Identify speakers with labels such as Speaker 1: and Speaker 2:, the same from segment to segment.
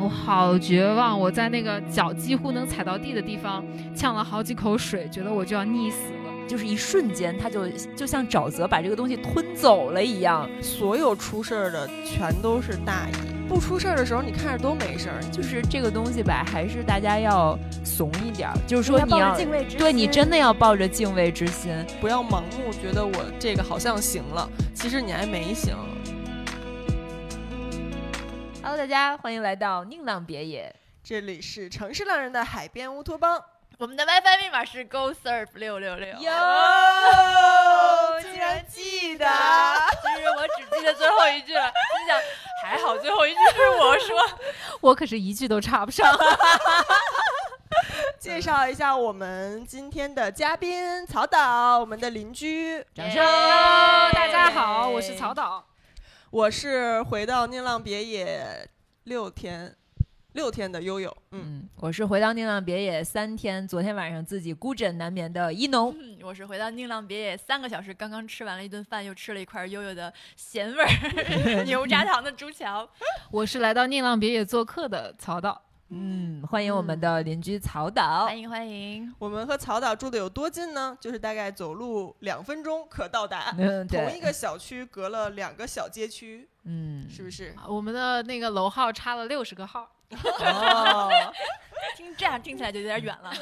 Speaker 1: 我好绝望，我在那个脚几乎能踩到地的地方呛了好几口水，觉得我就要溺死了。
Speaker 2: 就是一瞬间，他就就像沼泽把这个东西吞走了一样。
Speaker 3: 所有出事儿的全都是大意，不出事儿的时候你看着都没事儿。
Speaker 4: 嗯
Speaker 2: 就是这个东西吧，还是大家要怂一点儿，就是说
Speaker 4: 要
Speaker 2: 你
Speaker 4: 抱着
Speaker 2: 要
Speaker 4: 敬畏之心
Speaker 2: 对你真的要抱着敬畏之心。
Speaker 3: 不要盲目觉得我这个好像行了，其实你还没行。
Speaker 2: Hello，大家欢迎来到宁浪别野。
Speaker 3: 这里是城市浪人的海边乌托邦，
Speaker 4: 我们的 WiFi 密码是 Go Surf 六六六。
Speaker 2: 哟
Speaker 3: 哦竟然记得，
Speaker 4: 其实我只记得最后一句了，心想还好最后一句是我 说。
Speaker 2: 我可是一句都插不上。
Speaker 3: 介绍一下我们今天的嘉宾曹导，我们的邻居。
Speaker 2: 掌声
Speaker 4: Hello，
Speaker 1: 大家好，我是曹导。
Speaker 3: 我是回到宁浪别野六天，六天的悠悠，嗯，
Speaker 2: 嗯，我是回到宁浪别野三天，昨天晚上自己孤枕难眠的一农。
Speaker 4: 嗯，我是回到宁浪别野三个小时，刚刚吃完了一顿饭，又吃了一块悠悠的咸味 儿牛轧糖的朱 桥。
Speaker 1: 我是来到宁浪别野做客的曹导。
Speaker 2: 嗯，欢迎我们的邻居曹导。
Speaker 4: 欢迎欢迎，
Speaker 3: 我们和曹导住的有多近呢？就是大概走路两分钟可到 达。
Speaker 2: 嗯，
Speaker 3: 同一
Speaker 2: 对，
Speaker 3: 个小区隔了两个小街区，
Speaker 2: 嗯，
Speaker 3: 是不是？
Speaker 1: 我们的那个楼号差了六十个号，
Speaker 3: 哦，
Speaker 4: 听这样听起来就有点 远了。，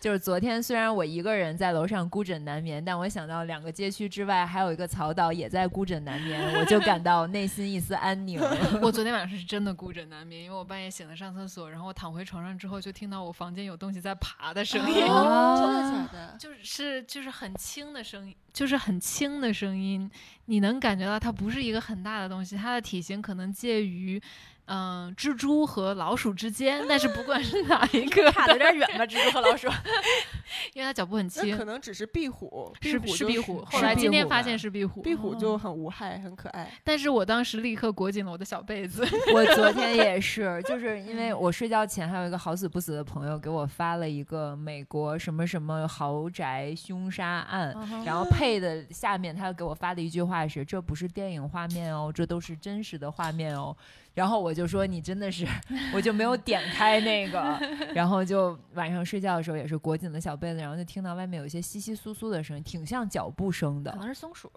Speaker 2: 就是昨天虽然我一个人在楼上孤枕难眠，但我想到两个街区之外还有一个曹导也在孤枕难眠，我就感到内心一丝安宁。
Speaker 1: 我昨天晚上是真的孤枕难眠，因为我半夜醒了上厕所，然后我躺回床上之后就听到我房间有东西在爬的声音，
Speaker 2: 啊，
Speaker 3: 的？
Speaker 1: 就是就是很轻的声音，就是很轻的声音，你能感觉到它不是一个很大的东西，它的体型可能介于。嗯，蜘蛛和老鼠之间，但是不管是哪一个
Speaker 4: 差的有点远吧，蜘蛛和 老鼠。
Speaker 1: 因为它脚步很
Speaker 3: 那
Speaker 1: 轻
Speaker 3: 可，能只是壁虎，
Speaker 1: 是
Speaker 3: 虎
Speaker 1: 是
Speaker 3: 就
Speaker 1: 壁虎。后
Speaker 2: 是
Speaker 1: 来
Speaker 2: 壁
Speaker 1: 今天
Speaker 2: 虎
Speaker 1: 发
Speaker 2: 吧
Speaker 1: 现是壁虎，
Speaker 3: 壁虎就很无害，很可爱。
Speaker 1: 但是我当时立刻裹紧了我的小被子，
Speaker 2: 我昨天也是，就是因为我睡觉前还有一个好死不死的朋友给我发了一个美国什么什么豪宅凶杀案，
Speaker 4: 嗯
Speaker 2: 然后配的下面他又给我发的一句话是：“这不是电影画面哦，这都是真实的画面哦。”然后我就说：“你真的是，我就没有点开 那个。”然后就晚上睡觉的时候也是裹紧了小被子，然后就听到外面有一些窸窸窣窣的声音，挺像脚步声
Speaker 4: 可
Speaker 1: 哦
Speaker 2: 的，
Speaker 4: 能是松 鼠，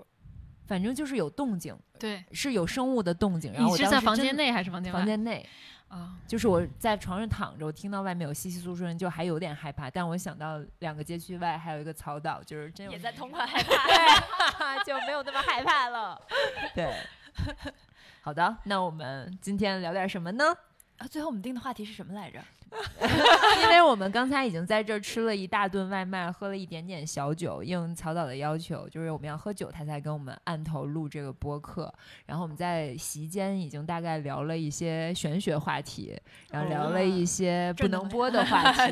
Speaker 2: 反正就是有动静，
Speaker 1: 对，
Speaker 2: 是有生物的动静。然后
Speaker 1: 你
Speaker 2: 我
Speaker 1: 是
Speaker 2: 当
Speaker 1: 在
Speaker 2: 时
Speaker 1: 房
Speaker 2: 真
Speaker 1: 间
Speaker 2: 的
Speaker 1: 内还是房间外？
Speaker 2: 房间内。
Speaker 1: 啊，
Speaker 2: 就是我在床上躺着，我听到外面有窸窸窣窣声，就还有点害怕。但我想到两个街区外还有一个曹岛，就是真有
Speaker 4: 也在同款害怕。
Speaker 2: 对，就没有那么害怕了。对，好的，那我们今天聊点什么呢？
Speaker 4: 啊，最后我们定的话题是什么来着？
Speaker 2: 因为我们刚才已经在这儿吃了一大顿外卖，喝了一点点小酒，应曹导的要求，就是我们要喝酒，他才跟我们按头录这个播客。然后我们在席间已经大概聊了一些玄学话题，然后聊了一些不能播的话题，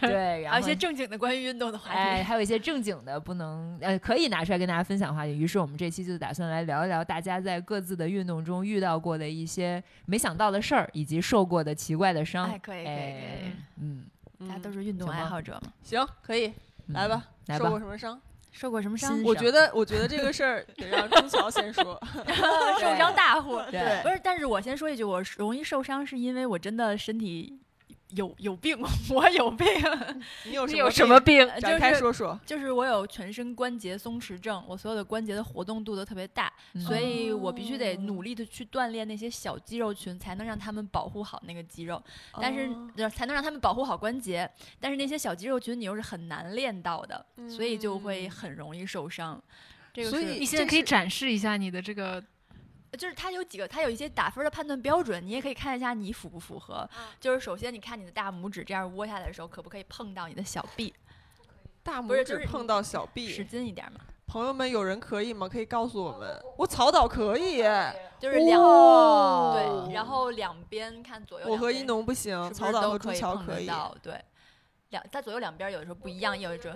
Speaker 2: 对，然
Speaker 4: 还
Speaker 2: 后
Speaker 4: 有一些正经的关于运动的话
Speaker 2: 哎，
Speaker 4: 题。
Speaker 2: 还有一些正经的不能呃可以拿出来跟大家分享的话题。于是我们这期就打算来聊一聊大家在各自的运动中遇到过的一些没想到的事儿，以及受过的奇怪的伤。
Speaker 4: 哎，可以可以可以
Speaker 2: 哎，嗯，
Speaker 3: 嗯
Speaker 4: 大家都是运动
Speaker 2: 行吧
Speaker 4: 爱好者嘛。
Speaker 3: 行，可以来吧，
Speaker 2: 来
Speaker 3: 受
Speaker 2: 吧
Speaker 3: 过什么伤？
Speaker 4: 受过什么伤？
Speaker 2: 新
Speaker 3: 我觉得，我觉得这个事儿得让朱桥先说。
Speaker 4: 受伤大户。
Speaker 3: 对
Speaker 4: 不是，但是我先说一句，我是容易受伤是因为我真的身体有有病，我有病，
Speaker 3: 你有什么？
Speaker 1: 病？
Speaker 4: 呃
Speaker 3: 展开
Speaker 4: 就是
Speaker 3: 说说。
Speaker 4: 就是我有全身关节松弛症，我所有的关节的活动度都特别大，
Speaker 2: 嗯
Speaker 4: 所以我必须得
Speaker 3: 哦
Speaker 4: 努力的去锻炼那些小肌肉群，才能让他们保护好那个肌肉，但是、
Speaker 3: 哦
Speaker 4: 呃才能让他们保护好关节，但是那些小肌肉群你又是很难练到的，所以就会
Speaker 3: 嗯
Speaker 4: 很容易受伤。这个
Speaker 3: 所
Speaker 4: 是
Speaker 3: 以
Speaker 1: 你现在
Speaker 3: 这
Speaker 1: 可以
Speaker 3: 是
Speaker 1: 展示一下你的这个
Speaker 4: 就是它有几个，它有一些打分的判断标准，你也可以看一下你符不符合。
Speaker 3: 嗯
Speaker 4: 就是首先，你看你的大拇指这样窝下来的时候，可不可以碰到你的小臂，
Speaker 3: 大
Speaker 4: 不是
Speaker 3: 拇
Speaker 4: 就
Speaker 3: 指
Speaker 4: 是
Speaker 3: 碰到小
Speaker 4: 使
Speaker 3: 臂，
Speaker 4: 劲一点嘛。
Speaker 3: 朋友们有人可以吗？可以告诉我们。我曹导可以，
Speaker 4: 就是两、
Speaker 3: 哇
Speaker 4: 对，然后两边看左右
Speaker 3: 我
Speaker 4: 两
Speaker 3: 和
Speaker 4: 边。
Speaker 3: 一农不
Speaker 4: 是
Speaker 3: 行，
Speaker 4: 不
Speaker 3: 曹
Speaker 4: 是
Speaker 3: 导
Speaker 4: 都
Speaker 3: 和朱
Speaker 4: 可以
Speaker 3: 桥
Speaker 4: 碰
Speaker 3: 可
Speaker 4: 得
Speaker 3: 以。
Speaker 4: 到？对，两它左右两边有的时候不一样，也有一种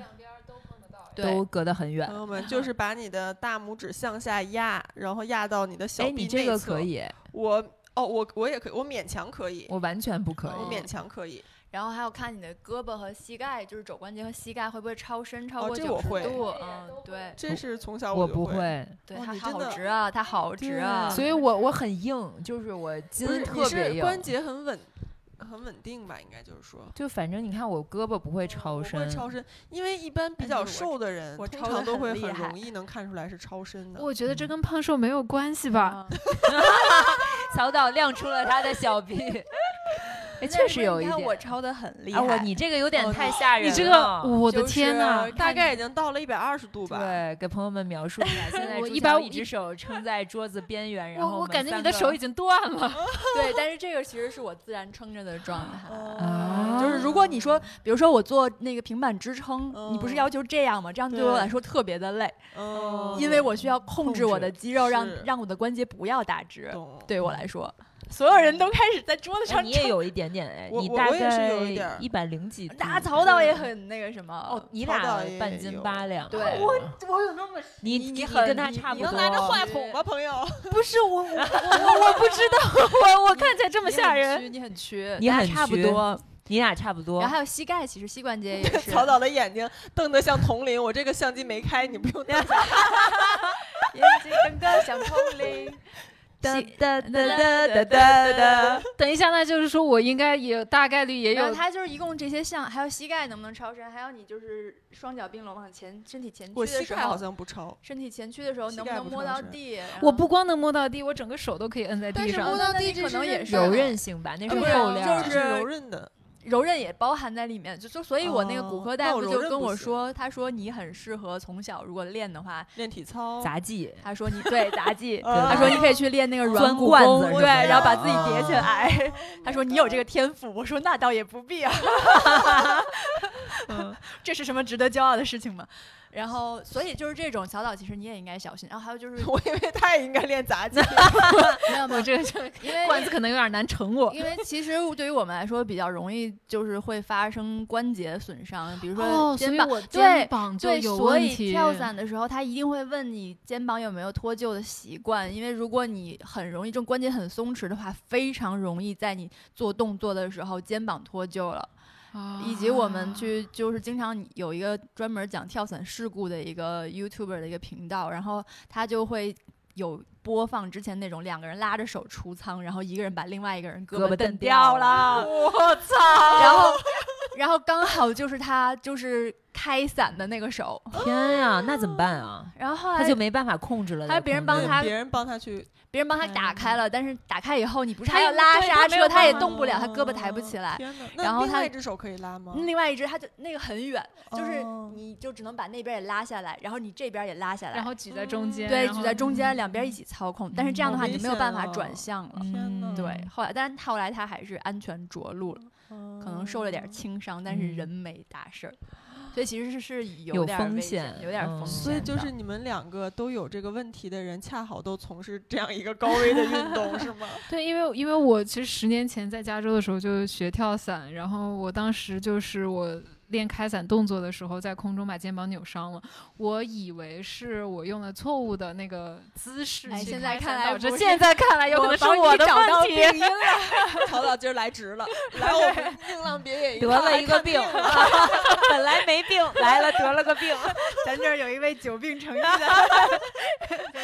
Speaker 4: 对
Speaker 2: 都。隔得很远
Speaker 3: 朋。友 们，就是把你的大拇指向下压，然后压到你的小
Speaker 2: 哎，
Speaker 3: 臂
Speaker 2: 你这
Speaker 3: 内
Speaker 2: 个
Speaker 3: 侧
Speaker 2: 可。以，
Speaker 3: 我哦，我我也可以，我勉强可以，
Speaker 2: 我完全不可
Speaker 3: 我
Speaker 2: 以。
Speaker 3: 勉强可以。
Speaker 4: 然后还有看你的胳膊和膝盖，就是肘关节和膝盖会不会超伸超
Speaker 3: 哦
Speaker 4: 过
Speaker 3: 这
Speaker 4: 九
Speaker 3: 我
Speaker 4: 十
Speaker 3: 会
Speaker 4: 度。嗯，对，
Speaker 3: 这是从小
Speaker 2: 我
Speaker 3: 就
Speaker 2: 不
Speaker 3: 会，
Speaker 2: 会，
Speaker 4: 对，
Speaker 3: 哇
Speaker 4: 它
Speaker 3: 你
Speaker 4: 它
Speaker 3: 真
Speaker 4: 好
Speaker 3: 的
Speaker 4: 直啊，它好直
Speaker 3: 对
Speaker 4: 啊。
Speaker 2: 所以我我很硬，就是我筋
Speaker 3: 不是你
Speaker 2: 特别
Speaker 3: 是关
Speaker 2: 硬。
Speaker 3: 节很稳，很稳定吧？应该就是说。
Speaker 2: 就反正你看我胳膊不会超
Speaker 3: 我不会
Speaker 2: 伸，
Speaker 3: 超身，因为一般比
Speaker 4: 但
Speaker 3: 较
Speaker 4: 是我
Speaker 3: 瘦的人，
Speaker 4: 哎我
Speaker 3: 通
Speaker 4: 超得
Speaker 3: 常都
Speaker 4: 很
Speaker 3: 会
Speaker 4: 厉
Speaker 3: 很
Speaker 4: 害
Speaker 3: 容易能看出来是超身的。
Speaker 1: 我觉得这跟胖瘦没有关系吧？
Speaker 3: 啊
Speaker 4: 嗯
Speaker 3: 哎
Speaker 2: 小岛亮出了他的小臂，哎，确实有一
Speaker 4: 你看
Speaker 2: 点。
Speaker 4: 我抄的很厉害。
Speaker 2: 啊，我你这个有点
Speaker 3: 哦
Speaker 2: 太吓人了。
Speaker 1: 你这个，我的天
Speaker 4: 呐
Speaker 1: 呐！！
Speaker 3: 大概已经到了一百二十度吧。
Speaker 2: 对，给朋友们描述一下，现在
Speaker 1: 我
Speaker 2: 朱
Speaker 1: 一
Speaker 2: 乔
Speaker 1: 百五
Speaker 2: 一只手撑在桌子边缘，然
Speaker 1: 我
Speaker 2: 后
Speaker 1: 我
Speaker 2: 们
Speaker 1: 感觉
Speaker 2: 三
Speaker 1: 你的
Speaker 2: 个
Speaker 1: 手已经断了。
Speaker 4: 对，但是这个其实是我自然撑着的状态。
Speaker 3: 哦
Speaker 4: 就是如果你说，比如说我做那个平板支撑，你不是
Speaker 3: 嗯
Speaker 4: 要求这样吗？这样对我
Speaker 3: 对
Speaker 4: 来说特别的累，
Speaker 3: 嗯，
Speaker 4: 因为我需要控制我的肌肉，让
Speaker 3: 是
Speaker 4: 让我的关节不要打直。
Speaker 3: 懂，
Speaker 4: 对我来说，所有人都开始在桌子
Speaker 2: 哎
Speaker 4: 上
Speaker 2: 你也
Speaker 4: 撑。
Speaker 2: 有一点点哎，
Speaker 3: 我
Speaker 2: 你
Speaker 3: 我
Speaker 2: 大
Speaker 3: 我也是有一点
Speaker 2: 概
Speaker 3: 儿
Speaker 2: 一百零几度，
Speaker 4: 那曹导也很那个什么，
Speaker 2: 哦，你
Speaker 3: 曹
Speaker 2: 俩
Speaker 3: 导也
Speaker 2: 半斤
Speaker 3: 有
Speaker 2: 八两，
Speaker 4: 对
Speaker 2: 我
Speaker 3: 我有那么
Speaker 2: 你
Speaker 4: 你
Speaker 2: 你
Speaker 4: 很
Speaker 2: 跟他
Speaker 4: 你
Speaker 2: 差不
Speaker 4: 你
Speaker 2: 多，
Speaker 4: 能拿 着话
Speaker 3: 捅吧，朋友。
Speaker 1: 不是我，我我我不知道，我我看起来这
Speaker 4: 这
Speaker 1: 么吓人。，
Speaker 4: 你很屈，
Speaker 2: 你
Speaker 4: 大家
Speaker 2: 很
Speaker 4: 差不
Speaker 2: 屈
Speaker 4: 多。
Speaker 2: 你俩差不多
Speaker 4: 然后。还有膝盖，其实膝关节也是，
Speaker 3: 曹导的眼睛瞪得像铜铃，我这个相机没开，你不用担心。
Speaker 4: 眼睛瞪得像铜铃。
Speaker 2: 哒
Speaker 4: 膝
Speaker 2: 哒
Speaker 4: 哒
Speaker 2: 哒哒哒哒哒，
Speaker 1: 等一下，那就是说我应该也大概率也
Speaker 4: 然后
Speaker 1: 有。
Speaker 4: 它就是一共这些项，还有膝盖能不能超伸，还有你就是双脚并拢往前，身体前屈
Speaker 3: 我
Speaker 4: 的
Speaker 3: 膝
Speaker 4: 时
Speaker 3: 盖好
Speaker 4: 候，
Speaker 3: 像不超，
Speaker 4: 身体前屈的时候
Speaker 3: 膝
Speaker 4: 能
Speaker 3: 盖
Speaker 4: 能
Speaker 3: 不
Speaker 4: 摸
Speaker 3: 超
Speaker 4: 到
Speaker 3: 伸
Speaker 4: 地。然
Speaker 1: 我
Speaker 4: 后
Speaker 1: 不光能摸到地，我整个手都可以摁在
Speaker 4: 但
Speaker 1: 地
Speaker 4: 是摸
Speaker 1: 上。
Speaker 4: 到
Speaker 3: 那
Speaker 4: 地
Speaker 3: 这
Speaker 4: 可
Speaker 3: 是
Speaker 4: 能也
Speaker 3: 韧
Speaker 4: 是
Speaker 2: 柔韧性吧，那是
Speaker 4: 对
Speaker 2: 肉
Speaker 4: 啊
Speaker 2: 链
Speaker 4: 就
Speaker 2: 儿，
Speaker 4: 是
Speaker 3: 柔韧的。
Speaker 4: 柔韧也包含在里面，就就所以我那个骨
Speaker 3: 哦
Speaker 4: 科
Speaker 3: 那
Speaker 4: 大
Speaker 3: 我
Speaker 4: 夫
Speaker 3: 柔
Speaker 4: 就
Speaker 3: 韧
Speaker 4: 跟
Speaker 3: 不
Speaker 4: 我
Speaker 3: 行
Speaker 4: 说，他说你很适合从小如果练的话，
Speaker 3: 练体操，，
Speaker 2: 杂技。
Speaker 4: 他说你对杂技
Speaker 3: 啊
Speaker 4: 他说你可以去练那个软
Speaker 2: 钻
Speaker 4: 骨
Speaker 2: 罐子
Speaker 4: 功，
Speaker 2: 什么
Speaker 4: 对，
Speaker 2: 的
Speaker 4: 然后
Speaker 3: 哦
Speaker 4: 把自己叠起来。他说你有这
Speaker 3: 个，
Speaker 4: 个天赋，我说那倒也不必啊，
Speaker 3: 嗯，
Speaker 4: 这是什么值得骄傲的事情吗？然后，所以就是这种小岛，其实你也应该小心。然后还 有就是
Speaker 3: 我以为他也应该练杂技。
Speaker 4: 没有没
Speaker 1: 我
Speaker 4: 有，
Speaker 1: 这个
Speaker 4: 因 为
Speaker 1: 罐子可能有点难盛我。
Speaker 4: 因为其实对于我们来说比较容易就是会发生关节损伤，比如说
Speaker 1: 哦，所
Speaker 4: 肩
Speaker 1: 以
Speaker 4: 膀。
Speaker 1: 我
Speaker 4: 对
Speaker 1: 肩膀就
Speaker 4: 对，
Speaker 1: 有
Speaker 4: 所
Speaker 1: 问
Speaker 4: 以
Speaker 1: 题。
Speaker 4: 跳伞的时候，他一定会问你肩膀有没有脱臼的习惯，因为如果你很容易这种关节很松弛的话，非常容易在你做动作的时候肩膀脱臼了。
Speaker 1: 啊，
Speaker 4: 以及我们去就是经常有一个专门讲跳伞事故的一个 YouTuber 的一个频道，然后他就会有播放之前那种两个人拉着手出舱，然后一个人把另外一个人胳
Speaker 2: 胳膊
Speaker 4: 膊
Speaker 2: 蹬
Speaker 4: 蹬
Speaker 2: 掉
Speaker 4: 掉了，
Speaker 3: 我操！
Speaker 4: 然后 然后刚好就是他就是开伞的那个手，
Speaker 2: 天呀，那怎么办啊？
Speaker 4: 然后后来
Speaker 2: 他就没办法控制了。
Speaker 4: 还有
Speaker 2: 有
Speaker 4: 别人帮他
Speaker 3: 别人帮他去，
Speaker 4: 别人帮他打开了，但是打开以后你不是
Speaker 1: 他
Speaker 4: 还要
Speaker 1: 也
Speaker 4: 拉
Speaker 1: 对
Speaker 4: 刹
Speaker 1: 他没有
Speaker 4: 车，他也
Speaker 1: 办法
Speaker 4: 动不了，他胳膊抬不起来。
Speaker 3: 啊天哪！那
Speaker 4: 然后
Speaker 3: 另
Speaker 4: 他
Speaker 3: 外一只手可以拉吗？
Speaker 4: 另外一只他就那个很远，就是
Speaker 3: 哦
Speaker 4: 你就只能把那边也拉下来，然后你这边也拉下来，
Speaker 1: 然后举在中间，
Speaker 4: 对，
Speaker 1: 然
Speaker 4: 举
Speaker 1: 后
Speaker 4: 在中间，两边一起操控。但是这样的话，
Speaker 3: 好
Speaker 4: 你
Speaker 3: 危
Speaker 4: 没有
Speaker 3: 险
Speaker 4: 办法
Speaker 3: 哦
Speaker 4: 转向
Speaker 2: 嗯
Speaker 4: 了。
Speaker 3: 天哪
Speaker 4: 对，后来，但是后来他还是安全着陆了，嗯可
Speaker 3: 可
Speaker 4: 能受了
Speaker 3: 嗯
Speaker 4: 点轻伤，但是人没大事儿。所以其实是是
Speaker 2: 有
Speaker 4: 点
Speaker 2: 风
Speaker 4: 危
Speaker 2: 险
Speaker 4: 有点
Speaker 2: 嗯
Speaker 4: 风险的。
Speaker 3: 所以就是你们两个都有这个问题的人，恰好都从事这样一个高危的运 动，是吗？
Speaker 1: 对，因为因为我其实十年前在加州的时候就学跳伞，然后我当时就是我练开伞动作的时候，在空中把肩膀扭伤了，我以为是我用了错误的那个姿势
Speaker 4: 哎
Speaker 1: 去
Speaker 4: 现在
Speaker 1: 开伞
Speaker 4: 看来
Speaker 1: 导致
Speaker 4: 不是
Speaker 1: 现在看来有可能是
Speaker 4: 帮你
Speaker 1: 的
Speaker 4: 找到
Speaker 1: 问
Speaker 4: 病
Speaker 1: 题。
Speaker 4: 因了。
Speaker 3: 曹导今儿来值了，来我们宁浪别野一
Speaker 2: 得
Speaker 3: 趟
Speaker 2: 了一个病， 本来没病，来了得了个病。
Speaker 4: 咱这儿有一位久病成医的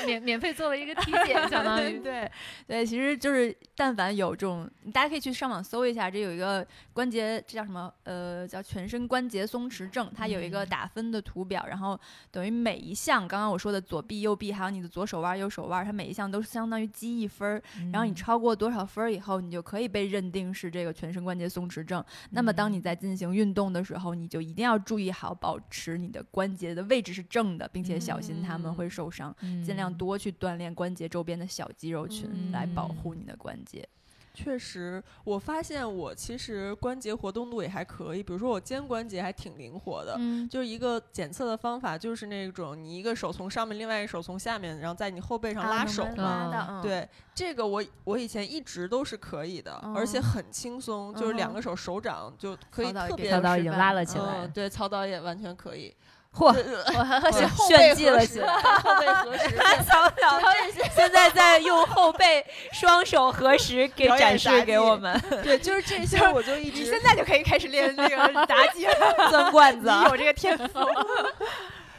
Speaker 1: 免免费做了一个体检，相当 于
Speaker 4: 对对，其实就是但凡有这种，大家可以去上网搜一下，这有一个关节，这叫什么？呃，叫全身关节松弛症，它有一个打分的图表，然后等于每一项，刚刚我说的左臂、右臂，还有你的左手腕、右手腕，它每一项都是相当于积一分儿，然后
Speaker 2: 嗯
Speaker 4: 你超过多少分儿以后，你就可以被认定是这个全身关节松弛症。那么当你在进行运动的时候，你就一定要注意好保持你的关节的位置是正的，并且小心它们会受伤。
Speaker 2: 嗯
Speaker 4: 尽量多去锻炼关节周边的小肌肉群，
Speaker 3: 嗯
Speaker 4: 来保护你的关节。
Speaker 3: 确实，我发现我其实关节活动度也还可以，比如说我肩关节还挺灵活的。
Speaker 4: 嗯，
Speaker 3: 就是一个检测的方法，就是那种你一个手从上面，另外一个手从下面，然后在你后背上
Speaker 5: 啊
Speaker 3: 拉嗯手嘛。
Speaker 4: 拉
Speaker 1: 拉
Speaker 4: 的
Speaker 1: 的，
Speaker 3: 对，这个我我以前一直都是可以的，
Speaker 5: 哦
Speaker 3: 而且
Speaker 4: 嗯
Speaker 3: 很轻松，就是
Speaker 4: 嗯
Speaker 3: 两个手手掌就可以
Speaker 4: 曹导也
Speaker 3: 特
Speaker 4: 给
Speaker 3: 别
Speaker 4: 曹
Speaker 2: 小
Speaker 4: 导
Speaker 2: 刀
Speaker 4: 也
Speaker 2: 已经拉了起
Speaker 4: 嗯
Speaker 2: 来
Speaker 3: 嗯，，对，曹导也完全可以。
Speaker 2: 嚯，
Speaker 4: 我和和
Speaker 3: 对后背
Speaker 2: 炫技
Speaker 3: 合
Speaker 2: 了
Speaker 3: 十
Speaker 2: 起来。
Speaker 3: 后背合十，
Speaker 4: 嗯
Speaker 2: 曹导 现在在用后背双手合十给
Speaker 3: 表演
Speaker 2: 展示
Speaker 3: 杂
Speaker 2: 给
Speaker 3: 技
Speaker 2: 我们
Speaker 3: 对，就是这些，我就一
Speaker 5: 你
Speaker 3: 直
Speaker 5: 现在就可以开始练 那个杂技了，
Speaker 2: 钻罐
Speaker 5: 你
Speaker 2: 子。啊
Speaker 5: 有这个天赋。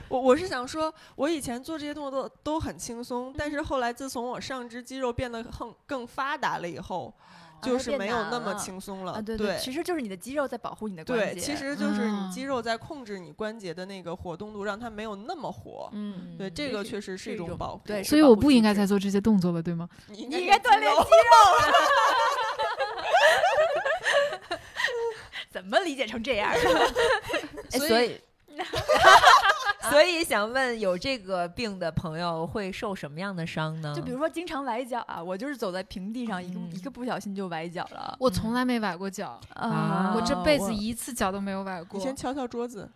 Speaker 3: 我我是想说，我以前做这些动作都都很轻松，但是后来自从我上肢肌肉变得更更发达了以后，就
Speaker 5: 它
Speaker 3: 是
Speaker 5: 变
Speaker 3: 没有
Speaker 5: 难
Speaker 3: 那么
Speaker 5: 了
Speaker 3: 轻松了。
Speaker 4: 啊，对
Speaker 3: 对，
Speaker 4: 其实就是你的肌肉在保护你的关节。
Speaker 3: 对，其实就是你
Speaker 1: 嗯
Speaker 3: 肌肉在控制你关节的那个活动度，让它没有那么活。
Speaker 4: 嗯，
Speaker 3: 对，这
Speaker 4: 也
Speaker 3: 个
Speaker 4: 许
Speaker 3: 确实是
Speaker 4: 是一
Speaker 3: 种
Speaker 4: 种
Speaker 3: 保护。
Speaker 4: 对
Speaker 1: 所以
Speaker 4: 保
Speaker 1: 我
Speaker 4: 护
Speaker 1: 不
Speaker 4: 机
Speaker 1: 应该
Speaker 4: 制
Speaker 1: 再做这些动作了，对吗？
Speaker 3: 你
Speaker 5: 你
Speaker 3: 应
Speaker 5: 应该锻炼
Speaker 3: 肌肉。
Speaker 4: 啊
Speaker 5: 怎么理解成这样？
Speaker 2: 哎
Speaker 3: 所
Speaker 2: 所
Speaker 3: 以
Speaker 2: 以，所以想问，有这个病的朋友会受什么样的伤呢？
Speaker 4: 就比如说经常崴脚啊，我就是走在平地上，一个
Speaker 2: 嗯
Speaker 4: 一个不小心就崴脚了。
Speaker 1: 我从来没崴过脚，
Speaker 2: 啊
Speaker 1: 嗯我这
Speaker 4: 啊
Speaker 1: 辈
Speaker 4: 我
Speaker 1: 子 一次脚都没有崴
Speaker 3: 你
Speaker 1: 过。
Speaker 3: 先敲敲桌子，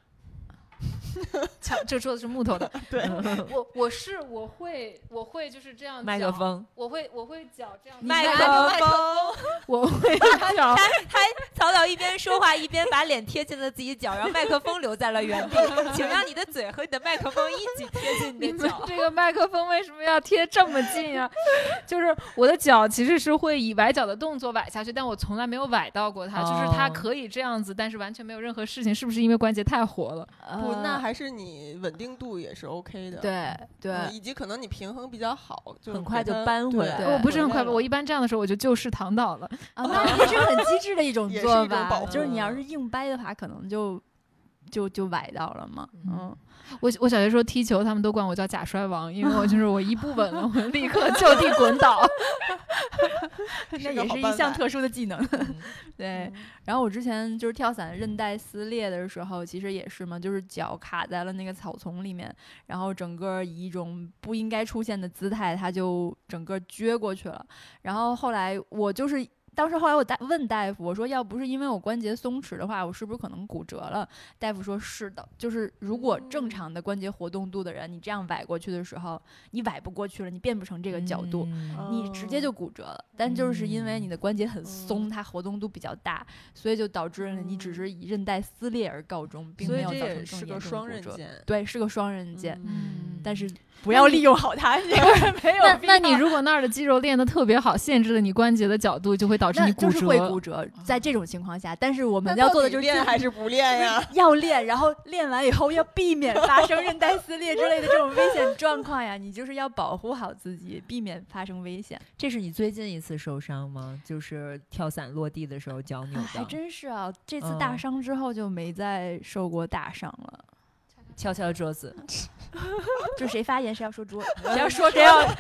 Speaker 1: 瞧这桌子是木头的。
Speaker 3: 对
Speaker 1: 我我是我会我会就是这样
Speaker 2: 嗯麦克
Speaker 1: 脚，
Speaker 2: 风，
Speaker 1: 我会我会脚这样
Speaker 2: 麦
Speaker 1: 子
Speaker 2: 克
Speaker 1: 拿着
Speaker 2: 风
Speaker 3: 风，
Speaker 1: 我会脚
Speaker 2: 还 曹导一边说话一边把脸贴近了自己脚，然后麦克风留在了原 地，请让你的嘴和你的麦克风一起贴近
Speaker 1: 你
Speaker 2: 你的
Speaker 1: 们
Speaker 2: 脚。
Speaker 1: 这个麦克风为什么要贴这么近呀、 就是我的脚其实是会以崴脚的动作崴下去，但我从来没有崴到过它。就是它
Speaker 2: 哦
Speaker 1: 可以这样子，但是完全没有任何事情，是不是因为关节太活了？
Speaker 3: 不，那
Speaker 4: 呃
Speaker 3: 还是你稳定度也是 OK 的。
Speaker 4: 对对
Speaker 3: 嗯，以及可能你平衡比较好，就
Speaker 2: 很
Speaker 3: 给
Speaker 2: 快就
Speaker 3: 它
Speaker 2: 搬回
Speaker 3: 对
Speaker 2: 来
Speaker 3: 回
Speaker 2: 了
Speaker 1: 我不是很快吧？
Speaker 3: 了
Speaker 1: 我一般这样的时候我就就势躺倒了。
Speaker 4: 啊，那也是很机智的一种
Speaker 3: 也是一
Speaker 4: 做
Speaker 3: 种保
Speaker 4: 法，
Speaker 3: 护
Speaker 4: 就是你要是硬掰的话，可能就就就崴到了嘛。嗯，
Speaker 1: 我我小学时候踢球，他们都管我叫假摔王，因为我就是我一不稳了，我立 刻呃就地滚倒。
Speaker 4: 那
Speaker 3: 是个
Speaker 4: 也
Speaker 3: 好
Speaker 4: 是一
Speaker 3: 办
Speaker 4: 项
Speaker 3: 法嗯
Speaker 4: 特殊的技能。 对，然后我之前就是跳伞韧带撕裂的时候，其实也是嘛，就是脚卡在了那个草丛里面，然后整个以一种不应该出现的姿态，它就整个撅过去了。然后后来我就是。当时后来我大问大夫，我说要不是因为我关节松弛的话，我是不是可能骨折了？大夫说是的，就是如果
Speaker 3: 哦
Speaker 4: 正常的关节活动度的人，你这样崴过去的时候，你崴不过去了，你变不成这个角度，
Speaker 2: 嗯
Speaker 4: 你直接就骨折了。但就是因为你的关节很
Speaker 3: 嗯
Speaker 4: 松，它活动度比较大，所以就导致了你只是以韧带撕裂而告终，并
Speaker 3: 所
Speaker 4: 没
Speaker 3: 以
Speaker 4: 有
Speaker 3: 这
Speaker 4: 造
Speaker 3: 也
Speaker 4: 成
Speaker 3: 是
Speaker 4: 更
Speaker 3: 个
Speaker 4: 严重
Speaker 3: 双
Speaker 4: 的
Speaker 3: 刃
Speaker 4: 骨折。
Speaker 3: 剑。
Speaker 4: 对，是个双刃剑。
Speaker 3: 嗯
Speaker 4: 但是
Speaker 5: 不要利用好 它，没有
Speaker 1: 那
Speaker 5: 必
Speaker 1: 那
Speaker 5: 要
Speaker 1: 你如果那儿的肌肉练得特别好，限制了你关节的角度，就会导致
Speaker 4: 那
Speaker 1: 你骨
Speaker 4: 就是
Speaker 1: 折。嗯
Speaker 4: 会骨折，在这种情况下，但是我
Speaker 3: 啊那
Speaker 4: 们要
Speaker 3: 到
Speaker 4: 做的
Speaker 3: 底
Speaker 4: 就是
Speaker 3: 练
Speaker 4: 尽
Speaker 3: 还是不练呀？
Speaker 4: 要练，然后练完以后要避免发生韧带撕裂之类的这种危险状况呀。你就是要保护好自己，避免发生危险。
Speaker 2: 这是你最近一次受伤吗？就是跳伞落地的时候脚扭
Speaker 4: 啊，还
Speaker 2: 的。
Speaker 4: 真是啊！这次大
Speaker 2: 嗯
Speaker 4: 伤之后就没再受过大伤了。
Speaker 2: 敲敲桌子，
Speaker 4: 就谁发言谁要说 桌，
Speaker 5: 只
Speaker 4: 谁
Speaker 5: 要
Speaker 4: 要
Speaker 5: 说
Speaker 4: 说
Speaker 5: 谁
Speaker 4: 谁
Speaker 5: 要
Speaker 4: 要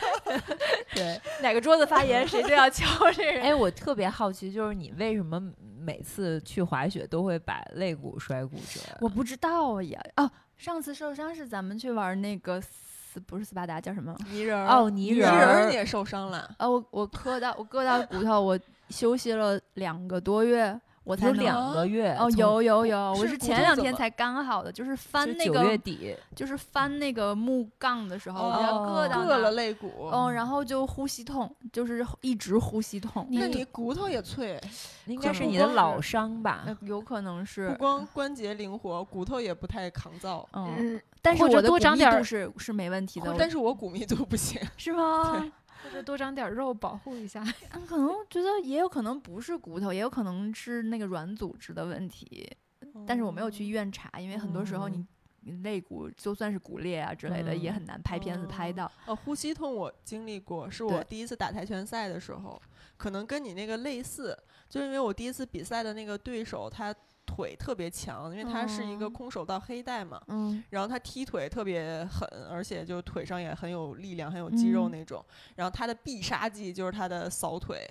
Speaker 4: 对。
Speaker 5: 哪个桌子发言，谁就要敲这人。
Speaker 2: 哎，我特别好奇，就是你为什么每次去滑雪都会把肋骨摔骨折？
Speaker 4: 我不知道呀。哦，上次受伤是咱们去玩那个斯，不是斯巴达，叫什么？
Speaker 3: 泥人儿
Speaker 2: 哦，泥
Speaker 3: 泥
Speaker 2: 人
Speaker 3: 儿
Speaker 2: 儿
Speaker 3: 你也受伤了，
Speaker 4: 啊，我我磕到我割到骨头，我休息了两个多月，我才
Speaker 2: 有
Speaker 4: 能
Speaker 2: 两个月
Speaker 4: 哦，
Speaker 2: 从
Speaker 4: 有有有，我
Speaker 3: 是
Speaker 4: 是
Speaker 3: 骨
Speaker 4: 前
Speaker 3: 头
Speaker 4: 两
Speaker 3: 怎
Speaker 4: 天
Speaker 3: 么
Speaker 4: 才刚好的，就是
Speaker 2: 就
Speaker 4: 翻
Speaker 2: 是
Speaker 4: 那
Speaker 2: 九
Speaker 4: 个
Speaker 2: 月底，
Speaker 4: 就是翻那个木杠的时候，我要
Speaker 2: 哦
Speaker 4: 硌到
Speaker 3: 硌了
Speaker 4: 那儿
Speaker 3: 肋骨。
Speaker 4: 嗯，然后就呼吸痛，就是一直呼吸痛，
Speaker 3: 那你骨头也脆，
Speaker 2: 应该
Speaker 1: 可
Speaker 2: 是
Speaker 1: 能
Speaker 2: 你
Speaker 1: 不
Speaker 2: 的
Speaker 1: 光
Speaker 2: 老
Speaker 1: 是
Speaker 2: 伤吧？
Speaker 4: 呃有可能
Speaker 3: 不
Speaker 4: 是。
Speaker 3: 光关节灵活，骨头也不太抗 造。
Speaker 4: 嗯，
Speaker 1: 嗯，
Speaker 4: 但是
Speaker 1: 或者
Speaker 4: 我的
Speaker 1: 多
Speaker 4: 骨
Speaker 1: 长
Speaker 4: 密
Speaker 1: 点
Speaker 4: 度
Speaker 1: 儿
Speaker 4: 是是没问题的，我
Speaker 3: 但是我骨密度不行，
Speaker 4: 是吗？
Speaker 1: 或者多长点肉保护一下。
Speaker 4: 嗯，可能觉得也有可能不是骨头，也有可能是那个软组织的问题。 但是我没有去医院查，因为很多时候你你肋骨就算是骨裂啊之类的，也
Speaker 2: 嗯
Speaker 4: 很难拍片子拍到。
Speaker 3: 呃，呼吸痛我经历过，是我
Speaker 4: 对
Speaker 3: 第一次打跆拳赛的时候，可能跟你那个类似，就因为我第一次比赛的那个对手他腿特别强，因为他是一个
Speaker 4: 嗯
Speaker 3: 空手道黑带嘛，
Speaker 4: 嗯，
Speaker 3: 然后他踢腿特别狠，而且就腿上也很有力量，很有肌肉
Speaker 4: 嗯
Speaker 3: 那种。然后他的必杀技就是他的扫 腿，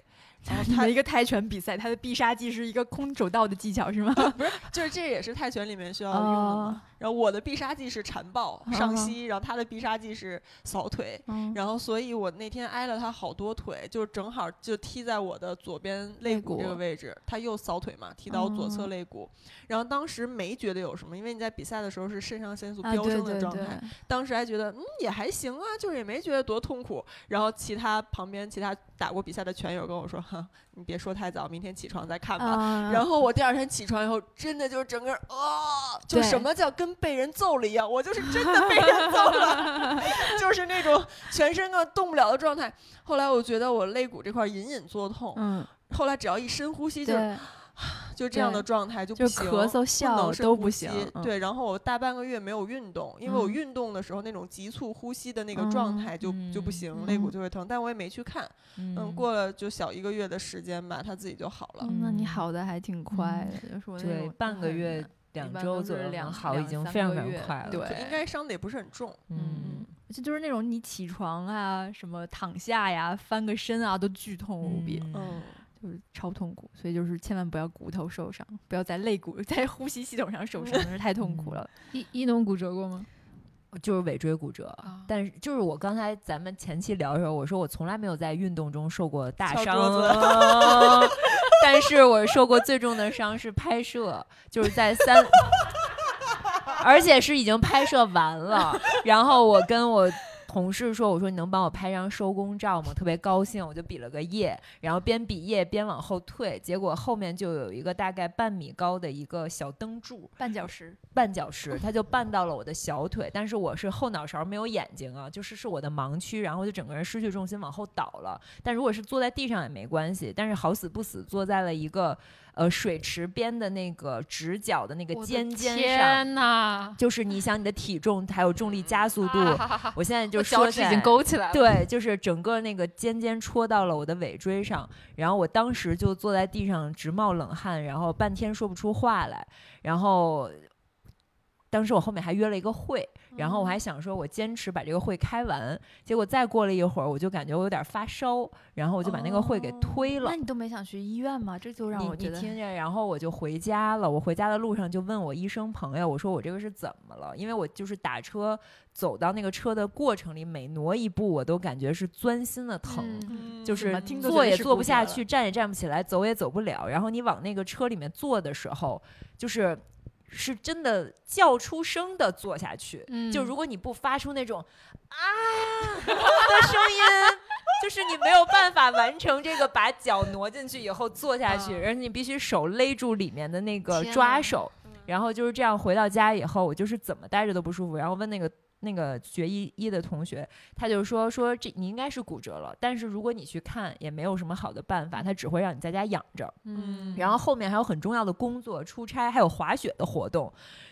Speaker 3: 然后
Speaker 4: 你
Speaker 3: 他
Speaker 4: 们一个泰拳比赛，它的必杀技是一个空手道的技巧是吗？
Speaker 3: 就是这也是泰拳里面需要用的嘛。然后我的必杀技是缠抱上
Speaker 4: 哦嗯
Speaker 3: 膝，然后他的必杀技是扫腿。
Speaker 4: 嗯，
Speaker 3: 然后，所以我那天挨了他好多腿，就正好就踢在我的左边肋
Speaker 4: 肋
Speaker 3: 骨这个
Speaker 4: 骨
Speaker 3: 位置，他右扫腿嘛，踢到我左侧
Speaker 4: 嗯
Speaker 3: 肋骨。然后当时没觉得有什么，因为你在比赛的时候是肾上腺素
Speaker 4: 啊，
Speaker 3: 飙
Speaker 4: 对
Speaker 3: 升的
Speaker 4: 对
Speaker 3: 状态，
Speaker 4: 对，
Speaker 3: 当时还觉得嗯也还行啊，就是也没觉得多痛苦。然后其他旁边其他打过比赛的拳友跟我说：“哈，你别说太早，明天起床再看吧。
Speaker 4: 啊，
Speaker 3: 然后我第二天起床以后，真的就整个人啊、就
Speaker 4: 对
Speaker 3: 什么叫跟跟被人揍了一样，我就是真的被人揍 了，就是那种全身啊动不了的状态。后来我觉得我肋骨这块隐隐作痛，
Speaker 4: 嗯，
Speaker 3: 后来只要一深呼吸就
Speaker 4: 对，
Speaker 3: 就这样的状态就不
Speaker 4: 就
Speaker 3: 行，
Speaker 4: 咳嗽、
Speaker 3: 不
Speaker 4: 笑
Speaker 3: 能深
Speaker 4: 都
Speaker 3: 呼
Speaker 4: 不
Speaker 3: 吸
Speaker 4: 行。嗯，
Speaker 3: 对，然后我大半个月没有运动，因为我
Speaker 4: 嗯
Speaker 3: 运动的时候那种急促呼吸的那个状态就、就不
Speaker 6: 嗯
Speaker 3: 行，肋骨
Speaker 4: 嗯
Speaker 3: 就会疼。但我也没去看，嗯，
Speaker 6: 嗯
Speaker 3: 过了就小一个月的时间吧，它自己就好了。
Speaker 6: 嗯
Speaker 4: 那你好的还挺快的，就是我那
Speaker 2: 对
Speaker 4: 种，
Speaker 2: 半个
Speaker 6: 很
Speaker 2: 月
Speaker 6: 难、
Speaker 2: 两
Speaker 6: 般
Speaker 2: 周
Speaker 6: 都
Speaker 2: 左
Speaker 6: 是
Speaker 2: 右能
Speaker 6: 两
Speaker 2: 好，已
Speaker 6: 两
Speaker 2: 经
Speaker 6: 三
Speaker 2: 非常
Speaker 6: 个
Speaker 2: 非
Speaker 6: 月
Speaker 2: 常快了。
Speaker 6: 对
Speaker 3: 就应该伤的也不是很重。
Speaker 2: 嗯，
Speaker 6: 就就是那种你起床啊，什么躺下呀，翻个身啊，都剧痛无比，
Speaker 3: 嗯，
Speaker 6: 就是超痛苦。所以就是千万不要骨头受伤，不要在肋骨、在呼吸系统上受伤，真是太痛
Speaker 2: 嗯
Speaker 6: 苦了。
Speaker 1: 一一农骨折过吗？
Speaker 2: 就是尾椎骨折。
Speaker 1: 啊
Speaker 2: 但是就是我刚才咱们前期聊的时候，我说我从来没有在运动中受过大
Speaker 3: 敲
Speaker 2: 伤
Speaker 3: 桌，
Speaker 2: 但是我受过最重的伤是拍摄，就是在三，而且是已经拍摄完了，然后我跟我。同事说：“我说你能帮我拍张收工照吗？”特别高兴，我就比了个耶，然后边比耶边往后退，结果后面就有一个大概半米高的一个小灯柱，
Speaker 6: 绊脚 石，
Speaker 2: 绊脚石，它就绊到了我的小腿，但是我是后脑勺没有眼睛啊，就是是我的盲区，然后就整个人失去重心往后倒了。但如果是坐在地上也没关系，但是好死不死坐在了一个呃水池边的那个直角的那个
Speaker 1: 我的
Speaker 2: 尖尖上，
Speaker 1: 天哪！
Speaker 2: 就是你想你的体重还有重力加速度，我现在就
Speaker 1: 啊我
Speaker 2: 说
Speaker 1: 脚
Speaker 2: 起
Speaker 1: 趾
Speaker 2: 来
Speaker 1: 已经勾
Speaker 4: 啊
Speaker 1: 起来了。
Speaker 2: 对，就是整个那个尖尖戳到了我的尾椎上，然后我当时就坐在地上直冒冷汗，然后半天说不出话来，然后。当时我后面还约了一个会，
Speaker 6: 嗯
Speaker 2: 然
Speaker 4: 嗯
Speaker 2: 后我还想说，我坚持把这个会开完。结果再过了一会儿，我就感觉我有点发烧，然后我就把那个会给
Speaker 3: 哦
Speaker 2: 推了
Speaker 6: 那。你都没想去医院吗？这就让
Speaker 2: 你
Speaker 6: 我觉
Speaker 2: 你
Speaker 6: 得
Speaker 2: 听着，然后我就回家了。我回家的路上就问我医生朋友，我说我这个是怎么了？因为我就是打车走到那个车的过程里，每挪一步我都感觉是钻心的疼。
Speaker 3: 嗯
Speaker 2: 就
Speaker 6: 怎么
Speaker 2: 是
Speaker 6: 听都觉
Speaker 2: 坐
Speaker 6: 得
Speaker 2: 也
Speaker 6: 是
Speaker 2: 坐
Speaker 6: 骨
Speaker 2: 不
Speaker 6: 折
Speaker 2: 下
Speaker 6: 了
Speaker 2: 去，站也站不起来，走也走不了。然后你往那个车里面坐的时候，就是是真的叫出声的坐下去。
Speaker 1: 嗯
Speaker 2: 就如果你不发出那种啊的声音，就是你没有办法完成这个把脚挪进去以后坐下去，
Speaker 1: 啊
Speaker 2: 而且你必须手勒住里面的那个
Speaker 1: 天啊嗯
Speaker 2: 抓
Speaker 1: 呐
Speaker 2: 手。然后就是这样回到家以后，我就是怎么待着都不舒服。然后问那个那个学医医的同学，他就说说这你应该是骨折了，但是如果你去看也没有什么好的办法，他只会让你在家养着。
Speaker 1: 嗯，
Speaker 2: 然后后面还有很重要的工作、出差，还有滑雪的活动。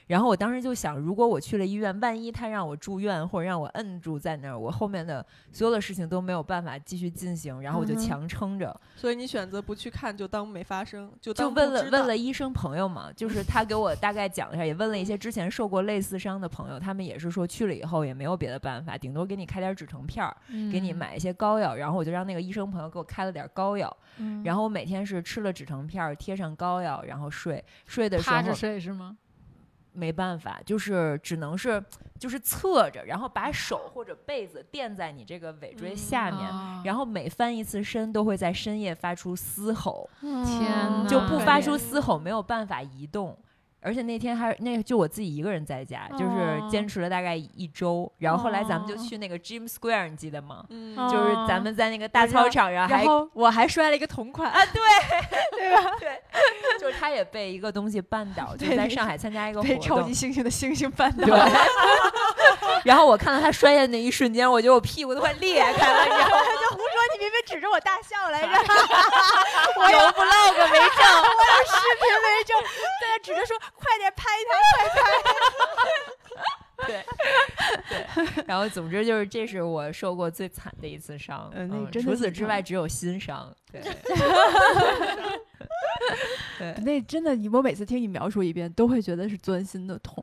Speaker 2: 然后我当时就想，如果我去了医院，万一他让我住院或者让我摁住在那儿，我后面的所有的事情都没有办法继续进行，然后我就
Speaker 4: 嗯哼
Speaker 2: 强撑着。
Speaker 3: 所以你选择不去看，就当没发生，就
Speaker 2: 就
Speaker 3: 当
Speaker 2: 问
Speaker 3: 不
Speaker 2: 了
Speaker 3: 知
Speaker 2: 问
Speaker 3: 道
Speaker 2: 了医生朋友嘛，就是他给我大概讲了一下，也问了一些之前受过类似伤的朋友，他们也是说去了以后也没有别的办法，顶多给你开点止疼片儿，给你
Speaker 1: 嗯，
Speaker 2: 买一些膏药，然后我就让那个医生朋友给我开了点膏药，
Speaker 4: 嗯
Speaker 6: 嗯
Speaker 2: 然后我每天是吃了止疼片儿，贴上膏药，然后睡，睡的时候
Speaker 1: 趴着睡是吗？
Speaker 2: 没办法，就是只能是就是侧着，然后把手或者被子垫在你这个尾椎
Speaker 3: 嗯
Speaker 2: 下面。
Speaker 1: 啊
Speaker 2: 然后每翻一次身，都会在深夜发出嘶吼，
Speaker 1: 天
Speaker 4: 嗯
Speaker 1: 呐，
Speaker 2: 就不发
Speaker 4: 感觉
Speaker 2: 出嘶吼，没有办法移动。而且那天还那就我自己一个人在家，就是
Speaker 1: 哦
Speaker 2: 坚持了大概一周。然后后来咱们就
Speaker 1: 哦
Speaker 2: 去那个 Gym Square，你记得吗？
Speaker 3: 嗯，
Speaker 4: 哦
Speaker 2: 就是咱们在那个大操场上还
Speaker 4: 然后我还摔了一个同款，啊，
Speaker 2: 就是他也被一个东西绊 倒，就
Speaker 4: 对
Speaker 2: 在上海参加一个活
Speaker 4: 被超
Speaker 2: 动
Speaker 4: 级。猩猩的猩猩 绊
Speaker 2: 对
Speaker 4: 倒。。
Speaker 2: 然后我看到他摔下那一瞬间，我觉得我屁股都快裂开了，你知道吗？
Speaker 4: 就胡说，你明明指着我大笑来着，
Speaker 2: 我有 vlog 没照，
Speaker 4: 评为证，在那指着说快点拍他。
Speaker 2: 然后总之就是这是我受过最惨的一次伤。
Speaker 4: 嗯那
Speaker 2: 嗯
Speaker 4: 个真的
Speaker 2: 除此
Speaker 4: 挺
Speaker 2: 之外只有心伤。 对，
Speaker 4: 那真的，你我每次听你描述一遍，都会觉得是钻心的痛。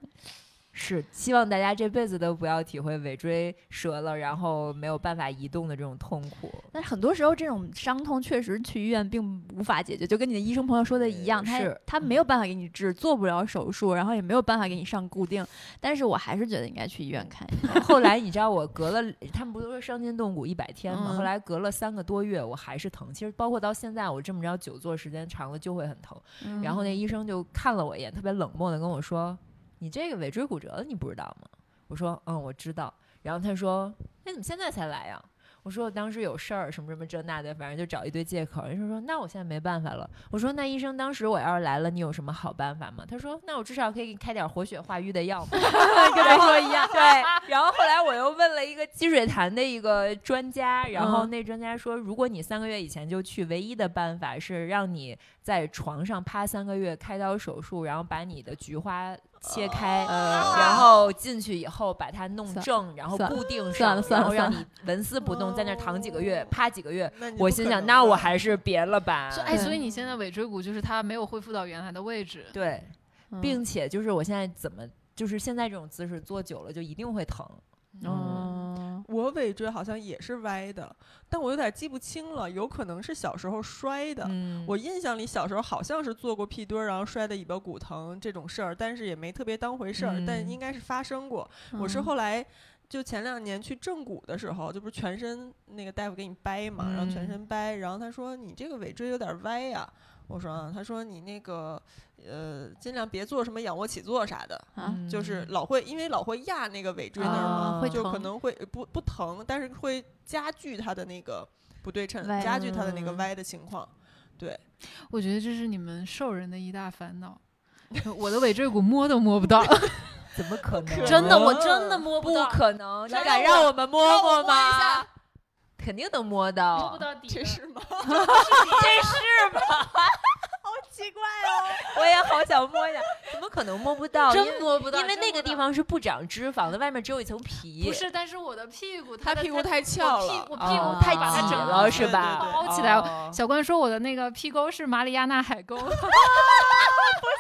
Speaker 2: 是希望大家这辈子都不要体会尾椎折了然后没有办法移动的这种痛 苦。
Speaker 4: 但是很多时候，这种伤痛确实去医院并无法解决，就跟你的医生朋友说的一样，
Speaker 2: 嗯
Speaker 4: 他
Speaker 2: 是
Speaker 4: 他没有办法给你治，做不了手术，然后也没有办法给你上固定。但是我还是觉得应该去医院看一下。
Speaker 2: 后来你知道我隔了，他们不都说伤筋动骨一百天吗？
Speaker 4: 嗯
Speaker 2: 后来隔了三个多月，我还是疼。其实包括到现在，我这么着久坐时间长了就会很疼。
Speaker 4: 嗯
Speaker 2: 然后那医生就看了我一眼，特别冷漠的跟我说：“你这个尾哎椎骨折了，你不知道吗？”我说：“嗯，我知道。”然后他说：“那你怎么现在才来呀、我说我当时有事儿，什么什么这那的，反正就找一堆借口。医生说那我现在没办法了。我说那医生当时我要是来了，你有什么好办法吗？他说那我至少可以给你开点活血化瘀的药嘛， 跟他说一样。对，然后后来我又问了一个积水潭的一个专家，然
Speaker 4: 嗯
Speaker 2: 后那专家说，如果你三个月以前就去，唯一的办法是让你在床上趴三个月，开刀手术，然后把你的菊花切开，然后进去以后把它弄
Speaker 4: 哦算
Speaker 2: 正，然后
Speaker 4: 算
Speaker 2: 固定
Speaker 4: 算
Speaker 2: 上
Speaker 4: 了，算
Speaker 2: 然
Speaker 4: 了
Speaker 2: 后让
Speaker 4: 算
Speaker 2: 你纹丝不动，在那儿躺几个月
Speaker 3: 哦，
Speaker 2: 趴几个 月。
Speaker 3: 那你
Speaker 2: 我
Speaker 3: 不
Speaker 2: 心
Speaker 3: 可
Speaker 2: 想，
Speaker 3: 能啊
Speaker 2: 那
Speaker 3: 的
Speaker 2: 我还是别了吧。
Speaker 1: 所以哎，
Speaker 4: 对
Speaker 1: 所以你现在尾椎骨就是它没有恢复到原来的位置，
Speaker 2: 对，
Speaker 4: 嗯
Speaker 2: 并且就是我现在怎么，就是现在这种姿势坐久了就一定会疼。
Speaker 1: 嗯
Speaker 4: 哦，
Speaker 3: 我尾椎好像也是歪的，但我有点记不清了，有可能是小时候摔的。
Speaker 2: 嗯
Speaker 3: 我印象里小时候好像是做过屁墩儿，然后摔的尾巴骨疼这种事儿，但是也没特别当回事儿，但
Speaker 2: 嗯
Speaker 3: 应该是发生过。我是
Speaker 4: 嗯
Speaker 3: 后来就前两年去正骨的时候，这不是全身那个大夫给你掰嘛，然后全
Speaker 2: 嗯
Speaker 3: 身掰，然后他说你这个尾椎有点歪呀、我说啊，他说你那个呃，尽量别做什么仰卧起坐啥的，
Speaker 4: 啊
Speaker 2: 嗯
Speaker 3: 就是老会因为老会压那个尾椎那儿嘛，
Speaker 2: 啊
Speaker 4: 哦会
Speaker 3: 就可
Speaker 4: 嗯疼
Speaker 3: 能会不不疼，但是会加剧它的那个不对称，
Speaker 4: 歪
Speaker 3: 加剧它的那个
Speaker 2: 嗯
Speaker 3: 歪的情况。
Speaker 1: 我觉得这是你们兽人的一大烦恼。我的尾椎骨摸都摸不到，
Speaker 2: 怎么可能？
Speaker 4: 真的，我真
Speaker 3: 嗯
Speaker 4: 的摸
Speaker 2: 不
Speaker 4: 到，
Speaker 2: 可能！你
Speaker 3: 那
Speaker 2: 敢
Speaker 3: 让
Speaker 2: 让我们摸
Speaker 4: 让我
Speaker 2: 摸
Speaker 4: 摸一下
Speaker 2: 吗？肯定能摸到，
Speaker 1: 到底
Speaker 3: 这是吗？
Speaker 2: 这是吗？
Speaker 3: 奇怪 哦，
Speaker 2: 我也好想摸一下，怎么可能摸不到？因
Speaker 1: 真
Speaker 2: 为
Speaker 1: 摸不到，
Speaker 2: 因为
Speaker 1: 真
Speaker 2: 那
Speaker 1: 摸
Speaker 2: 个
Speaker 1: 不到
Speaker 2: 地方是不长脂肪的，外面只有一层皮。
Speaker 1: 不是，但是我的屁股，
Speaker 3: 他
Speaker 1: 的
Speaker 3: 屁股太
Speaker 1: 我
Speaker 3: 翘
Speaker 1: 屁
Speaker 3: 了。
Speaker 1: 我屁
Speaker 2: 哦
Speaker 1: 股
Speaker 2: 太
Speaker 1: 把它
Speaker 2: 挤
Speaker 1: 整
Speaker 2: 了
Speaker 1: 个
Speaker 2: 是吧
Speaker 3: 对对对
Speaker 1: 包起来
Speaker 2: 哦
Speaker 1: 小关说我的那个屁沟是马里亚纳海沟，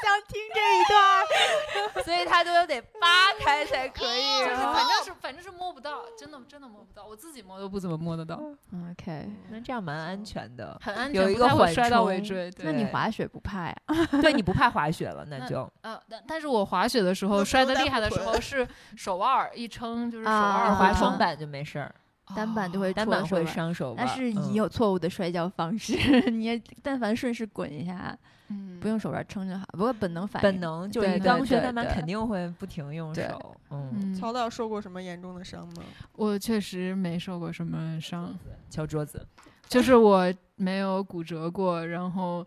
Speaker 4: 想听这一段。
Speaker 2: 所以它都得扒开才可以。
Speaker 1: 就是 反正是反正是摸不到，真的真的摸不到，我自己摸都不怎么摸得到，
Speaker 4: 嗯 OK，
Speaker 2: 那这样蛮安全 的。
Speaker 1: 很安全，
Speaker 2: 有一
Speaker 1: 不
Speaker 2: 个
Speaker 1: 太会
Speaker 2: 缓
Speaker 1: 摔到
Speaker 2: 冲
Speaker 1: 尾椎。对
Speaker 4: 那你
Speaker 2: 对
Speaker 4: 滑雪不怕呀？
Speaker 2: 对你不怕滑雪了，那
Speaker 1: 那
Speaker 2: 就
Speaker 1: 呃，但但是我滑雪的时候
Speaker 3: 那
Speaker 1: 摔
Speaker 3: 不
Speaker 1: 得
Speaker 3: 能
Speaker 1: 厉
Speaker 3: 带
Speaker 1: 害的
Speaker 3: 不
Speaker 1: 时
Speaker 3: 准
Speaker 1: 候是手腕儿一撑，就是手腕
Speaker 4: 啊
Speaker 1: 儿
Speaker 2: 滑
Speaker 4: 啊
Speaker 2: 双
Speaker 1: 板，
Speaker 2: 板就没事儿，
Speaker 4: 单板就会
Speaker 2: 单
Speaker 4: 戳
Speaker 2: 板
Speaker 4: 手
Speaker 2: 会
Speaker 4: 腕
Speaker 2: 伤手腕
Speaker 4: 但
Speaker 2: 儿。
Speaker 4: 是
Speaker 2: 嗯
Speaker 4: 你有错误的摔跤方式， 你也但凡顺势滚一下，
Speaker 1: 嗯
Speaker 4: 不用手腕撑就好。不过本能反
Speaker 2: 本
Speaker 4: 应，
Speaker 2: 能就
Speaker 4: 对
Speaker 2: 是
Speaker 4: 对
Speaker 2: 刚学
Speaker 4: 对
Speaker 2: 单板
Speaker 4: 对
Speaker 2: 肯定会不停用
Speaker 4: 对
Speaker 2: 手，嗯，
Speaker 1: 嗯，
Speaker 3: 曹导受过什么严重的伤吗？
Speaker 1: 我确实没受过什么伤，
Speaker 2: 敲桌子，
Speaker 1: 就是我没有骨折过，然后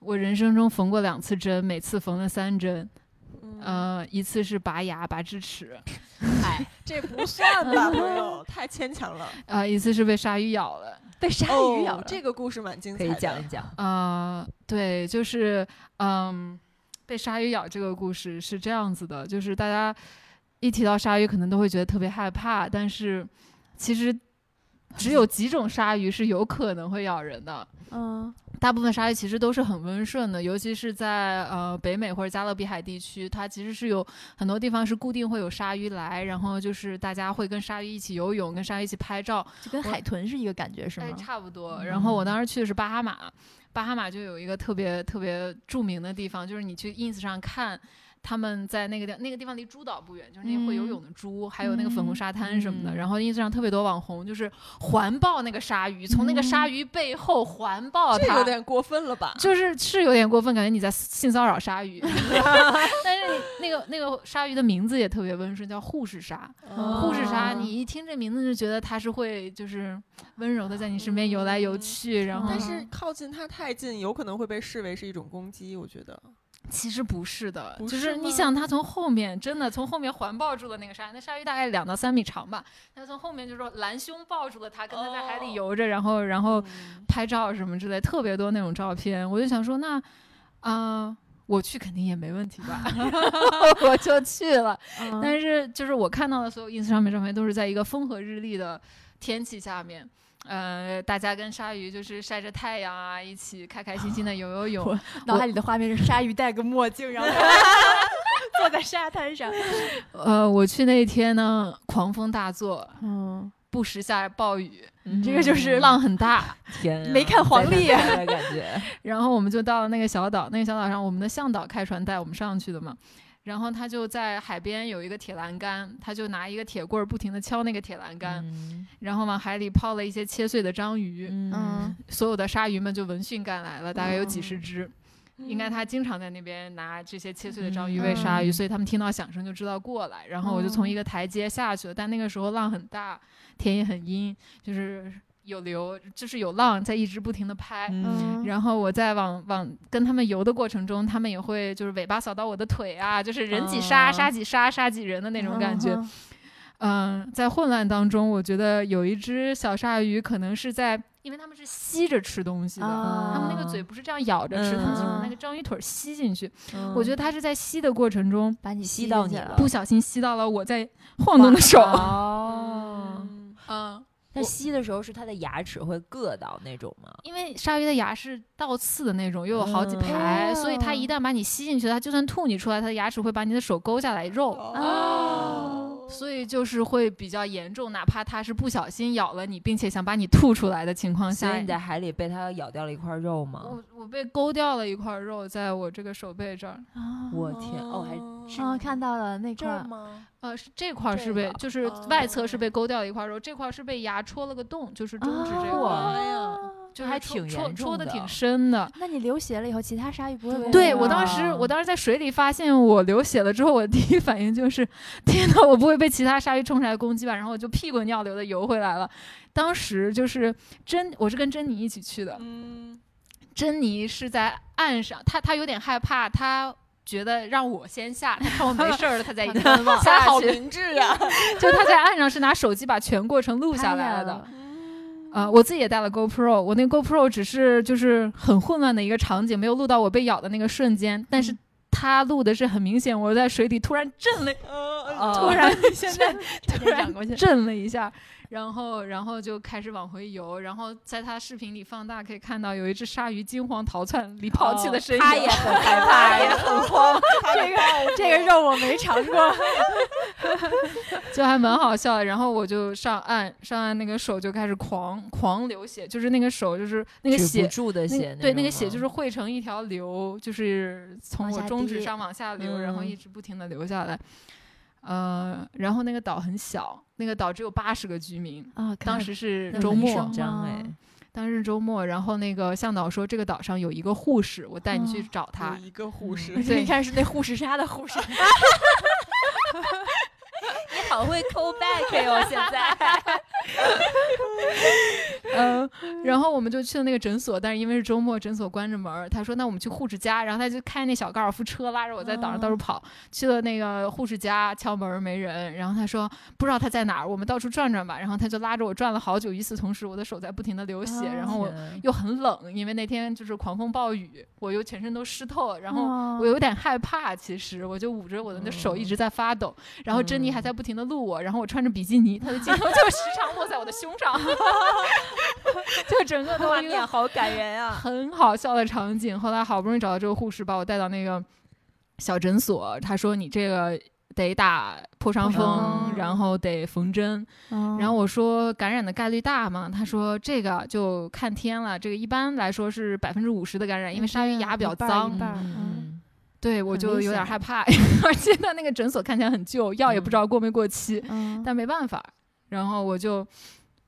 Speaker 1: 我人生中缝过两次针，每次缝了三针，
Speaker 3: 嗯
Speaker 1: 呃，一次是拔牙拔智齿，
Speaker 3: 哎，这不算吧，朋 友，太牵强了。
Speaker 1: 呃，一次是被鲨鱼咬了，
Speaker 4: 被鲨鱼咬
Speaker 3: 哦
Speaker 4: 了，，
Speaker 3: 这个故事蛮精
Speaker 2: 可
Speaker 3: 彩
Speaker 2: 以
Speaker 3: 的，
Speaker 2: 讲一讲。
Speaker 1: 呃，对，就是嗯，被鲨鱼咬这个故事是这样子的，就是大家一提到鲨鱼，可能都会觉得特别害怕，但是其实只有几种鲨鱼是有可能会咬人的。
Speaker 4: 嗯
Speaker 1: 大部分鲨鱼其实都是很温顺的，尤其是在呃北美或者加勒比海地区，它其实是有很多地方是固定会有鲨鱼来，然后就是大家会跟鲨鱼一起游泳，跟鲨鱼一起拍照，
Speaker 4: 就跟
Speaker 1: 我
Speaker 4: 海豚是一个感觉是
Speaker 1: 哎，
Speaker 4: 吗？ 嗯
Speaker 1: 差不多。然后我当时去的是巴哈马，巴哈马就有一个特别特别著名的地方，就是你去 ins 上看。他们在那个地那个地方离猪岛不远，就是那会游
Speaker 4: 嗯
Speaker 1: 泳的猪，还有那个粉红
Speaker 4: 嗯
Speaker 1: 沙滩什么的。
Speaker 2: 嗯
Speaker 1: 然后 ins 上特别多网红，就是环抱那个鲨鱼，从那个鲨
Speaker 4: 嗯
Speaker 1: 鱼背后环抱
Speaker 3: 这
Speaker 1: 它，
Speaker 3: 有点过分了吧？
Speaker 1: 就是是有点过分，感觉你在性骚扰鲨 鱼。 但是你那个那个鲨鱼的名字也特别温顺，叫护士鲨。
Speaker 3: 嗯
Speaker 4: 哦
Speaker 1: 护士鲨，
Speaker 4: 哦
Speaker 1: 你一听这名字就觉得它是会就是温柔的在你身边游来游去，
Speaker 2: 嗯
Speaker 1: 然后
Speaker 3: 但是靠近它太近，有可能会被视为是一种攻击。我觉得，
Speaker 1: 其实不是的，
Speaker 3: 不
Speaker 1: 就是是你
Speaker 3: 吗
Speaker 1: 想它从后面真的从后面环抱住了那个鲨鱼，那鲨鱼大概两到三米长吧，它从后面就说拦胸抱住了它，跟它在海里
Speaker 3: 哦嗯
Speaker 1: 游着，然后然后拍照什么之类，特别多那种照片。我就想说，那啊、我去肯定也没问题吧，我就去了。
Speaker 4: 嗯
Speaker 1: 但是就是我看到的所有 ins 上面照片都是在一个风和日丽的天气下面。呃，大家跟鲨鱼就是晒着太阳啊，一起开开心心的游游 泳。
Speaker 4: 脑海里的画面是鲨鱼戴个墨镜，然后 坐在沙 滩上。
Speaker 1: 呃，我去那一天呢，狂风大作，
Speaker 4: 嗯，
Speaker 1: 不时下暴雨，
Speaker 2: 嗯
Speaker 4: 这个就是
Speaker 1: 嗯浪很大。
Speaker 2: 天啊，
Speaker 4: 没看黄
Speaker 2: 灾难
Speaker 4: 历
Speaker 2: 片儿的感觉。
Speaker 1: 然后我们就到了那个小岛，那个小岛上，我们的向导开船带我们上去的嘛。然后他就在海边有一个铁栏杆，他就拿一个铁棍儿不停地敲那个铁栏杆，然后往海里抛了一些切碎的章鱼。
Speaker 2: 嗯
Speaker 4: 嗯
Speaker 1: 所有的鲨鱼们就闻讯赶来了，大概有几十只。
Speaker 4: 嗯
Speaker 1: 应该他经常在那边拿这些切碎的章鱼喂鲨鱼，
Speaker 2: 嗯嗯
Speaker 1: 所以他们听到响声就知道过来。然后我就从一个台阶下去了，但那个时候浪很大，田也很阴，就是有流，就是有浪在一直不停的拍。
Speaker 2: 嗯
Speaker 1: 然后我在往往跟他们游的过程中，他们也会就是尾巴扫到我的腿啊，就是人挤鲨，
Speaker 2: 啊
Speaker 1: 鲨挤鲨，鲨挤人的那种感觉。
Speaker 4: 嗯
Speaker 1: 嗯，在混乱当中，我觉得有一只小鲨鱼可能是在，因为他们是吸着吃东西的，
Speaker 2: 啊
Speaker 1: 他们那个嘴不是这样咬着吃，
Speaker 2: 嗯
Speaker 1: 他们是把
Speaker 4: 嗯
Speaker 1: 那个章鱼腿儿吸进去。
Speaker 2: 嗯啊
Speaker 1: 我觉得它是在吸的过程中，
Speaker 4: 把你
Speaker 2: 吸
Speaker 4: 进
Speaker 2: 到你
Speaker 4: 去
Speaker 2: 了
Speaker 1: 不小心吸到了我在晃动的手。
Speaker 2: 哦，
Speaker 3: 嗯
Speaker 1: 嗯，
Speaker 2: 它吸的时候是它的牙齿会硌到那种吗？
Speaker 1: 因为鲨鱼的牙是倒刺的那种，又有好几排，
Speaker 4: 嗯
Speaker 1: 所以它一旦把你吸进去，它就算吐你出来，它的牙齿会把你的手勾下来肉。
Speaker 2: 哦
Speaker 3: 哦，
Speaker 1: 所以就是会比较严重，哪怕它是不小心咬了你，并且想把你吐出来的情况
Speaker 2: 所
Speaker 1: 下，
Speaker 2: 以你在海里被它咬掉了一块肉吗？
Speaker 1: 我我被勾掉了一块肉，在我这个手背这儿，
Speaker 4: 啊
Speaker 2: 我天，哦，还
Speaker 3: 是
Speaker 4: 啊，看到了那
Speaker 2: 这
Speaker 4: 块儿
Speaker 2: 儿吗？
Speaker 1: 呃，是这块儿
Speaker 2: 这
Speaker 1: 是被
Speaker 2: 个，哦
Speaker 1: 就是外侧是被勾掉了一块肉，这块儿是被牙戳了个洞，就是中指这块
Speaker 2: 哇
Speaker 1: 儿，
Speaker 2: 哎
Speaker 4: 呀，
Speaker 1: 就
Speaker 2: 还
Speaker 1: 是戳
Speaker 2: 挺
Speaker 1: 戳
Speaker 2: 严
Speaker 1: 戳
Speaker 2: 重
Speaker 1: 的
Speaker 2: 的哦
Speaker 1: 挺深的。
Speaker 4: 那你流血了以后，其他鲨鱼不
Speaker 2: 哎
Speaker 4: 会
Speaker 1: 对
Speaker 4: 对
Speaker 1: 我当时，我当时在水里发现我流血了之后，我第一反应就是，天呐，我不会被其他鲨鱼冲出来攻击吧？然后我就屁滚尿流的游回来了。当时就是珍，我是跟珍妮一起去的，
Speaker 3: 嗯
Speaker 1: 珍妮是在岸上，她她有点害怕，她觉得让我先下，她看我没事 儿了，她才一直跟往
Speaker 3: 大家
Speaker 1: 下
Speaker 3: 好
Speaker 1: 去。
Speaker 3: 明智呀，
Speaker 2: 啊
Speaker 1: 就她在岸上是拿手机把全过程录下来了的。
Speaker 3: 嗯
Speaker 1: 啊、我自己也带了 GoPro，我那个 GoPro 只是就是很混乱的一个场景，没有录到我被咬的那个瞬间，但是。她录的是很明显，我在水底突然震了，
Speaker 3: 呃
Speaker 1: 突然
Speaker 4: 现在突
Speaker 1: 突然震了一下，然后然后就开始往回游，然后在她视频里放大可以看到有一只鲨鱼惊慌逃窜离跑去的身影，
Speaker 2: 它也很害 怕呀。
Speaker 4: 这个这 个肉我没尝过，
Speaker 1: 就还蛮好笑的。然后我就上岸，上岸那个手就开始狂狂流血，就是那个手就是那个
Speaker 2: 止不
Speaker 1: 血，
Speaker 2: 住的
Speaker 1: 那
Speaker 2: 血，
Speaker 1: 对那个
Speaker 2: 种吗
Speaker 1: 血就是汇成一条流，就是从
Speaker 4: 往
Speaker 1: 我
Speaker 4: 下
Speaker 1: 中
Speaker 4: 滴
Speaker 1: 指上往下流，然后
Speaker 2: 嗯
Speaker 1: 一直不停的流下来。呃，然后那个岛很小，那个岛只有八十个居民。
Speaker 4: 啊，
Speaker 1: 当时是
Speaker 2: 那
Speaker 1: 周
Speaker 2: 很
Speaker 1: 末
Speaker 2: 紧，张哎，
Speaker 1: 当时周末，然后那个向导说这个岛上有一个护士，我带你去
Speaker 4: 哦
Speaker 1: 找他。
Speaker 3: 一个护士
Speaker 1: 嗯， 对
Speaker 4: 一看是那护士鲨的护士，
Speaker 2: 你好会 call back 哟，现在
Speaker 1: 嗯，然后我们就去了那个诊所，但是因为是周末，诊所关着门儿。他说：“那我们去护士家。”然后他就开那小高尔夫车拉着我在岛上到处跑，去了那个护士家敲门儿没人。然后他说：“不知道他在哪儿，我们到处转转吧。”然后他就拉着我转了好久，与此同时我的手在不停的流血， 然后
Speaker 2: 哦
Speaker 1: 我又很冷，因为那天就是狂风暴雨，我又全身都湿透了，然后
Speaker 4: 嗯
Speaker 1: 我
Speaker 4: 哦
Speaker 1: 有点害怕，其实我就捂着我的那手一直在发抖，然后珍妮
Speaker 4: 嗯
Speaker 1: 还在不停的录我，然后我穿着比基尼，她的镜头就时常落在我的胸 上， 就整个都
Speaker 2: 画
Speaker 1: 是一
Speaker 2: 面
Speaker 1: 个
Speaker 2: 好感人 啊！
Speaker 1: 很好笑的场景。后来好不容易找到这个护士，把我带到那个小诊所，她说你这个得打破伤
Speaker 4: 破伤
Speaker 1: 风，
Speaker 4: 风嗯
Speaker 1: 然后得缝针，
Speaker 4: 然
Speaker 1: 然后我说感染的概率大吗？他说这个就看天了，这个一般来说是百分之五十的感染，因为鲨鱼牙比较脏。
Speaker 4: 一半儿
Speaker 2: 嗯
Speaker 1: 对我
Speaker 4: 很
Speaker 1: 就
Speaker 4: 危
Speaker 1: 有点
Speaker 4: 险
Speaker 1: 害怕， 而且他那个诊所看起来很旧，药也不知道过没过期，
Speaker 4: 嗯
Speaker 1: 但没办法。然后我就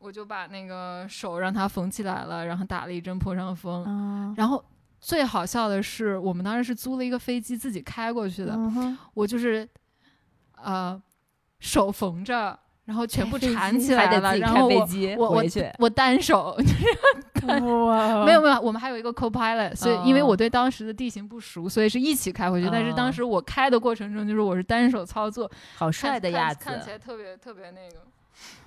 Speaker 1: 我就把那个手让它缝起来了，然后打了一针破伤风。
Speaker 4: 嗯
Speaker 1: 然后最好笑的是，我们当时是租了一个飞机自己开过去的，
Speaker 2: 嗯
Speaker 4: 嗯哼
Speaker 1: 我就是呃手缝着，然后全部缠起
Speaker 2: 还
Speaker 1: 来
Speaker 2: 得自
Speaker 1: 了，
Speaker 2: 己
Speaker 1: 然
Speaker 2: 开
Speaker 1: 后
Speaker 2: 飞
Speaker 1: 我
Speaker 2: 机
Speaker 1: 我我
Speaker 2: 回去，
Speaker 1: 我单手，
Speaker 4: 哇
Speaker 1: 没有没有，我们还有一个 co-pilot，所以因为
Speaker 2: 哦
Speaker 1: 我对当时的地形不熟，所以是一起开回去。但是当
Speaker 2: 哦
Speaker 1: 时我开的过程中，就是我是单手操作，
Speaker 2: 好帅
Speaker 1: 看
Speaker 2: 的
Speaker 1: 看
Speaker 2: 样
Speaker 1: 看起
Speaker 2: 子。
Speaker 1: 来嗯特别特别那个。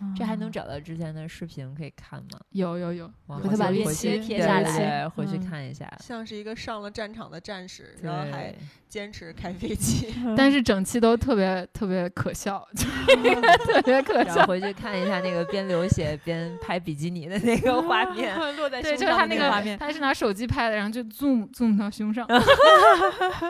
Speaker 4: 嗯
Speaker 2: 这还能找到之前的视频可以看吗？
Speaker 1: 有有有，
Speaker 2: 我
Speaker 1: 回
Speaker 2: 好
Speaker 1: 头把
Speaker 2: 想
Speaker 1: 链
Speaker 2: 回
Speaker 1: 接
Speaker 2: 去
Speaker 1: 贴
Speaker 2: 对
Speaker 1: 下
Speaker 2: 对
Speaker 1: 来
Speaker 2: 对回去
Speaker 1: 嗯
Speaker 2: 看一下。
Speaker 3: 像是一个上了战场的战士，
Speaker 2: 对
Speaker 3: 然 后还坚持开飞机。
Speaker 1: 但是整期都特别特别可笑， 就特别可
Speaker 2: 然后
Speaker 1: 笑。
Speaker 2: 回去看一下那个边流血边拍比基尼的那个画面。
Speaker 4: 落在
Speaker 1: 对，
Speaker 4: 胸
Speaker 1: 就是他
Speaker 4: 上
Speaker 1: 那
Speaker 4: 那画
Speaker 1: 个，
Speaker 4: 面，
Speaker 1: 他是拿手机拍的，然后就 zoom zoom 到胸上。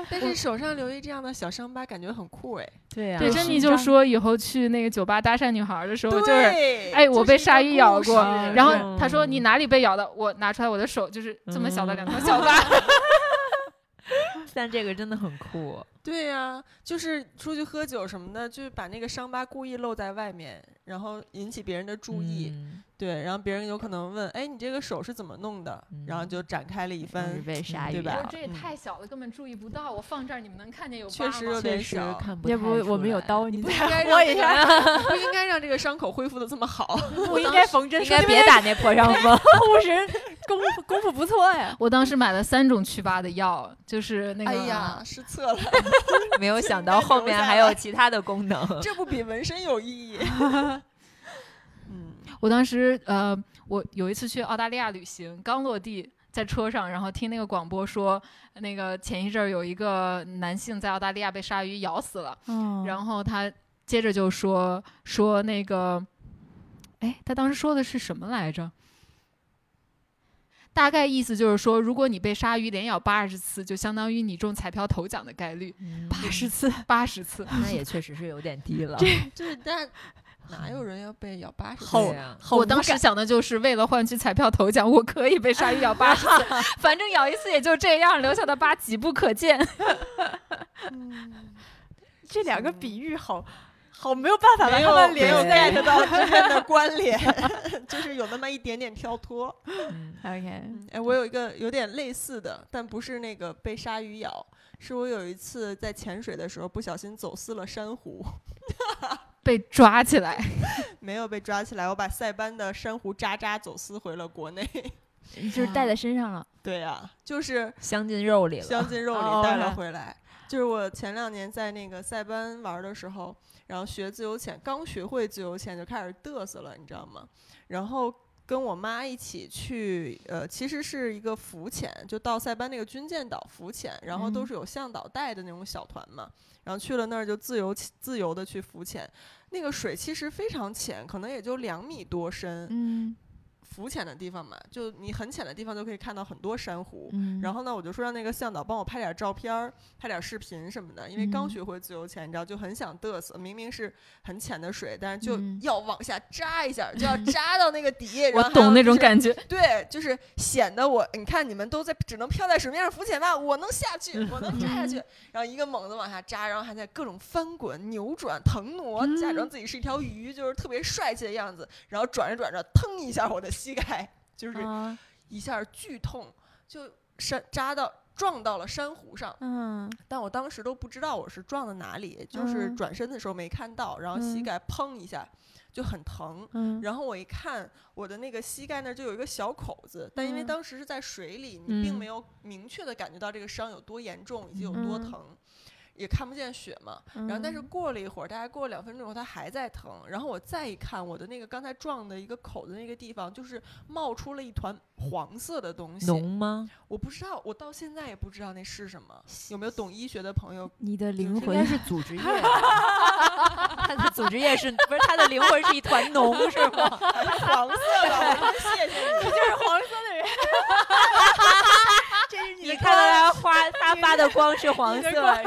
Speaker 3: 但是手上留一这样的小伤疤，感觉很酷 哎。
Speaker 2: 对 呀
Speaker 1: 对，啊珍妮就说以后去那个酒吧搭讪女孩的时候，就是
Speaker 3: 对
Speaker 1: 哎我
Speaker 3: 这是
Speaker 1: 被
Speaker 3: 一个
Speaker 1: 鲨鱼咬
Speaker 3: 故事
Speaker 1: 过然后
Speaker 2: 嗯
Speaker 1: 他说你哪里被咬的？我拿出来我嗯的手，就是这么小的两条小疤。
Speaker 2: 但这个真的很酷。
Speaker 3: 对呀、就是出去喝酒什么的，就把那个伤疤故意露在外面，然后引起别人的注意。
Speaker 2: 嗯
Speaker 3: 对，然后别人有可能问：“哎，你这个手是怎么弄的？”然后
Speaker 2: 嗯
Speaker 3: 就展开了一
Speaker 4: 是
Speaker 3: 番。
Speaker 4: 被鲨
Speaker 3: 对
Speaker 4: 鱼
Speaker 3: 吧
Speaker 4: 咬
Speaker 1: 我这也太小了，根本注意不到。我放这儿，你们能看见有疤
Speaker 3: 啊嗯确
Speaker 1: 吗？
Speaker 3: 实有
Speaker 2: 确
Speaker 3: 点
Speaker 2: 实
Speaker 3: 小
Speaker 2: 看不
Speaker 4: 要不
Speaker 2: 太
Speaker 4: 我
Speaker 2: 出
Speaker 4: 们有
Speaker 2: 来
Speaker 4: 刀，你
Speaker 3: 不
Speaker 4: 再
Speaker 3: 应该
Speaker 4: 握
Speaker 3: 让
Speaker 4: 一
Speaker 3: 这
Speaker 4: 下，
Speaker 3: 个 不应该让这个伤口恢复的这么 好。
Speaker 4: 不应该缝针，
Speaker 2: 应该别打那破伤 风。
Speaker 4: 护士功夫功夫不错 呀。
Speaker 1: 我当时买了三种祛疤的药，就是那个，
Speaker 3: 哎呀，失策了，
Speaker 2: 没有想到后面还有其他的功 能。
Speaker 3: 这不比纹身有意 义？嗯，
Speaker 1: 我当时呃，我有一次去澳大利亚旅行，刚落地。在车上，然后听那个广播说，那个前一阵儿有一个男性在澳大利亚被鲨鱼咬死了，
Speaker 4: 然
Speaker 1: 然后他接着就说说那个，哎，他当时说的是什么来着？大概意思就是说，如果你被鲨鱼连咬八十次，就相当于你中彩票头奖的概率嗯
Speaker 4: 八十次，
Speaker 1: 八十 次。
Speaker 2: 那也确实是有点低了。
Speaker 3: 就是但哪有人要被咬八十？
Speaker 2: 对啊呀
Speaker 4: 好
Speaker 1: 我
Speaker 4: 无
Speaker 1: 当时
Speaker 4: 感
Speaker 1: 想的就是，为了换取彩票头奖，我可以被鲨鱼咬八十 次，反正咬一次也就这样，留下的疤几不可见。
Speaker 4: 这两个
Speaker 3: 行
Speaker 4: 比喻好好没有办法把
Speaker 3: 没
Speaker 4: 他
Speaker 3: 有
Speaker 4: 们
Speaker 3: 没
Speaker 4: 联
Speaker 3: 有
Speaker 4: 系在一
Speaker 3: get
Speaker 4: 起。
Speaker 3: 到之间的关 联，就是有那么一点点跳脱。
Speaker 4: OK，
Speaker 3: 嗯哎，我有一个有点类似的，但不是那个被鲨鱼咬，是我有一次在潜水的时候不小心走私了珊瑚，
Speaker 1: 被抓起来，
Speaker 3: 没有被抓起来，我把塞班的珊瑚渣渣走私回了国内。
Speaker 4: 就是带在身上了。
Speaker 3: 对呀，就是
Speaker 2: 镶进肉里
Speaker 3: 镶
Speaker 2: 了。
Speaker 3: 进肉
Speaker 4: 哦
Speaker 3: 里带了
Speaker 4: ，OK
Speaker 3: 回来。就是我前两年在那个塞班玩的时候，然后学自由潜，刚学会自由潜就开始嘚瑟了，你知道吗？然后跟我妈一起去，呃，其实是一个浮潜，就到塞班那个军舰岛浮潜，然后都
Speaker 4: 嗯
Speaker 3: 是有向导带的那种小团嘛。然后去了那儿就自由起自由的去浮潜，那个水其实非常浅，可能也就两米多深。
Speaker 4: 嗯
Speaker 3: 浮潜的地方嘛，就你很浅的地方就可以看到很多珊瑚。
Speaker 4: 嗯
Speaker 3: 然后呢，我就说让那个向导帮我拍点照片儿、拍点视频什么的，因为刚
Speaker 4: 嗯
Speaker 3: 学会自由潜，你知道就很想嘚瑟。明明是很浅的水，但是就
Speaker 4: 嗯
Speaker 3: 要往下扎一下，就 要扎到那个底。
Speaker 1: 我
Speaker 3: 然后还有
Speaker 1: 懂那
Speaker 3: 就
Speaker 1: 种
Speaker 3: 是
Speaker 1: 感觉。
Speaker 3: 对，就是显得我，你看你们都在只能漂在水面上浮潜吧，我能下去，我能扎下去，
Speaker 1: 嗯
Speaker 3: 然后一个猛子往下扎，然后还在各种翻滚、扭转、腾挪，假
Speaker 1: 嗯
Speaker 3: 装自己是一条鱼，就是特别帅气的样子，然后转着转着，腾一下我的膝盖，就是
Speaker 4: 啊
Speaker 3: 一下剧痛，就山扎到撞到了珊瑚上，
Speaker 4: 嗯
Speaker 3: 但我当时都不知道我是撞的哪里，就是
Speaker 4: 嗯
Speaker 3: 转身的时候没看到，然后膝
Speaker 4: 嗯
Speaker 3: 盖砰一下就很疼，
Speaker 4: 嗯
Speaker 3: 然后我一看，我的那个膝盖那儿就有一个小口子，但因为
Speaker 4: 嗯
Speaker 3: 当时是在水里，你并
Speaker 1: 嗯
Speaker 3: 没有明确的感觉到这个伤有多严重以及有多
Speaker 4: 嗯
Speaker 3: 疼，也看不见血嘛。
Speaker 4: 嗯，
Speaker 3: 然后，但是过了一会儿，大概过了两分钟以后，它还在疼。然后我再一看，我的那个刚才撞的一个口子那个地方，就是冒出了一团黄色的东西。
Speaker 2: 脓 吗？
Speaker 3: 我不知道，我到现在也不知道那是什么。有没有懂医学的朋友？
Speaker 4: 你的
Speaker 3: 灵
Speaker 4: 灵
Speaker 2: 应
Speaker 3: 魂
Speaker 2: 该
Speaker 4: 魂
Speaker 2: 是组织液。他的组织液是不是他的灵魂是一团 脓是吗？
Speaker 3: 黄色的，我谢谢你。
Speaker 4: 就是黄色的人，这是
Speaker 2: 你看到他花他发的光 是黄色是吧？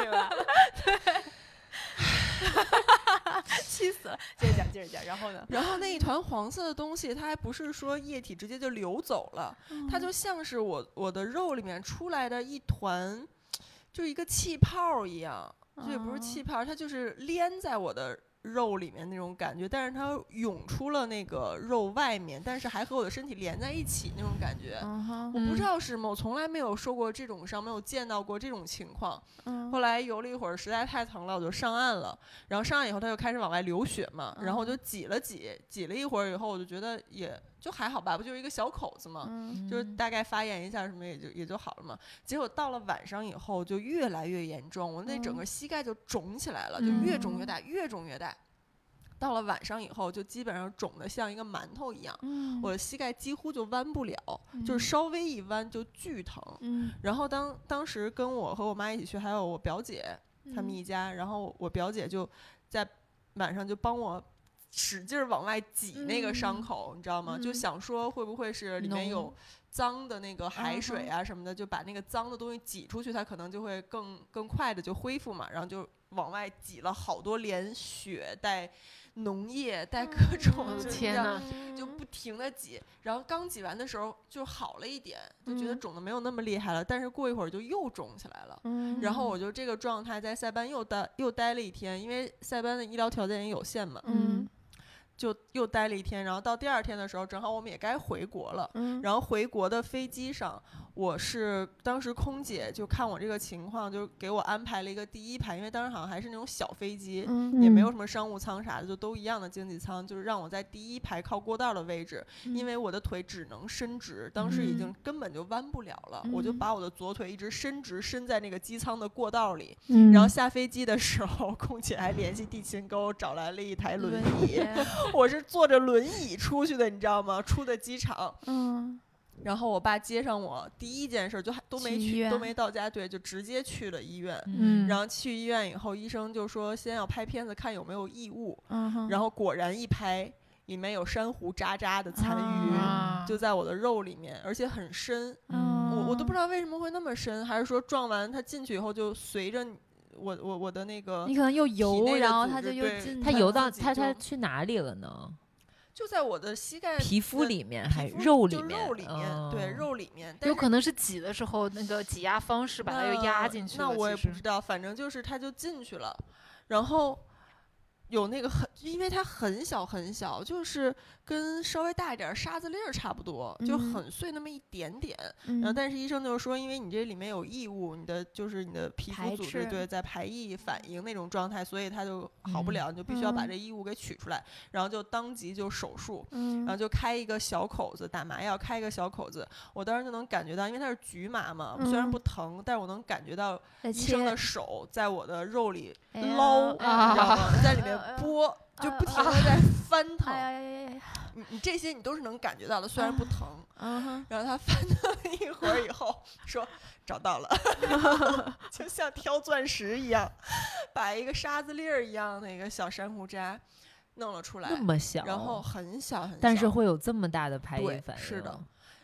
Speaker 4: 气死了。接着讲，接着讲，然后呢？
Speaker 3: 然后那一团黄色的东西，它还不是说液体直接就流走了，它就像是我我的肉里面出来的一团，就一个气泡一样，这也不是气泡，它就是连在我的肉里面那种感觉，但是它涌出了那个肉外面，但是还和我的身体连在一起那种感觉。
Speaker 4: 哦嗯
Speaker 3: 我不知道是什么，我从来没有受过这种伤，没有见到过这种情况。嗯后来游了一会儿，实在太疼了，我就上岸了。然后上岸以后，它就开始往外流血嘛，然后我就挤了挤，挤了一会儿以后，我就觉得也就还好吧，不就是一个小口子
Speaker 4: 嗯
Speaker 3: 嘛，就是大概发炎一下什么也就也就好了嘛。结果到了晚上以后，就越来越严重，我那整个膝盖就肿起来了，就越肿越大，越肿越大。到了晚上以后，就基本上肿得像一个馒头一样，
Speaker 4: 嗯
Speaker 3: 我的膝盖几乎就弯不了，就是稍微一弯就巨疼。
Speaker 4: 嗯，
Speaker 3: 然后当当时跟我和我妈一起去，还有我表姐他
Speaker 1: 嗯
Speaker 4: 嗯
Speaker 3: 们一家，然后我表姐就在晚上就帮我使劲儿往外挤那个伤
Speaker 4: 嗯
Speaker 3: 口，你知道吗？就
Speaker 4: 嗯
Speaker 3: 想说会不会是里面有脏的那个
Speaker 1: 嗯
Speaker 3: 海水啊什么的，就把那个脏的东西挤出去，它可能就会更更快的就恢复嘛。然后就往外挤了好多连血带脓液，带各种
Speaker 1: 嗯
Speaker 3: 就
Speaker 1: 天
Speaker 3: 哪
Speaker 1: 哪，
Speaker 3: 就不停的挤，然后刚挤完的时候就好了一点，就
Speaker 1: 嗯
Speaker 3: 觉得肿的没有那么厉害了，但是过一会儿就又肿起来了。
Speaker 4: 嗯
Speaker 3: 然后我就这个状态在塞班又待又待了一天，因为塞班的医疗条件也有限嘛，
Speaker 4: 嗯
Speaker 3: 就又待了一天。然后到第二天的时候，正好我们也该回国了。
Speaker 4: 嗯
Speaker 3: 然后回国的飞机上，我是当时空姐就看我这个情况，就给我安排了一个第一排，因为当时好像还是那种小飞机，
Speaker 4: 嗯
Speaker 3: 也没有什么商务舱啥的，就都一样的经济舱，就是让我在第一排靠过道的位置，
Speaker 4: 嗯
Speaker 3: 因为我的腿只能伸直，当时已经根本就弯不了了，我就
Speaker 4: 嗯
Speaker 3: 把我的左腿一直伸直，伸在那个机舱的过道里。
Speaker 4: 嗯
Speaker 3: 然后下飞机的时候，空姐还联系地勤给我找来了一台轮椅，我是坐着轮椅出去的，你知道吗？出的机场，
Speaker 4: 嗯
Speaker 3: 然后我爸接上我，第一件事就还都没
Speaker 4: 去医
Speaker 3: 去，都
Speaker 4: 院
Speaker 3: 没到家，对，就直接去了医院。
Speaker 1: 嗯
Speaker 3: 然后去医院以后，医生就说先要拍片子看有没有异物，
Speaker 4: 嗯哼，
Speaker 3: 然后果然一拍，里面有珊瑚渣渣的残余，
Speaker 1: 啊
Speaker 3: 就在我的肉里面，而且很深，
Speaker 4: 嗯
Speaker 3: 我我都
Speaker 4: 啊
Speaker 3: 不知道为什么会那么深，还是说撞完它进去以后就随着你我我我的那个
Speaker 4: 你可能又
Speaker 3: 体内
Speaker 4: 游，
Speaker 3: 的
Speaker 4: 然后
Speaker 3: 组
Speaker 4: 它
Speaker 3: 织
Speaker 4: 就又
Speaker 3: 对
Speaker 4: 进
Speaker 2: 它
Speaker 4: 去
Speaker 2: 游
Speaker 4: 了
Speaker 2: 到
Speaker 3: 自己
Speaker 2: 它
Speaker 3: 就
Speaker 2: 它去哪里了呢？
Speaker 3: 就在我的膝盖
Speaker 2: 皮肤
Speaker 3: 的
Speaker 2: 里面
Speaker 3: 皮
Speaker 2: 还
Speaker 3: 肤
Speaker 2: 肉
Speaker 3: 就
Speaker 2: 里面？
Speaker 3: 肉里面、对肉里面，但
Speaker 1: 有
Speaker 3: 是
Speaker 1: 可能是挤的时候那个挤压方式把它又压
Speaker 3: 那
Speaker 1: 进去了。
Speaker 3: 那我也
Speaker 1: 其
Speaker 3: 不知
Speaker 1: 实
Speaker 3: 道，反正就是它就进去了，然后有那个很，因为它很小很小，就是跟稍微大一点儿沙子粒儿差不多，就
Speaker 4: 嗯
Speaker 3: 很碎那么一点点。
Speaker 4: 嗯，
Speaker 3: 然后但是医生就说，因为你这里面有异物，你的就是你的皮肤
Speaker 4: 排
Speaker 3: 组织
Speaker 4: 斥
Speaker 3: 对在排异反应那种状态，所以它就好不
Speaker 2: 嗯
Speaker 3: 了，你就必须要把
Speaker 4: 嗯
Speaker 3: 这异物给取出来，然后就当即就手术。
Speaker 4: 嗯
Speaker 3: 然后就开一个小口子，打麻药开一个小口子，我当时就能感觉到，因为它是局麻嘛，虽然
Speaker 4: 嗯
Speaker 3: 不疼，但是我能感觉到
Speaker 4: 再
Speaker 3: 嗯呃医生
Speaker 4: 切
Speaker 3: 的手在我的肉里
Speaker 4: 哎呀
Speaker 3: 捞，你知
Speaker 1: 啊
Speaker 3: 道 吗？在里面
Speaker 4: 哎呀
Speaker 3: 拨，就
Speaker 4: 啊
Speaker 3: 不停
Speaker 4: 啊
Speaker 3: 的在翻腾。
Speaker 4: 哎呀 呀呀呀呀，
Speaker 3: 你你这些你都是能感觉到的，虽然不疼。
Speaker 4: 嗯哼，
Speaker 3: 然后他翻腾了一会儿以后，说找到 了，就像挑钻石一样，把一个沙子粒儿一样那个小珊瑚渣弄了出来
Speaker 2: 那，么小，
Speaker 3: 然后很小很小，
Speaker 2: 但是会有这么大的排
Speaker 3: 对
Speaker 2: 异反应，
Speaker 3: 是的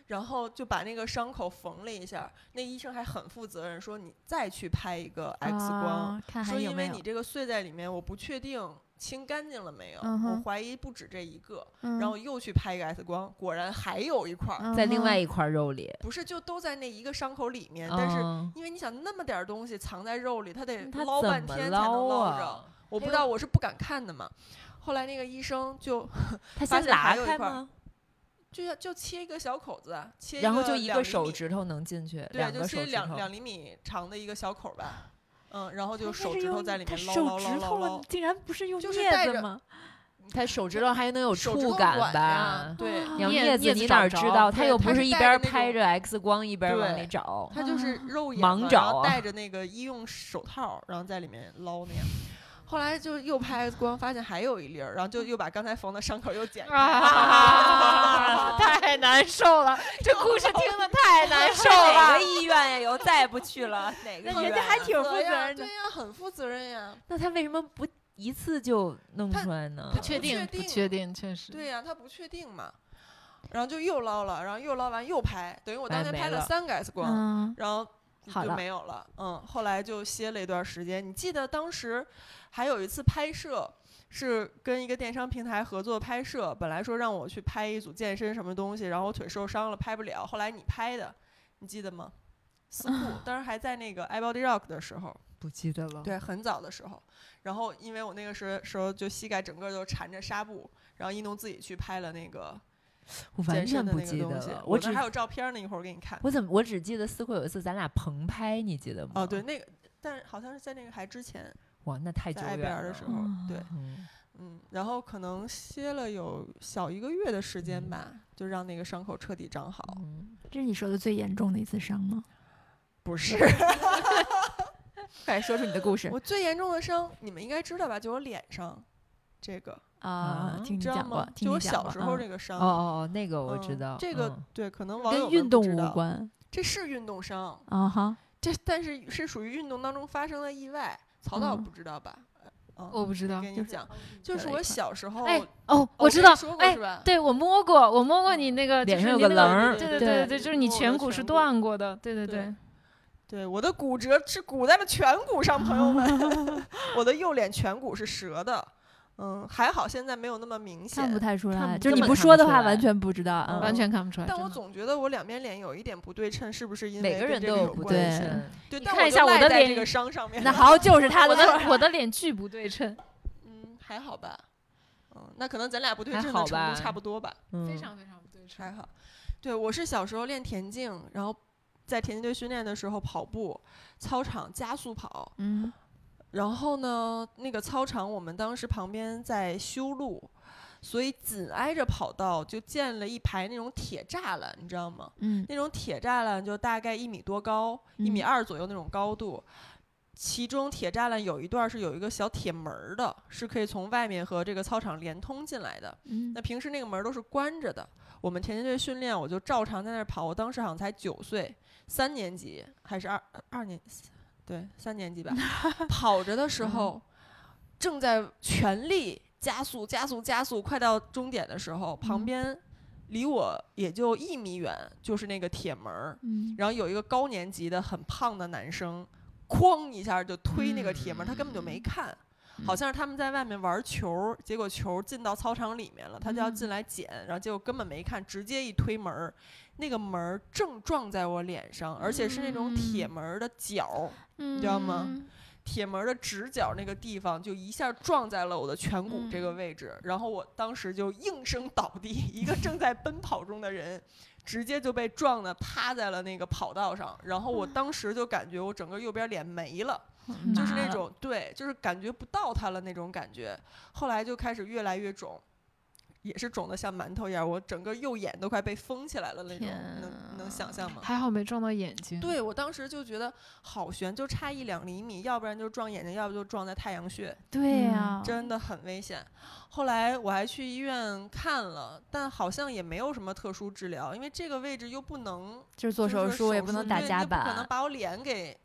Speaker 3: 然后就把那个伤口缝了一下儿。那医生还很负责任，说你再去拍一个 X
Speaker 2: 哦
Speaker 3: 光，
Speaker 4: 啊看还
Speaker 3: 说
Speaker 4: 有
Speaker 3: 因
Speaker 4: 没
Speaker 3: 为
Speaker 4: 有
Speaker 3: 你，这个碎在里面，我不确定清干净了没有，
Speaker 4: 嗯哼
Speaker 3: 我怀疑不止这一个。
Speaker 2: 嗯
Speaker 4: 然
Speaker 3: 然后又去拍一个 X 光，果然还有一块儿，
Speaker 2: 在另外一块肉里，
Speaker 3: 不是就都在那一个伤口里面，但是。
Speaker 2: 嗯
Speaker 3: 因为你想那么点儿东西藏在肉里，它得
Speaker 2: 它
Speaker 3: 捞半
Speaker 2: 怎么
Speaker 3: 天才能
Speaker 2: 捞
Speaker 3: 捞着。
Speaker 2: 啊？
Speaker 3: 我不知道，我是不敢看的嘛。后来那个医生就
Speaker 2: 它
Speaker 3: 发
Speaker 2: 先
Speaker 3: 现还
Speaker 2: 拉
Speaker 3: 有一
Speaker 2: 开
Speaker 3: 块儿
Speaker 2: 吗？
Speaker 3: 就要就切一个小口子啊，切
Speaker 2: 然后就一
Speaker 3: 两
Speaker 2: 个
Speaker 3: 厘
Speaker 2: 手
Speaker 3: 米
Speaker 2: 指头能进去，
Speaker 3: 对，
Speaker 2: 两
Speaker 3: 就
Speaker 2: 个手
Speaker 3: 切
Speaker 2: 指
Speaker 3: 两
Speaker 2: 头。
Speaker 3: 两厘米长的一个小口儿吧，嗯，然后
Speaker 4: 他
Speaker 3: 就
Speaker 4: 那
Speaker 3: 手
Speaker 4: 啊是
Speaker 3: 指头
Speaker 4: 用
Speaker 3: 在里
Speaker 4: 他
Speaker 3: 面捞
Speaker 4: 手
Speaker 3: 捞
Speaker 4: 指
Speaker 3: 捞
Speaker 4: 头
Speaker 3: 捞
Speaker 4: 了
Speaker 3: 捞
Speaker 4: 你，竟然不是用
Speaker 3: 就是
Speaker 4: 镊
Speaker 3: 带
Speaker 4: 子
Speaker 3: 着
Speaker 4: 吗？
Speaker 2: 它手指头还能有
Speaker 3: 手指
Speaker 2: 触
Speaker 3: 头
Speaker 2: 感
Speaker 3: 软
Speaker 2: 吧
Speaker 3: 呀？对，
Speaker 4: 啊
Speaker 2: 杨
Speaker 1: 镊
Speaker 2: 叶
Speaker 1: 镊子
Speaker 2: 你
Speaker 1: 找
Speaker 2: 哪
Speaker 1: 着
Speaker 2: 知道？他
Speaker 3: 对
Speaker 2: 又
Speaker 3: 它
Speaker 2: 不
Speaker 3: 是
Speaker 2: 是一
Speaker 3: 带
Speaker 2: 边
Speaker 3: 着
Speaker 2: 儿
Speaker 3: 那
Speaker 2: 拍
Speaker 3: 种
Speaker 2: 着 X 光一边儿往里
Speaker 3: 对
Speaker 2: 找，
Speaker 3: 它就是
Speaker 4: 啊
Speaker 3: 肉眼
Speaker 2: 盲
Speaker 3: 嘛然
Speaker 2: 找
Speaker 3: 后
Speaker 2: 啊
Speaker 3: 戴着那个医用手套儿，然后在里面捞那样。后来就又拍 X 光，发现还有一粒儿，然后就又把刚才缝的伤口又剪开。
Speaker 1: 啊， 太难受了，这故事听的太难受
Speaker 2: 哪
Speaker 1: 了
Speaker 2: 个。医院呀？以后再也不去了。哪个
Speaker 3: 那
Speaker 2: 医
Speaker 3: 人
Speaker 2: 院
Speaker 3: 家还
Speaker 2: 啊
Speaker 4: 挺负
Speaker 3: 对
Speaker 4: 责
Speaker 3: 呀
Speaker 4: 任的
Speaker 3: 对呀，很负责任呀。
Speaker 2: 那他为什么不一次就弄
Speaker 3: 他
Speaker 2: 出来呢
Speaker 3: 他？
Speaker 1: 确
Speaker 3: 不
Speaker 1: 定
Speaker 3: 确
Speaker 1: 不
Speaker 3: 定
Speaker 1: 确定？确实。
Speaker 3: 对呀、他不确定嘛，然后就又捞了，然后又捞完又拍，等于我当
Speaker 2: 哎
Speaker 3: 天
Speaker 2: 没
Speaker 3: 拍了
Speaker 2: 了
Speaker 3: 三个 X 光，
Speaker 4: 嗯
Speaker 3: 然后
Speaker 4: 好
Speaker 3: 就
Speaker 4: 了
Speaker 3: 没有了。嗯，后来就歇了一段时间。你记得当时还有一次拍摄。是跟一个电商平台合作拍摄，本来说让我去拍一组健身什么东西，然后我腿受伤了拍不了，后来你拍的，你记得吗？私库
Speaker 2: 啊
Speaker 3: 当时还在那个 iBody Rock 的时候，
Speaker 2: 不记得了。
Speaker 3: 对，很早的时候。然后因为我那个时候时候就膝盖整个就缠着纱布，然后一农自己去拍了那个
Speaker 2: 我完全
Speaker 3: 健身的
Speaker 2: 不
Speaker 3: 那个
Speaker 2: 记得
Speaker 3: 东西
Speaker 2: 了。。
Speaker 3: 我
Speaker 2: 只
Speaker 3: 那还有照片呢，一会儿给你看。
Speaker 2: 我怎么我只记得四会有一次咱俩棚拍，你记得吗？
Speaker 3: 哦，对，，那个，但是好像是在那个还之前，
Speaker 2: 哇，那太久
Speaker 3: 在埃
Speaker 2: 远
Speaker 3: 贝尔
Speaker 2: 了。
Speaker 3: 的时候，对，
Speaker 4: 哦
Speaker 2: 嗯，
Speaker 3: 嗯，然后可能歇了有小一个月的时间吧，就让那个伤口彻底长好。
Speaker 2: 嗯，
Speaker 4: 这是你受的最严重的一次伤吗？
Speaker 3: 不是，
Speaker 4: 快说出你的故事
Speaker 3: 我最严重的伤，你们应该知道吧？就我脸上这个，
Speaker 4: 啊！听你
Speaker 3: 知道
Speaker 4: 讲过
Speaker 3: 吗，？就
Speaker 4: 听你
Speaker 3: 我
Speaker 4: 讲
Speaker 3: 小
Speaker 4: 过。
Speaker 3: 时候
Speaker 4: 嗯
Speaker 3: 这个伤。
Speaker 2: 哦哦哦，那个我
Speaker 3: 嗯
Speaker 2: 知道。
Speaker 3: 这个、
Speaker 2: 嗯
Speaker 3: 对，可能网友
Speaker 4: 跟
Speaker 3: 们
Speaker 4: 运
Speaker 3: 不
Speaker 4: 动
Speaker 3: 知
Speaker 4: 无
Speaker 3: 道，
Speaker 4: 关
Speaker 3: 这是运动伤，
Speaker 4: 啊哈，
Speaker 3: 这但是是属于运动当中发生的意外。曹导
Speaker 4: 嗯
Speaker 3: 不知道吧？呃
Speaker 1: 我不知道
Speaker 3: 嗯，跟
Speaker 4: 就
Speaker 3: 你
Speaker 4: 是
Speaker 3: 讲，
Speaker 2: 哦
Speaker 3: 就是
Speaker 4: 了一
Speaker 3: 我
Speaker 4: 块
Speaker 3: 小时候，
Speaker 1: 哎
Speaker 3: 哦，
Speaker 1: 哦，
Speaker 3: 我
Speaker 1: 我
Speaker 3: 跟
Speaker 1: 知
Speaker 3: 你
Speaker 1: 道
Speaker 3: 说，过
Speaker 1: 哎
Speaker 3: 是，吧？
Speaker 1: 对我摸过，我摸过你那个
Speaker 2: 脸
Speaker 1: 就是
Speaker 2: 上有
Speaker 1: 你
Speaker 2: 个
Speaker 1: 那
Speaker 2: 棱儿
Speaker 1: 对对对
Speaker 4: 对
Speaker 1: 对对，就是你
Speaker 3: 摸我的
Speaker 1: 颧骨是
Speaker 3: 颧骨
Speaker 1: 断过的，对对
Speaker 3: 对
Speaker 1: 对。
Speaker 3: 对，我的骨折是骨在了颧骨上，朋友们，我的右脸颧骨是折的。嗯，还好现在没有那么明
Speaker 4: 看不
Speaker 3: 显，
Speaker 4: 太出
Speaker 1: 看
Speaker 4: 来，
Speaker 1: 不
Speaker 4: 就是
Speaker 1: 根
Speaker 4: 你
Speaker 1: 本
Speaker 4: 不
Speaker 1: 看
Speaker 4: 说
Speaker 2: 不
Speaker 4: 的
Speaker 2: 出
Speaker 4: 话，
Speaker 2: 来
Speaker 4: 完全不知道，嗯
Speaker 1: 完全看不出来。
Speaker 3: 但我
Speaker 1: 真的
Speaker 3: 总觉得我两边脸有一点不对称，是不是因为
Speaker 2: 每个
Speaker 3: 跟
Speaker 2: 人
Speaker 3: 这
Speaker 2: 都有
Speaker 3: 有
Speaker 2: 不
Speaker 3: 关
Speaker 4: 对
Speaker 3: 系
Speaker 2: 嗯
Speaker 3: 对，
Speaker 1: 你
Speaker 3: 但
Speaker 1: 看
Speaker 3: 我
Speaker 1: 一
Speaker 3: 就
Speaker 1: 下我
Speaker 3: 赖
Speaker 1: 的
Speaker 3: 在
Speaker 1: 脸
Speaker 3: 这个伤上面
Speaker 4: 那
Speaker 3: 了，
Speaker 4: 好，就是他
Speaker 1: 我
Speaker 4: 的错。
Speaker 1: 的我的脸巨不对称，
Speaker 3: 嗯，还好吧，嗯，那可能咱俩不对
Speaker 2: 还
Speaker 3: 称
Speaker 2: 好
Speaker 3: 的程
Speaker 2: 吧
Speaker 3: 度差不多吧，
Speaker 1: 非
Speaker 2: 嗯
Speaker 1: 常非常不对称
Speaker 3: 还。好。对，我是小时候练田径，然后在田径队训练的时候跑步，操场加速跑，
Speaker 1: 嗯，
Speaker 3: 然后呢，那个操场我们当时旁边在修路，所以紧挨着跑道就建了一排那种铁栅栏，你知道吗？
Speaker 4: 嗯，
Speaker 3: 那种铁栅栏就大概一米多高，一米
Speaker 4: 嗯
Speaker 3: 二左右那种高度。其中铁栅栏有一段是有一个小铁门儿的，是可以从外面和这个操场连通进来的。
Speaker 4: 嗯
Speaker 3: 那平时那个门儿都是关着的。我们田径队训练，我就照常在那儿跑。我当时好像才九岁，三年级还是二二年，对，三年级吧。跑着的时候，正在全力加速、加速、加速，快到终点的时候，旁边离我也就一米远就是那个铁门儿，
Speaker 4: 嗯
Speaker 3: 然后有一个高年级的很胖的男生，哐一下就推那个铁门儿，他根本就没看。好像是他们在外面玩球儿，结果球儿进到操场里面了，他就要进来捡，然后结果根本没看，直接一推门儿，那个门儿正撞在我脸上，而且是那种铁门儿的角儿，
Speaker 1: 你
Speaker 3: 知道吗？铁门儿的直角那个地方就一下撞在了我的颧骨这个位置，然后我当时就应声倒地，一个正在奔跑中的人直接就被撞的趴在了那个跑道上，然后我当时就感觉我整个右边脸没了，
Speaker 1: 嗯
Speaker 3: 就是那种对，就是感觉不到它了那种感觉，后来就开始越来越肿。也是肿得像馒头一样，我整个右眼都快被封起来了那种，能能想象吗？
Speaker 1: 还好没撞到眼睛。
Speaker 3: 对我当时就觉得好悬，就差一两厘米，要不然就撞眼睛，要不就撞在太阳穴，
Speaker 4: 对
Speaker 1: 嗯
Speaker 4: 呀，
Speaker 3: 真的很危险。后来我还去医院看了，但好像也没有什么特殊治疗，因为这个位置又不能
Speaker 4: 就是做
Speaker 3: 就是说
Speaker 4: 手术也不能打
Speaker 3: 对
Speaker 4: 夹
Speaker 3: 你也不可能
Speaker 4: 板，
Speaker 3: 把我脸 给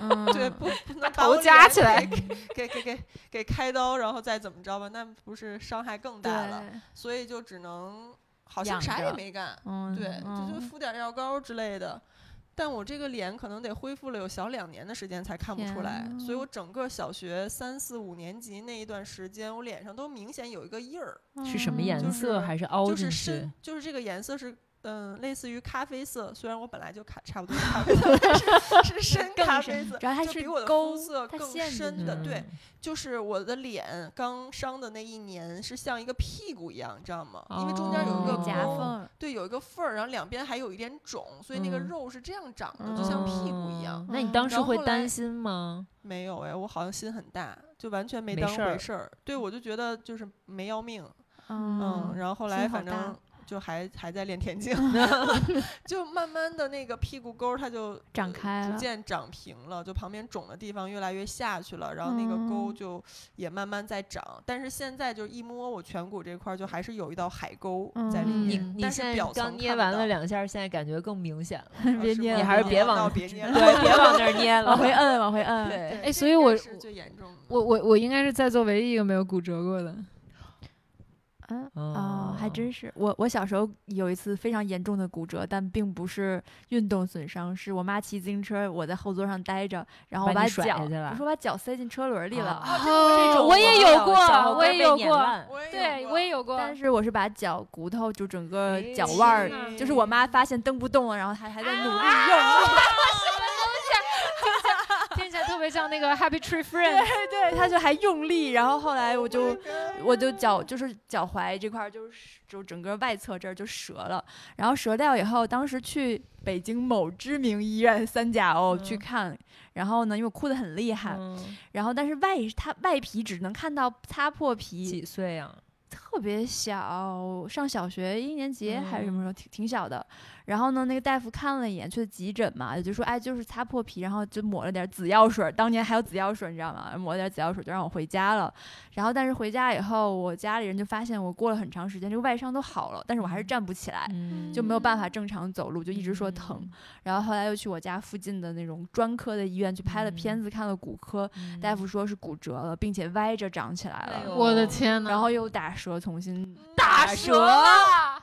Speaker 4: 嗯
Speaker 3: 对，不不能把
Speaker 1: 头
Speaker 3: 我
Speaker 1: 夹
Speaker 3: 脸
Speaker 1: 起来
Speaker 3: 给，给给给给开刀，然后再怎么着吧，那不是伤害更大了，
Speaker 4: 对，
Speaker 3: 所以就只能好像
Speaker 2: 养
Speaker 3: 啥也
Speaker 2: 着
Speaker 3: 没干，
Speaker 4: 嗯，
Speaker 3: 对，就就
Speaker 4: 嗯
Speaker 3: 敷点儿药膏之类的。但我这个脸可能得恢复了有小两年的时间才看不出
Speaker 4: 天
Speaker 3: 来，所以
Speaker 4: 呐
Speaker 3: 我整个小学三四五年级那一段时间，我脸上都明显有一个印儿，
Speaker 4: 嗯
Speaker 2: 是什么颜
Speaker 3: 就
Speaker 2: 色
Speaker 3: 是
Speaker 2: 还是凹
Speaker 3: 就
Speaker 2: 进
Speaker 3: 是
Speaker 2: 去
Speaker 3: 深？，就是这个颜色是。嗯，类似于咖啡色，虽然我本来就咖差 不多是咖啡色，但是是深
Speaker 4: 更
Speaker 3: 咖
Speaker 4: 深
Speaker 3: 啡色，
Speaker 4: 主要它
Speaker 3: 就是比我的
Speaker 4: 勾
Speaker 3: 肤色
Speaker 4: 它
Speaker 3: 更
Speaker 4: 陷进嗯
Speaker 3: 深的，
Speaker 2: 去
Speaker 3: 对
Speaker 2: 了，
Speaker 3: 就是我的脸刚伤的那一年是像一个屁股一样，你知道吗？因为中间有一个
Speaker 2: 哦
Speaker 4: 夹
Speaker 3: 沟
Speaker 4: 缝儿，
Speaker 3: 对，有一个缝儿，然后两边还有一点肿，所以那个
Speaker 2: 嗯
Speaker 3: 肉是这样长的，就像屁股一样。
Speaker 2: 嗯那你
Speaker 4: 嗯
Speaker 2: 当时
Speaker 3: 然后
Speaker 2: 会
Speaker 3: 后
Speaker 2: 担
Speaker 3: 来
Speaker 2: 心吗？
Speaker 3: 没有哎，我好像心很大，就完全没
Speaker 2: 没
Speaker 3: 当
Speaker 2: 事儿
Speaker 3: 回事儿。对，我就觉得就是没要命。嗯，
Speaker 4: 嗯，
Speaker 3: 然后后
Speaker 4: 心
Speaker 3: 来
Speaker 4: 好
Speaker 3: 反
Speaker 4: 大
Speaker 3: 正就还还在练 田径，就慢慢的那个屁股沟儿它就
Speaker 4: 长
Speaker 3: 呃
Speaker 4: 开
Speaker 3: 逐
Speaker 4: 了
Speaker 3: 渐长平了，就旁边肿的地方越来越下去了，然后那个
Speaker 2: 嗯
Speaker 3: 沟就也慢慢在长。但是现在就一摸我颧骨这块儿，就还是有一道海沟在里
Speaker 1: 嗯
Speaker 2: 你
Speaker 3: 面。
Speaker 2: 你
Speaker 3: 但是
Speaker 2: 现在
Speaker 3: 表
Speaker 2: 刚
Speaker 3: 层
Speaker 2: 捏
Speaker 3: 看不
Speaker 2: 完了
Speaker 3: 到
Speaker 2: 两下儿，现在感觉更明显了。
Speaker 3: 啊
Speaker 4: 别
Speaker 3: 是
Speaker 4: 捏
Speaker 3: 吗
Speaker 4: 了
Speaker 2: 你还是
Speaker 4: 嗯
Speaker 2: 别
Speaker 3: 那
Speaker 2: 往
Speaker 3: 那别捏了。
Speaker 2: 对，别往那儿捏了
Speaker 4: 往。回摁，往回摁，
Speaker 2: 对，
Speaker 1: 哎
Speaker 3: 这
Speaker 1: 所以
Speaker 3: 应该
Speaker 1: 我
Speaker 3: 是最严重的。
Speaker 1: 我我我应该是在座唯一一个没有骨折过的。
Speaker 4: 嗯
Speaker 2: 哦
Speaker 4: 哦，还真是。我我小时候有一次非常严重的骨折，但并不是运动损伤，是我妈骑自行车，我在后座上待着，然后我
Speaker 2: 把
Speaker 4: 把
Speaker 2: 你甩
Speaker 4: 脚，
Speaker 2: 下去了
Speaker 4: 我说把脚塞进车轮里了，
Speaker 2: 啊
Speaker 1: 哦
Speaker 4: 种
Speaker 1: 我也有过，我也有过，
Speaker 2: 过。
Speaker 3: 我也有啊
Speaker 1: 对
Speaker 3: 过
Speaker 1: 我也有过。
Speaker 4: 但是我是把脚骨头就整个
Speaker 2: 哎
Speaker 4: 脚腕儿
Speaker 3: 天哪
Speaker 4: 就是我妈发现蹬不动了，然后她还在努力用 力。
Speaker 3: 啊
Speaker 1: 听起来特别像那个 Happy Tree Friend，
Speaker 4: 对对，她就还用力，然后后来我就
Speaker 3: Oh my god
Speaker 4: 我就脚就是脚踝这块儿就是就整个外侧这儿就折了，然后折掉以后，当时去北京某知名医院三甲哦、去看，然后呢，因为我哭得很厉害，
Speaker 2: 嗯
Speaker 4: 然后但是外它外皮只能看到擦破皮，
Speaker 2: 几岁啊呀？
Speaker 4: 特别小，上小学一年级还是什
Speaker 2: 嗯
Speaker 4: 么时候，挺挺小的。然后呢，那个大夫看了一眼，去急诊嘛，就说哎，就是擦破皮，然后就抹了点紫药水儿，当年还有紫药水儿，你知道吗？抹了点紫药水儿就让我回家了。然后但是回家以后，我家里人就发现我过了很长时间，这个外伤都好了，但是我还是站不起来。
Speaker 2: 嗯
Speaker 4: 就没有办法正常走路，就一直说疼，
Speaker 2: 嗯
Speaker 4: 然后后来又去我家附近的那种专科的医院去拍了片
Speaker 2: 嗯
Speaker 4: 子，看了骨科，大夫说是骨折了，并且歪着长起来了。
Speaker 2: 哎呦
Speaker 1: 我的天呐，
Speaker 4: 然后又打折，重新
Speaker 3: 打
Speaker 4: 折，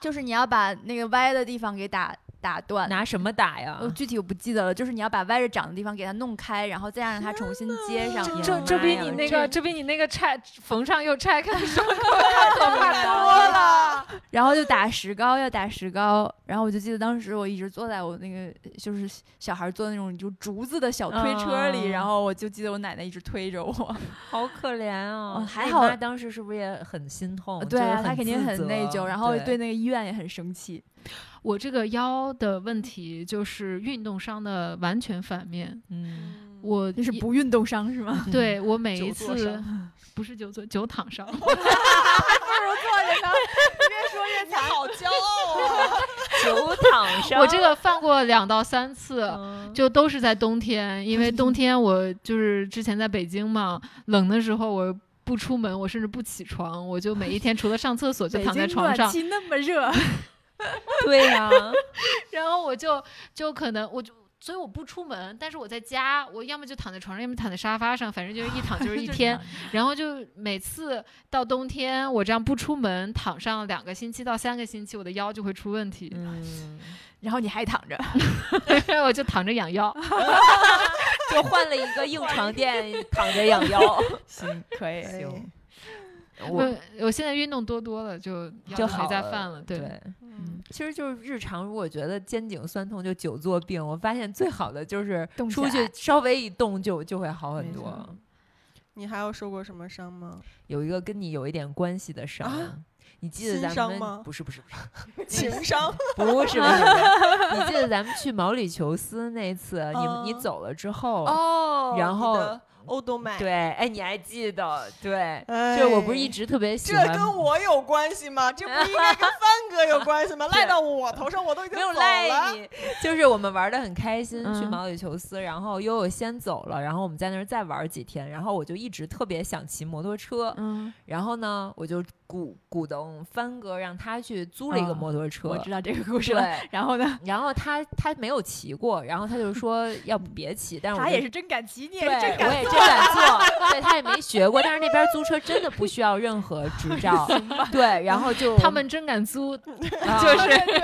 Speaker 4: 就是你要把那个歪的地方给打打断。
Speaker 2: 拿什么打呀
Speaker 4: 我？具体我不记得了，就是你要把歪着长的地方给它弄开，然后再让它重新接上。
Speaker 2: 这
Speaker 1: 这
Speaker 2: 呀
Speaker 1: 这比
Speaker 2: 妈
Speaker 1: 你
Speaker 2: 呀
Speaker 1: 那
Speaker 2: 这
Speaker 1: 个这比你那个拆缝上又拆开的时候
Speaker 4: 可怕多
Speaker 2: 啊
Speaker 3: 了。
Speaker 4: 然后就打石膏，要打石膏。然后我就记得当时我一直坐在我那个就是小孩坐的那种就竹子的小推车里，
Speaker 2: 嗯
Speaker 4: 然后我就记得我奶奶一直推着我。
Speaker 2: 好可怜哦呃
Speaker 4: 哦还
Speaker 2: 你
Speaker 4: 好
Speaker 2: 妈当时是不是也很心痛？就
Speaker 4: 对
Speaker 2: 是
Speaker 4: 啊，
Speaker 2: 哦很
Speaker 4: 她肯定
Speaker 2: 自
Speaker 4: 很内
Speaker 2: 责
Speaker 4: 疚，然后对
Speaker 2: 对
Speaker 4: 那个医院也很生气。
Speaker 1: 我这个腰的问题就是运动伤的完全反面。
Speaker 2: 嗯，
Speaker 1: 我
Speaker 4: 就是
Speaker 1: 一
Speaker 4: 不运动伤是吗？
Speaker 1: 对我每一
Speaker 3: 久坐
Speaker 1: 次 不是久坐久躺伤，
Speaker 3: 你好骄傲啊！
Speaker 2: 久 躺上
Speaker 1: 我这个犯过两到三次。
Speaker 2: 嗯
Speaker 1: 就都是在冬天，因为冬天我就是之前在北京嘛，冷的时候我不出门，我甚至不起床，我就每一天除了上厕所 就
Speaker 4: 北
Speaker 1: 躺在
Speaker 4: 京
Speaker 1: 床
Speaker 4: 暖
Speaker 1: 上，
Speaker 4: 气那么热，
Speaker 2: 对呀，
Speaker 1: 然后我就就可能我就。所以我不出门，但是我在家，我要么就躺在床上，要么躺在沙发上，反正就是一躺就是一天。然后就每次到冬天，我这样不出门，躺上两个星期到三个星期，我的腰就会出问 题，
Speaker 2: 嗯，
Speaker 4: 然后你还躺着，
Speaker 1: 我就躺着养腰。
Speaker 2: 就换了一个硬床垫，躺着养腰。嗯
Speaker 4: 行，可 以
Speaker 2: 行，
Speaker 1: 我 我现在运动多多了，就腰
Speaker 2: 就
Speaker 1: 没
Speaker 2: 好
Speaker 1: 再
Speaker 2: 了
Speaker 1: 犯了。对，
Speaker 2: 对，
Speaker 4: 嗯
Speaker 2: 其实就是日常，如果觉得肩颈酸痛就久坐病，我发现最好的就是
Speaker 4: 动起
Speaker 2: 出去
Speaker 4: 来
Speaker 2: 稍微一动就就会好很
Speaker 4: 没
Speaker 2: 多
Speaker 4: 错。
Speaker 3: 你还有受过什么伤吗？
Speaker 2: 有一个跟你有一点关系的伤，
Speaker 3: 啊
Speaker 2: 你记得
Speaker 3: 心
Speaker 2: 咱
Speaker 3: 伤
Speaker 2: 们
Speaker 3: 吗
Speaker 2: 不是不是 不是
Speaker 3: 情商，
Speaker 2: 不是不是，不是 你记得咱们去毛里求斯那 次，你们你
Speaker 3: 哦
Speaker 2: 走了之后，
Speaker 3: 哦
Speaker 2: 然后
Speaker 3: 欧动脉，
Speaker 2: 对，哎，你还记得对。
Speaker 3: 哎，
Speaker 2: 就是我不是一直特别喜
Speaker 3: 这
Speaker 2: 欢，
Speaker 3: 跟我有关系吗？这不应 该跟帆哥有关系吗？赖到我头上，我都已经
Speaker 2: 没有
Speaker 3: 走
Speaker 2: 赖
Speaker 3: 了。
Speaker 2: 你，就是我们玩的很开心，去
Speaker 4: 嗯
Speaker 2: 毛里求斯，然后悠悠先走了，然后我们在那儿再玩几天，然后我就一直特别想骑摩托车，
Speaker 4: 嗯，
Speaker 2: 然后呢，我就鼓鼓动帆哥让他去租了一个
Speaker 4: 啊
Speaker 2: 摩托车，
Speaker 4: 我知道这个故事了。
Speaker 2: 对，
Speaker 4: 然后呢，
Speaker 2: 然后他他没有骑过，然后他就说要不别骑，但是我
Speaker 4: 他
Speaker 2: 就
Speaker 4: 也是真敢骑，你也
Speaker 2: 对，
Speaker 4: 是真
Speaker 2: 我
Speaker 4: 敢
Speaker 2: 也真敢坐，对他也没学过，但是那边租车真的不需要任何执照，对，然后就
Speaker 1: 他们真敢租，
Speaker 2: 啊
Speaker 1: 就是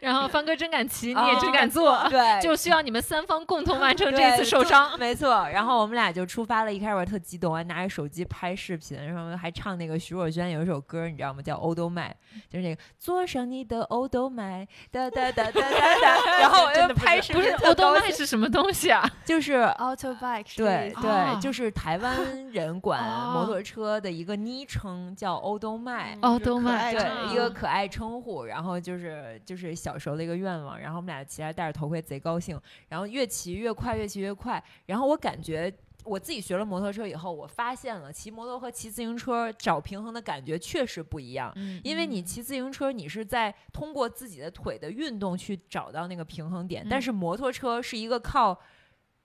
Speaker 1: 然后帆哥真敢骑，你也
Speaker 2: 啊
Speaker 1: 真敢做，
Speaker 2: 对，
Speaker 1: 就需要你们三方共同完成这
Speaker 2: 对
Speaker 1: 一次受伤。
Speaker 2: 没错。然后我们俩就出发了，一开始我特激动，我还拿着手机拍视频，然后还唱那个徐若瑄有一首歌，你知道吗？叫《欧都麦》，就是那个坐上你的欧都麦，哒哒哒哒哒哒。然后我就拍视
Speaker 1: 不
Speaker 2: 频
Speaker 1: 是，
Speaker 2: 特
Speaker 1: 欧
Speaker 2: 高
Speaker 1: 东
Speaker 2: 兴，
Speaker 1: 麦是什么东西啊？
Speaker 2: 就是。
Speaker 4: auto bike，是
Speaker 2: 对
Speaker 4: 吧
Speaker 1: 啊
Speaker 2: 对，就是台湾人管
Speaker 1: 哦
Speaker 2: 摩托车的一个昵称叫欧都麦，
Speaker 1: 哦都卖
Speaker 3: 对
Speaker 1: 啊
Speaker 2: 对，一个可爱称呼，然后就是就是小时候的一个愿望，然后我们俩骑着戴着头盔贼高兴，然后越骑越快，越骑越快，然后我感觉。我自己学了摩托车以后，我发现了骑摩托和骑自行车找平衡的感觉确实不一样。
Speaker 6: 嗯
Speaker 2: 因为你骑自行车，你是在通过自己的腿的运动去找到那个平衡点，但
Speaker 6: 嗯
Speaker 2: 是摩托车是一个靠，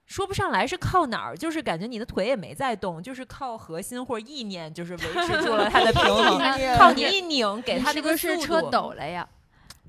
Speaker 2: 说不上来是靠哪儿，就是感觉你的腿也没在动，就是靠核心或者意念，就是维持住了它的平 衡。
Speaker 3: 你
Speaker 2: 靠你一拧，给
Speaker 4: 你
Speaker 2: 它
Speaker 4: 是
Speaker 2: 那
Speaker 4: 不
Speaker 2: 个
Speaker 4: 嗯是
Speaker 2: 速
Speaker 4: 车
Speaker 2: 度
Speaker 4: 抖了呀？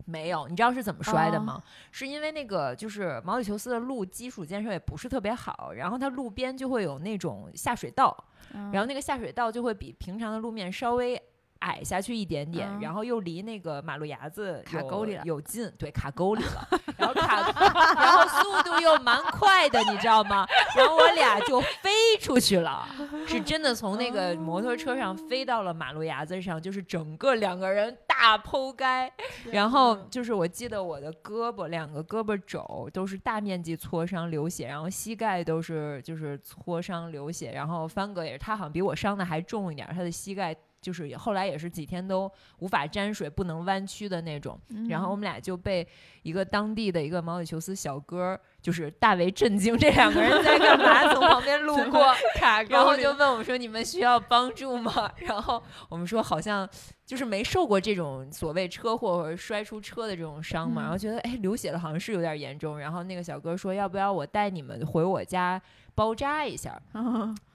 Speaker 2: 没有，你知道是怎么摔的
Speaker 4: 哦
Speaker 2: 吗？是因为那个就是毛里求斯的路基础建设也不是特别好，然后它路边就会有那种下水道，
Speaker 4: 嗯
Speaker 2: 然后那个下水道就会比平常的路面稍微矮下去一点点，
Speaker 4: 嗯
Speaker 2: 然后又离那个马路牙子
Speaker 4: 卡
Speaker 2: 有
Speaker 4: 沟里了
Speaker 2: 有近，对，卡沟里 了，然后卡，然后速度又蛮快的，你知道吗？然后我俩就飞出去了，是真的从那
Speaker 4: 哦
Speaker 2: 个摩托车上飞到了马路牙子上，就是整个两个人大剖开。然后
Speaker 3: 嗯
Speaker 2: 就是我记得我的胳膊两个胳膊肘都是大面积挫伤流血，然后膝盖都是就是挫伤流血，然后帆哥也是，他好像比我伤的还重一点儿，他的膝盖。就是也后来也是几天都无法沾水、不能弯曲的那种，
Speaker 4: 嗯
Speaker 2: 然后我们俩就被一个当地的一个毛里求斯小哥儿，就是大为震惊，这两个人在干嘛？从旁边路过， 然后就问我们说：“你们需要帮助吗？” 然后我们说：“好像就是没受过这种所谓车祸或者摔出车的这种伤嘛。”
Speaker 1: 嗯
Speaker 2: 然后觉得哎，流血了好像是有点严重。然后那个小哥说：“要不要我带你们回我家包扎一下？”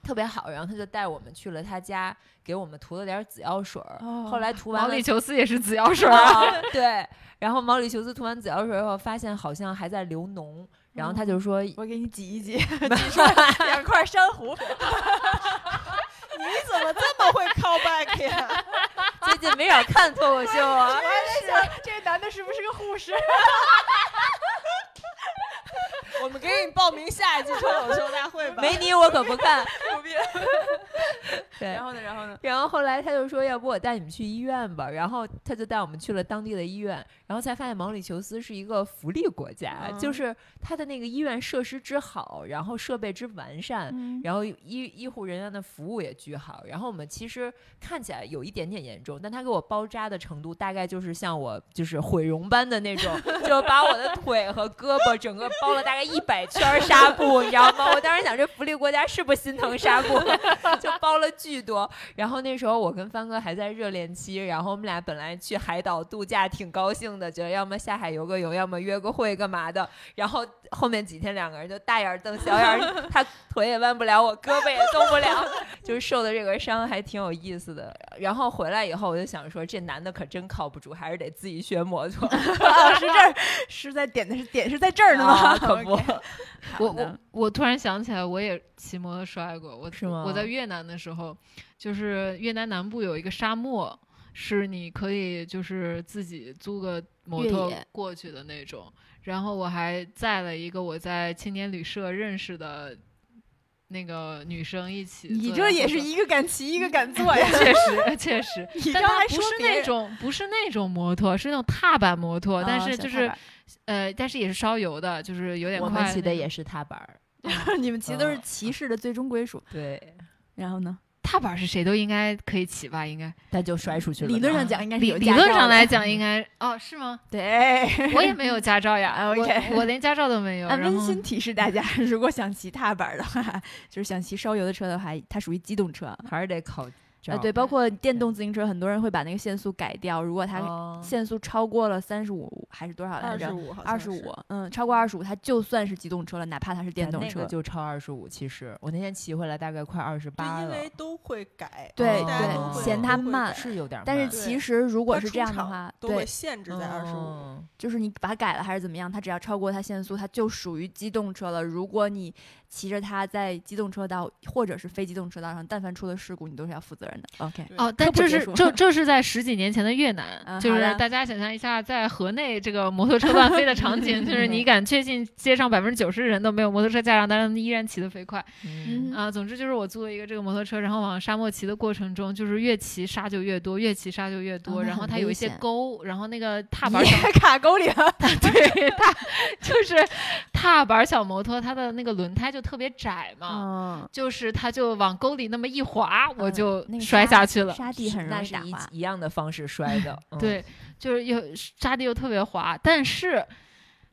Speaker 2: 特别好，然后他就带我们去了他家，给我们涂了点紫药水儿。后来涂完
Speaker 1: 哦毛
Speaker 2: 了
Speaker 1: 里求斯也是紫药水儿啊。
Speaker 2: 啊，对。然后毛里求斯涂完紫药水以后，发现好像还在流脓，然后他
Speaker 1: 哦
Speaker 2: 就说，
Speaker 4: 我给你挤 一挤，两块珊瑚，
Speaker 3: 你怎么这么会 call back 呀？
Speaker 2: 最近没少看脱口秀啊。
Speaker 4: 这个男的是不是个护士？
Speaker 3: 我们给你报名下一季脱口秀大会吧。
Speaker 2: 没你我可不 看。
Speaker 3: 不必。
Speaker 2: 对，
Speaker 3: 后呢？然后呢？
Speaker 2: 然后后来他就说，要不我带你们去医院吧。然后他就带我们去了当地的医院，然后才发现毛里求斯是一个福利国家，
Speaker 3: 嗯
Speaker 2: 就是他的那个医院设施之好，然后设备之完善，
Speaker 4: 嗯
Speaker 2: 然后医医护人员的服务也巨好。然后我们其实看起来有一点点严重，但他给我包扎的程度大概就是像我就是毁容般的那种，就把我的腿和胳膊整个包了大概一百圈儿纱布，你知道吗？我当时想，这福利国家是不心疼纱布， 就包了巨多。然后那时候我跟帆哥还在热恋期，然后我们俩本来去海岛度假挺高兴的，觉得要么下海游个泳，要么约个会干嘛的。然后后面几天两个人就大眼瞪小眼儿， 他腿也弯不了，我胳膊也动不了， 就是受的这个伤还挺有意思的。然后回来以后，我就想说，这男的可真靠不住，还是得自己学摩托。
Speaker 4: 啊，是这儿，是在点的是点是在这儿呢吗？
Speaker 2: 啊可不
Speaker 4: OK，
Speaker 1: 我
Speaker 4: 好的
Speaker 1: 我我突然想起来，我也骑摩托摔过。我
Speaker 2: 是吗
Speaker 1: 我在越南的时候，就是越南南部有一个沙漠，是你可以就是自己租个摩
Speaker 4: 越
Speaker 1: 托
Speaker 4: 野
Speaker 1: 过去的那种。然后我还载了一个我在青年旅社认识的那个女生一起坐在后头。。
Speaker 4: 你这也是一个敢骑一个 敢坐呀，
Speaker 1: 确实确实
Speaker 4: 你
Speaker 1: 但
Speaker 4: 刚
Speaker 1: 它
Speaker 4: 才
Speaker 1: 不
Speaker 4: 说
Speaker 1: 是
Speaker 4: 别啊
Speaker 1: 那
Speaker 4: 人
Speaker 1: 种不是那种摩托，是那种踏板摩托，但是就是呃，但是也是烧油的，就是有点
Speaker 2: 我
Speaker 1: 快那种。
Speaker 2: 们骑的也是踏板儿，
Speaker 4: 是 你们骑的都是
Speaker 2: 嗯
Speaker 4: 骑士的最终归属。
Speaker 2: 对，
Speaker 4: 然后呢，
Speaker 1: 踏板是谁都应该可以骑吧？应该啊
Speaker 2: 但就摔出去了呢。
Speaker 4: 理论上讲应该是
Speaker 1: 理
Speaker 4: 有
Speaker 1: 理
Speaker 4: 驾
Speaker 1: 论
Speaker 4: 照
Speaker 1: 上
Speaker 4: 的
Speaker 1: 来讲应该哦是吗？
Speaker 4: 对。
Speaker 1: 我也没有驾照呀，
Speaker 4: 啊 OK
Speaker 1: 我我连驾照都没有。
Speaker 4: 啊，
Speaker 1: 然
Speaker 4: 温
Speaker 1: 后哦
Speaker 4: 馨提示大家， 如果想骑踏板的话，就是想骑烧油的车的话，它属于机动车。啊，
Speaker 2: 还是得考照。
Speaker 4: 对，包括电动自行车，很多人会把那个限速改掉，如果它
Speaker 2: 哦，
Speaker 4: 限速超过了三十五还是多少来
Speaker 3: 二十
Speaker 4: 着？
Speaker 3: 五，
Speaker 4: 二十五，嗯，超过二十五，它就算是机动车了，哪怕它是电
Speaker 2: 咱
Speaker 4: 动
Speaker 2: 那
Speaker 4: 车
Speaker 2: 个。就超二十五。其实我那天骑回来大概快二十
Speaker 3: 就
Speaker 2: 八
Speaker 3: 因
Speaker 2: 了，
Speaker 3: 为都会改，
Speaker 4: 对
Speaker 3: 大家都
Speaker 4: 对，
Speaker 3: 会
Speaker 4: 嫌它
Speaker 3: 都会
Speaker 4: 慢
Speaker 3: 改。
Speaker 2: 是有点慢，
Speaker 4: 但是
Speaker 3: 对
Speaker 4: 其实如
Speaker 3: 它
Speaker 4: 果是
Speaker 3: 出
Speaker 4: 这样的
Speaker 3: 厂
Speaker 4: 话，
Speaker 3: 都会
Speaker 4: 对，
Speaker 3: 限制在二十五。
Speaker 2: 哦
Speaker 4: 就是你把它改了还是怎么样，它只要超过它限速，它就属于机动车了。如果你骑着它在机动车道或者是非机动车道上，但凡出了事故，你都是要负责任的。OK，
Speaker 1: 哦，但
Speaker 4: 科普
Speaker 1: 这
Speaker 4: 结
Speaker 1: 是
Speaker 4: 束
Speaker 1: 这这是在十几年前的越
Speaker 4: 嗯
Speaker 1: 南，就
Speaker 4: 好
Speaker 1: 是
Speaker 4: 的
Speaker 1: 大家想象一下，在河内这个摩托车乱飞的场景， 就是
Speaker 4: 嗯
Speaker 1: 你敢确信街上百分之九十人都没有摩托车驾照，但是他们依然骑得飞快。
Speaker 2: 嗯，
Speaker 1: 啊，总之就是我租了一个这个摩托车，然后往沙漠骑的过程中，就是越骑沙就越多，越骑沙就越多，
Speaker 4: 哦那
Speaker 1: 然后
Speaker 4: 很
Speaker 1: 它
Speaker 4: 危
Speaker 1: 有一些
Speaker 4: 险
Speaker 1: 沟，然后那个踏
Speaker 4: 你
Speaker 1: 板小，
Speaker 4: 也卡沟里了。
Speaker 1: 对，踏就是踏板小摩托，它的那个轮胎就特别窄嘛，
Speaker 4: 嗯，
Speaker 1: 就是它就往沟里那么一滑，我
Speaker 4: 嗯
Speaker 1: 就
Speaker 4: 那个
Speaker 1: 摔
Speaker 4: 沙
Speaker 1: 下去了。
Speaker 4: 沙地很容
Speaker 2: 那
Speaker 4: 易
Speaker 2: 是
Speaker 4: 打
Speaker 2: 一
Speaker 4: 滑。
Speaker 2: 一样的方式摔的，嗯，
Speaker 1: 对，就是又沙地又特别滑，但是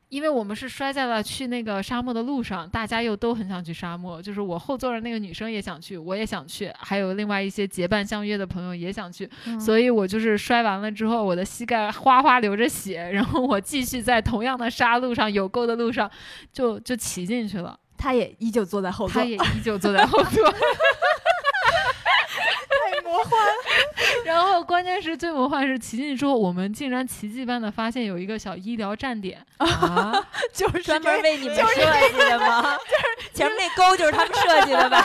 Speaker 1: 因为我们是摔在了去那个沙漠的路上，大家又都很想去沙漠，就是我后座的那个女生也想去，我也想去，还有另外一些结伴相约的朋友也想去，
Speaker 4: 嗯
Speaker 1: 所以我就是摔完了之后，我的膝盖哗哗流着血，然后我继续在同样的沙路上有沟的路上就就骑进去了，
Speaker 4: 他也依旧坐在后座
Speaker 1: 她，也依旧坐在后座。
Speaker 4: 太魔幻。
Speaker 1: 然后关键是最魔幻是骑进去之后，我们竟然奇迹般的发现有一个小医疗站点，
Speaker 2: 啊，
Speaker 4: 就是
Speaker 2: 专门
Speaker 4: 给
Speaker 2: 为你们设计的吗？ 前面那沟就是他们设计的吧？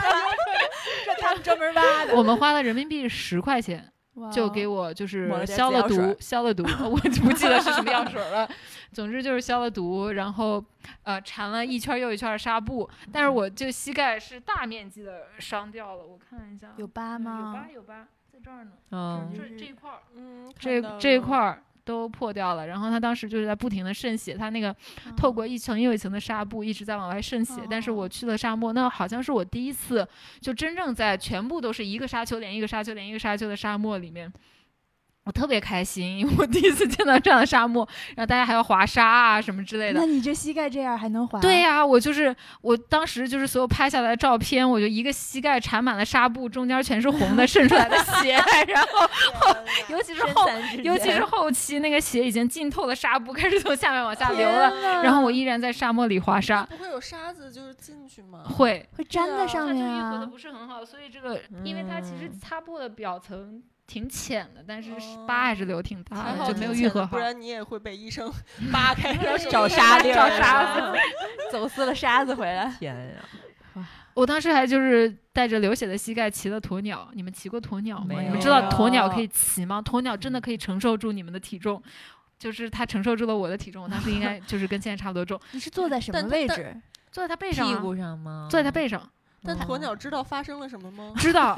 Speaker 4: 他们专门挖的。
Speaker 1: 我们花了人民币十块钱，就给
Speaker 4: 我
Speaker 1: 我就是
Speaker 4: 哦抹了点
Speaker 1: 消
Speaker 4: 紫
Speaker 1: 了
Speaker 4: 药水
Speaker 1: 毒
Speaker 4: 儿，
Speaker 1: 消了毒，我就不记得是什么药水儿了。总之就是消了毒，然后呃缠了一圈又一圈的纱布，但是我就膝盖是大面积的伤掉了。我看一下，
Speaker 4: 有疤
Speaker 1: 嗯有
Speaker 4: 吗？
Speaker 1: 疤有疤，在这儿呢，
Speaker 2: 嗯，
Speaker 1: 这
Speaker 4: 嗯
Speaker 1: 这一块儿，
Speaker 3: 嗯，
Speaker 1: 这
Speaker 3: 看到
Speaker 1: 这一
Speaker 3: 了
Speaker 1: 块儿。 都破掉了，然后他当时就是在不停的渗血，他那个
Speaker 4: 嗯
Speaker 1: 透过一层又一层的纱布一直在往外渗血。但是
Speaker 4: 哦
Speaker 1: 我
Speaker 3: 嗯
Speaker 1: 去了沙漠，那好像是我第一次就真正在全部都是一个沙丘连一个沙丘连一个沙丘的沙漠里面。我特别开心，因为我第一次见到这样的沙漠，然后大家还要滑沙啊什么之类的
Speaker 4: 那。你这膝盖这样还能滑？
Speaker 1: 对呀、我就是我当时就是所有拍下来的照片，我就一个膝盖缠满了纱布，中间全是红的渗出来的血， 然后尤其是后尤其是后期那个血已经浸透了纱布，开始从下面往下流了，
Speaker 4: 啊
Speaker 1: 然后我依然在沙漠里滑沙。
Speaker 3: 不会有沙子就是进去吗？
Speaker 1: 会，
Speaker 4: 会粘在
Speaker 1: 它
Speaker 4: 上
Speaker 1: 就愈
Speaker 4: 面
Speaker 1: 合的
Speaker 4: 啊。
Speaker 1: 不是很好，所以这个，因为它其实
Speaker 2: 嗯
Speaker 1: 擦破的表层挺浅的，但是是
Speaker 3: 哦
Speaker 1: 疤还是留挺大
Speaker 3: 还
Speaker 1: 的，
Speaker 3: 好
Speaker 1: 啊就
Speaker 3: 之
Speaker 1: 没有
Speaker 3: 前
Speaker 1: 愈
Speaker 3: 的
Speaker 1: 合好
Speaker 3: 不。然你也会被医生扒开，然后说
Speaker 2: 找
Speaker 3: 你
Speaker 2: 沙
Speaker 3: 是
Speaker 2: 粒儿
Speaker 3: 找
Speaker 2: 是
Speaker 3: 沙
Speaker 2: 吧
Speaker 3: 子。
Speaker 4: 走私了沙子回来。
Speaker 2: 天呀，
Speaker 1: 我当时还就是带着流血的膝盖骑了鸵鸟，你们骑过鸵鸟吗？
Speaker 2: 没
Speaker 1: 你们知道鸵鸟
Speaker 4: 有
Speaker 1: 可以骑吗？鸵鸟真的可以承受住你们的体重。就是它承受住了我的体重，我当时应该就是跟现在差不多重。
Speaker 4: 你是坐在什
Speaker 3: 但
Speaker 4: 么
Speaker 3: 它
Speaker 4: 位
Speaker 3: 但
Speaker 4: 置？
Speaker 1: 坐在他背上、
Speaker 2: 屁
Speaker 1: 啊，
Speaker 2: 股上吗？
Speaker 1: 坐在他背上，
Speaker 3: 但鸵
Speaker 2: 嗯
Speaker 3: 鸟知道发生了什么吗？
Speaker 1: 知道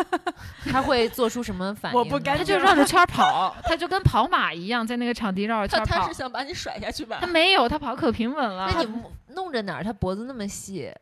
Speaker 2: 他会做出什么反应？
Speaker 4: 我不干
Speaker 1: 他就绕着圈儿跑，他就跟跑马一样在那个场地绕着圈
Speaker 3: 他
Speaker 1: 儿
Speaker 3: 他
Speaker 1: 跑
Speaker 3: 是。想把你甩下去吧
Speaker 1: 他？没有，他跑可平稳了。
Speaker 2: 那你啊弄着哪儿？他脖子那么细，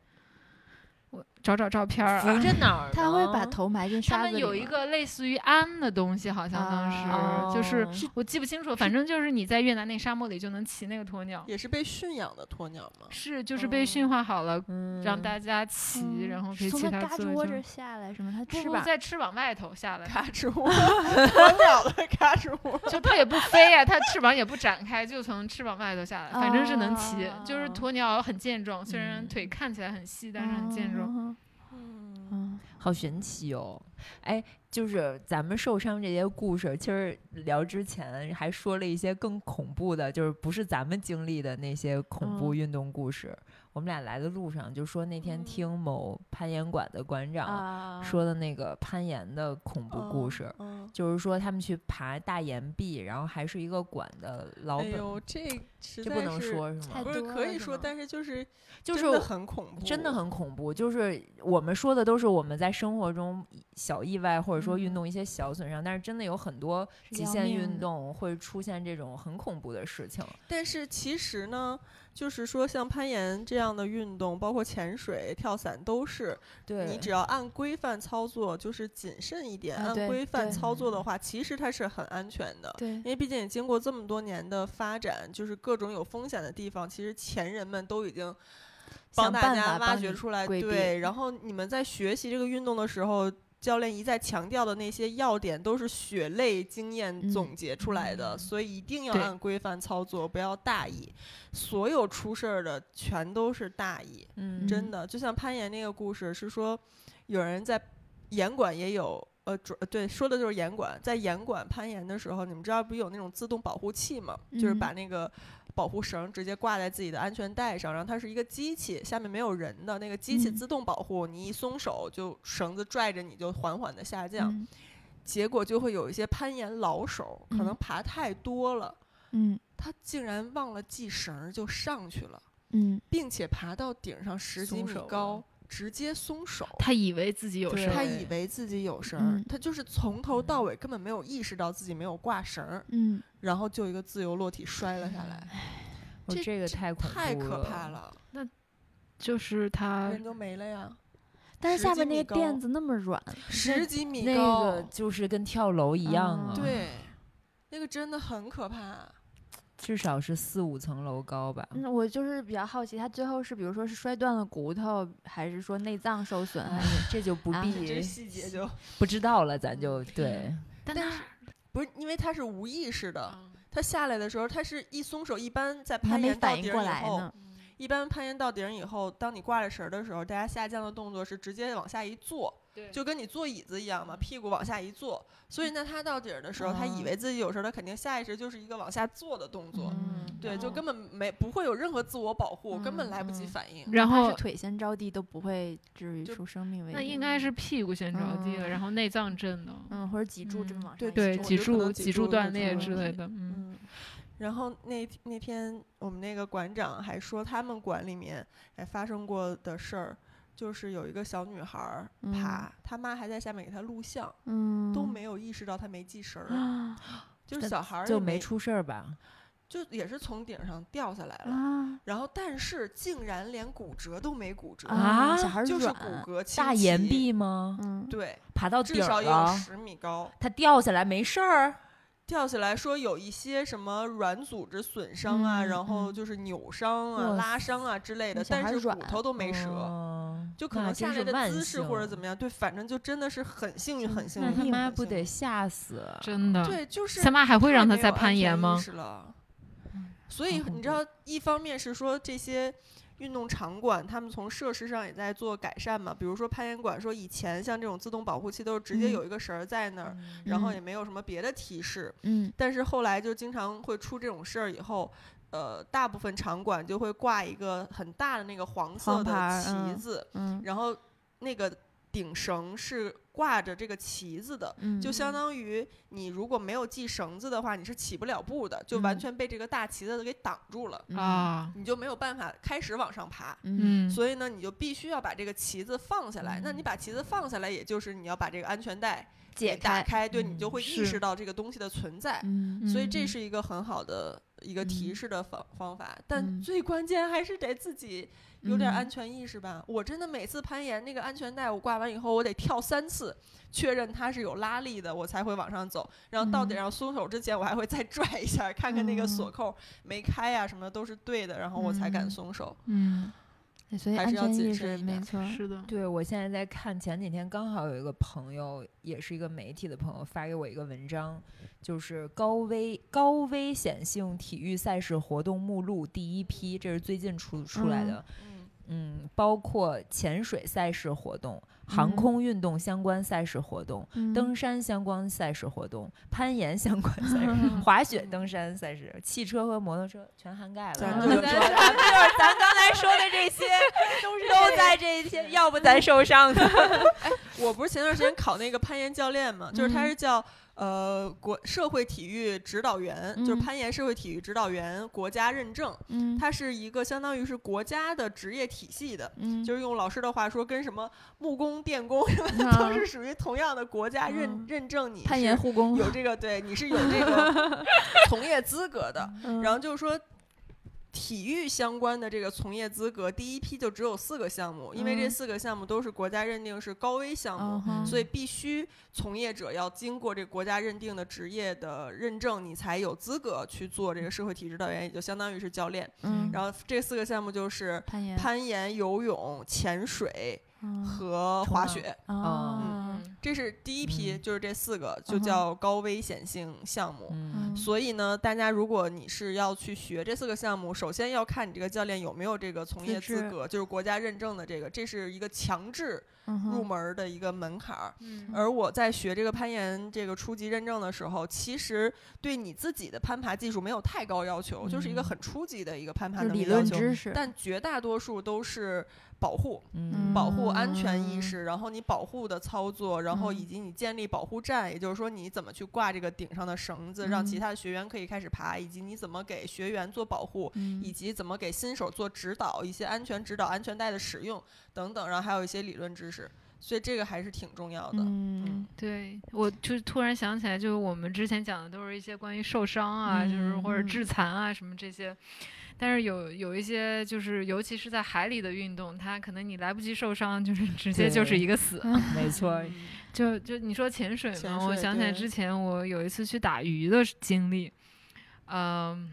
Speaker 1: 我找找照片儿
Speaker 2: 扶
Speaker 1: 啊。
Speaker 2: 着哪儿？
Speaker 4: 他会把。头埋进
Speaker 1: 他
Speaker 4: 沙子
Speaker 1: 们
Speaker 4: 里
Speaker 1: 有一
Speaker 4: 吗
Speaker 1: 个类似于鞍的东西，好像当时、
Speaker 2: 哦
Speaker 1: 就是我记不清楚，反正就是你在越南那沙漠里就能骑那个鸵鸟，嗯
Speaker 3: 也是被驯养的鸵鸟 吗？
Speaker 1: 是就是被驯化好了，
Speaker 2: 嗯，
Speaker 1: 让大家骑，
Speaker 4: 嗯
Speaker 1: 然后可以
Speaker 4: 是从
Speaker 1: 骑
Speaker 4: 它
Speaker 1: 它
Speaker 4: 嘎
Speaker 1: 坐
Speaker 4: 吱窝
Speaker 1: 着
Speaker 4: 着。下来什么，它
Speaker 1: 不
Speaker 4: 翅
Speaker 1: 不，
Speaker 4: 膀
Speaker 1: 在翅膀外头下 来，
Speaker 3: 卡住我，鸵鸟的卡住 我。
Speaker 1: 就它也不飞呀、它翅膀也不展开，就从翅膀外头下来，反正是能骑。就是
Speaker 4: 哦
Speaker 1: 鸵鸟很健壮，虽然
Speaker 2: 嗯
Speaker 1: 腿看起来很细，但是很健壮。
Speaker 4: 嗯嗯
Speaker 2: 好神奇哦！哎，就是咱们受伤这些故事，其实聊之前还说了一些更恐怖的，就是不是咱们经历的那些恐怖运动故事。我们俩来的路上就说那天
Speaker 3: 嗯
Speaker 2: 听某攀岩馆的馆长
Speaker 4: 啊
Speaker 2: 说的那个攀岩的恐怖故事，
Speaker 3: 嗯，
Speaker 2: 就是说他们去爬大岩壁，然后还是一个馆的老
Speaker 3: 哎
Speaker 2: 本，
Speaker 3: 呦，这实
Speaker 2: 这
Speaker 3: 在
Speaker 2: 不能
Speaker 3: 是，
Speaker 2: 说是
Speaker 4: 太
Speaker 2: 吗？
Speaker 3: 不是
Speaker 4: 多
Speaker 3: 可
Speaker 4: 了
Speaker 3: 以
Speaker 4: 是
Speaker 3: 说，
Speaker 4: 吗
Speaker 3: 但是就是
Speaker 2: 就是
Speaker 3: 真的很恐怖，
Speaker 2: 真的很恐怖。就是我们说的都是我们在生活中小意外，或者说
Speaker 3: 嗯
Speaker 2: 运动一些小损伤，但是真的有很多
Speaker 4: 是
Speaker 2: 极
Speaker 4: 要
Speaker 2: 限
Speaker 4: 命
Speaker 2: 运
Speaker 4: 的
Speaker 2: 动会出现这种很恐怖的事情。
Speaker 3: 但是其实呢，就是说像攀岩这样的运动，包括潜水、跳伞，都是你
Speaker 2: 对，
Speaker 3: 只要按规范操作，就是谨慎一点，
Speaker 4: 啊
Speaker 3: 按
Speaker 4: 对
Speaker 3: 规范
Speaker 4: 对
Speaker 3: 操作
Speaker 2: 嗯
Speaker 3: 的话，其实它是很安全的。
Speaker 4: 对
Speaker 3: 因，为毕竟也经过这么多年的发展，就是各种有风险的地方，其实前人们都已经帮
Speaker 4: 想
Speaker 3: 大
Speaker 4: 办
Speaker 3: 家
Speaker 4: 法
Speaker 3: 挖
Speaker 4: 帮
Speaker 3: 掘
Speaker 4: 你
Speaker 3: 出来。
Speaker 4: 规避
Speaker 3: 对，然后你们在学习这个运动的时候，教练一再强调的那些要点，都是血泪经验
Speaker 4: 嗯
Speaker 3: 总结出来的，
Speaker 2: 嗯
Speaker 3: 所以一定要
Speaker 1: 对
Speaker 3: 按规范操作，不要大意。所有出事儿的全都是大意。
Speaker 2: 嗯，
Speaker 3: 真的，就像攀岩那个故事，是说有人在岩馆也有，呃，主呃对，说的就是岩馆，在岩馆攀岩的时候，你们知道不有那种自动保护器吗？就是
Speaker 4: 嗯
Speaker 3: 把那个保护绳直接挂在自己的安全带上，然后它是一个机器，下面没有人的那个机器
Speaker 4: 嗯
Speaker 3: 自动保护，你一松手就绳子拽着你就缓缓的下降，
Speaker 4: 嗯
Speaker 3: 结果就会有一些攀岩老手，可能
Speaker 4: 嗯
Speaker 3: 爬太多了，
Speaker 4: 嗯
Speaker 3: 他竟然忘了系绳儿就上去了。
Speaker 4: 嗯，
Speaker 3: 并且爬到顶上十几
Speaker 2: 松
Speaker 3: 米
Speaker 2: 手
Speaker 3: 高
Speaker 2: 了，
Speaker 3: 直接松手。
Speaker 1: 他以为自己有
Speaker 2: 对
Speaker 1: 事
Speaker 3: 他
Speaker 1: 儿，
Speaker 3: 以为自己有绳儿，
Speaker 4: 嗯
Speaker 3: 他就是从头到尾根本没有意识到自己没有挂绳儿，
Speaker 4: 嗯，
Speaker 3: 然后就一个自由落体摔了下来，
Speaker 2: 哦
Speaker 1: 这
Speaker 2: 这个太恐怖
Speaker 3: 太可怕
Speaker 2: 了。啊
Speaker 3: 了，
Speaker 1: 就是他
Speaker 3: 人就没了呀，
Speaker 4: 但是
Speaker 3: 十
Speaker 4: 下
Speaker 3: 几
Speaker 4: 边那
Speaker 3: 米
Speaker 4: 个垫
Speaker 3: 高
Speaker 4: 子那么软，
Speaker 3: 十几米嗯
Speaker 2: 那
Speaker 3: 高，
Speaker 2: 个就是跟跳楼一样
Speaker 4: 啊
Speaker 2: 啊，，
Speaker 3: 对，那个真的很可怕。
Speaker 2: 至少是四五层楼高吧。
Speaker 4: 嗯，我就是比较好奇，他最后是比如说是摔断了骨头，还是说内脏受损，还
Speaker 2: 哎
Speaker 4: 是
Speaker 2: 这就不
Speaker 4: 啊
Speaker 2: 必、
Speaker 3: 这细 节就
Speaker 2: 不知道了，
Speaker 3: 嗯
Speaker 2: 咱就对，
Speaker 1: 但
Speaker 3: 但
Speaker 1: 他
Speaker 3: 是不是因为他是无意识
Speaker 2: 啊
Speaker 3: 的，
Speaker 1: 嗯
Speaker 3: 他下来的时候他是一松手，一般在
Speaker 4: 还
Speaker 3: 攀
Speaker 4: 没
Speaker 3: 岩到
Speaker 4: 反应
Speaker 3: 顶
Speaker 4: 过
Speaker 3: 儿以
Speaker 4: 来
Speaker 1: 嗯
Speaker 3: 后，
Speaker 4: 呢？
Speaker 3: 一般攀岩到顶儿以后，当你挂着绳儿的时候，大家下降的动作是直接往下一坐，
Speaker 1: 对
Speaker 3: 就跟你坐椅子一样嘛，屁股往下一坐。所以呢，他到底儿的时候，他以
Speaker 2: 啊
Speaker 3: 为自己有时候，他肯定下意识就是一个往下坐的动作，
Speaker 2: 嗯
Speaker 3: 对，就
Speaker 4: 哦
Speaker 3: 根本没不会有任何自我保护，根本来不及
Speaker 2: 嗯
Speaker 3: 反应。
Speaker 1: 然
Speaker 4: 他
Speaker 1: 后
Speaker 4: 是腿先着地都不会至于
Speaker 3: 就
Speaker 4: 出生命危
Speaker 1: 那
Speaker 4: 险，
Speaker 1: 应该是屁股先着地了，
Speaker 4: 嗯
Speaker 1: 然后内脏震的，
Speaker 4: 嗯，或者脊柱这么
Speaker 2: 嗯
Speaker 4: 往上
Speaker 3: 对
Speaker 4: 一
Speaker 1: 对，
Speaker 4: 冲
Speaker 1: 脊
Speaker 3: 有可能
Speaker 1: 柱
Speaker 3: 脊
Speaker 1: 脊柱
Speaker 3: 柱
Speaker 1: 断
Speaker 3: 就
Speaker 1: 裂
Speaker 4: 出
Speaker 1: 之
Speaker 4: 问
Speaker 1: 类
Speaker 4: 题
Speaker 1: 的，嗯，
Speaker 3: 嗯，然后那那天我们那个馆长还说，他们馆里面还发生过的事儿，就是有一个小女孩儿
Speaker 4: 嗯
Speaker 3: 爬，她妈还在下面给她录像，
Speaker 4: 嗯
Speaker 3: 都没有意识到她没系绳儿，
Speaker 4: 啊
Speaker 3: 就是
Speaker 2: 这
Speaker 3: 小孩儿
Speaker 2: 就
Speaker 3: 也
Speaker 2: 没出事儿吧？
Speaker 3: 就也是从顶上掉下来了，
Speaker 4: 啊
Speaker 3: 然后但是竟然连骨折都没骨折，
Speaker 2: 啊
Speaker 4: 小孩儿
Speaker 3: 就是
Speaker 4: 软
Speaker 3: 骨，骼清
Speaker 2: 大岩
Speaker 3: 奇，
Speaker 2: 壁吗？
Speaker 4: 嗯，
Speaker 3: 对，
Speaker 2: 爬到
Speaker 3: 至
Speaker 2: 顶
Speaker 3: 少
Speaker 2: 儿
Speaker 3: 也有
Speaker 2: 了，
Speaker 3: 十米高。
Speaker 2: 它掉下来没事儿。
Speaker 3: 掉下来说有一些什么软组织损伤啊，
Speaker 4: 嗯
Speaker 3: 然后
Speaker 4: 嗯
Speaker 3: 就是扭伤啊、
Speaker 2: 哇
Speaker 3: 拉伤啊之类的，
Speaker 4: 那小
Speaker 3: 但
Speaker 4: 孩
Speaker 3: 是
Speaker 4: 软
Speaker 3: 骨头都没折。
Speaker 2: 哦
Speaker 3: 就可
Speaker 2: 那
Speaker 3: 能
Speaker 2: 真
Speaker 3: 下来
Speaker 2: 是
Speaker 3: 的
Speaker 2: 万
Speaker 3: 姿势或
Speaker 2: 幸
Speaker 3: 者
Speaker 2: 啊嗯
Speaker 3: 怎么样，对，反正就真的是很幸运，很幸运。
Speaker 2: 那他
Speaker 3: 很
Speaker 2: 妈
Speaker 3: 幸
Speaker 2: 不
Speaker 3: 运
Speaker 2: 得吓死？啊
Speaker 1: 真的。
Speaker 3: 对，就是
Speaker 1: 他妈还啊会
Speaker 3: 太
Speaker 1: 让他
Speaker 3: 没
Speaker 1: 再
Speaker 3: 有安
Speaker 1: 攀
Speaker 3: 全
Speaker 1: 岩
Speaker 3: 意
Speaker 1: 吗？
Speaker 3: 识了所以
Speaker 2: 好恐
Speaker 3: 你知道，一方面是说这些运动场馆，他们从设施上也在做改善嘛，比如说攀岩馆，说以前像这种自动保护器都是直接
Speaker 4: 嗯
Speaker 3: 有一个绳儿在那儿，然后也没有什么别的提示，
Speaker 4: 嗯
Speaker 3: 但是后来就经常会出这种事儿以后。呃，大部分场馆就会挂一个很大的那个黄色
Speaker 4: 黄牌
Speaker 3: 的
Speaker 4: 儿
Speaker 3: 旗
Speaker 4: 嗯
Speaker 3: 子，
Speaker 4: 嗯
Speaker 3: 然后那个顶绳是挂着这个旗子的，
Speaker 4: 嗯
Speaker 3: 就相当于你如果没有系绳子的话，你是起不了步的，就完全被这个大旗子给挡住了，
Speaker 4: 嗯
Speaker 1: 啊，
Speaker 3: 你就没有办法开始往上爬。
Speaker 1: 嗯，
Speaker 3: 所以呢，你就必须要把这个旗子放下来。那你把旗子放下来，也就是你要把这个安全带
Speaker 4: 解
Speaker 3: 给打
Speaker 4: 开，
Speaker 3: 开，对
Speaker 2: 嗯
Speaker 3: 你就会
Speaker 1: 是
Speaker 3: 意识到这个东西的存在。
Speaker 4: 嗯，
Speaker 3: 所以
Speaker 1: 嗯
Speaker 3: 这是一个很好的一个提
Speaker 2: 嗯
Speaker 3: 示的方方法，
Speaker 2: 嗯
Speaker 3: 但最关键还是得自己有点
Speaker 2: 嗯
Speaker 3: 安全意识吧。我真的每次攀岩那个安全带，我挂完以后，我得跳三次，确认它是有拉力的，我才会往上走。然后到
Speaker 2: 嗯
Speaker 3: 点上松手之前，我还会再拽一下，看看那个锁扣没开啊呀、什么的都是对的，然后我才敢
Speaker 2: 嗯
Speaker 3: 松手。
Speaker 1: 嗯，
Speaker 4: 所以
Speaker 3: 还
Speaker 4: 安
Speaker 3: 是要
Speaker 4: 全
Speaker 3: 谨
Speaker 4: 意
Speaker 3: 慎
Speaker 4: 识
Speaker 3: 一
Speaker 4: 没
Speaker 3: 点
Speaker 4: 错，
Speaker 1: 是的，
Speaker 2: 对，我现在在看，前几天刚好有一个朋友，也是一个媒体的朋友，发给我一个文章，就是高危高危险性体育赛事活动目录第一批，这是最近出出来的。
Speaker 3: 嗯
Speaker 2: 嗯，包括潜水赛事活动、航
Speaker 1: 嗯
Speaker 2: 空运动相关赛事活动、
Speaker 4: 嗯
Speaker 2: 登山相关赛事活动、攀岩相关赛 事、滑雪、登山赛事、汽车和摩托车全涵盖了。
Speaker 3: 咱
Speaker 2: 嗯
Speaker 3: 就
Speaker 2: 咱就是
Speaker 3: 是说
Speaker 2: 啊咱刚才说的这些都是都在这些，要不咱受伤的。
Speaker 3: 我不是前段时间考那个攀岩教练嘛，就是
Speaker 2: 嗯
Speaker 3: 他是叫呃国社会体育指导员，就是
Speaker 4: 嗯
Speaker 3: 攀岩社会体育指导员国家认证，
Speaker 4: 嗯，
Speaker 3: 它是一个相当于是国家的职业体系的。
Speaker 4: 嗯
Speaker 3: 就是用老师的话说，跟什么木工、电工什么
Speaker 4: 嗯
Speaker 3: 都是属于同样的国家认、
Speaker 4: 嗯
Speaker 3: 认证你
Speaker 4: 攀岩护工
Speaker 3: 是，有这个对，你是有这个 从业资格的。
Speaker 4: 嗯
Speaker 3: 然后就是说，体育相关的这个从业资格，第一批就只有四个项目，因为这
Speaker 4: 嗯
Speaker 3: 四个项目都是国家认定是高危项目，
Speaker 4: 嗯
Speaker 3: 所以必须从业者要经过这国家认定的职业的认证，你才有资格去做这个社会体育指导员，也就相当于是教练。
Speaker 4: 嗯，
Speaker 3: 然后这四个项目就是
Speaker 4: 攀岩
Speaker 3: 攀岩、游泳、潜水
Speaker 4: 嗯
Speaker 3: 和
Speaker 2: 冲
Speaker 3: 滑
Speaker 2: 浪
Speaker 3: 雪，
Speaker 4: 哦
Speaker 6: 嗯
Speaker 3: 这是第一批，
Speaker 2: 嗯
Speaker 3: 就是这四个
Speaker 4: 嗯
Speaker 3: 就
Speaker 4: 哼
Speaker 3: 叫高危险性项目。
Speaker 2: 嗯
Speaker 3: 所以呢，大家如果你是要去学这四个项目，首先要看你这个教练有没有这个从
Speaker 4: 资
Speaker 3: 业资
Speaker 4: 质
Speaker 3: 格，就是国家认证的这个，这是一个强制
Speaker 4: 嗯哼
Speaker 3: 入门儿的一个门槛儿。
Speaker 6: 嗯
Speaker 3: 而我在学这个攀岩这个初级认证的时候，其实对你自己的攀爬技术没有太高要求，就是一个
Speaker 2: 嗯
Speaker 3: 很初级的一个攀爬
Speaker 4: 就
Speaker 3: 能
Speaker 4: 理
Speaker 3: 力要
Speaker 4: 论
Speaker 3: 求，
Speaker 4: 知识，
Speaker 3: 但绝大多数都是保护。
Speaker 2: 嗯
Speaker 3: 保护安全
Speaker 4: 嗯
Speaker 1: 哦
Speaker 3: 意识，然后你保护的操作，然后以
Speaker 4: 嗯
Speaker 3: 及你建立保护站，也就是说你怎么去挂这个顶上的绳子，让其
Speaker 4: 嗯
Speaker 3: 他的学员可以开始爬，以及你怎么给学员做保护，
Speaker 4: 嗯
Speaker 3: 以及怎么给新手做指导，一些安全指导、安全带的使用等等，然后还有一些理论知识，所以这个还是挺重要的。
Speaker 4: 嗯
Speaker 1: 对，我就突然想起来，就是我们之前讲的都是一些关于受伤啊，就是或者
Speaker 2: 嗯
Speaker 1: 致残啊什么这些，但是有有一些就是，尤其是在海里的运动，它可能你来不及受伤，就是 直接就是
Speaker 2: 对
Speaker 1: 一个死。
Speaker 2: 没错，
Speaker 3: 嗯
Speaker 1: 就就你说潜水嘛，
Speaker 3: 潜
Speaker 1: 我
Speaker 3: 水
Speaker 1: 想起来
Speaker 3: 对
Speaker 1: 之前我有一次去打鱼的经历，嗯、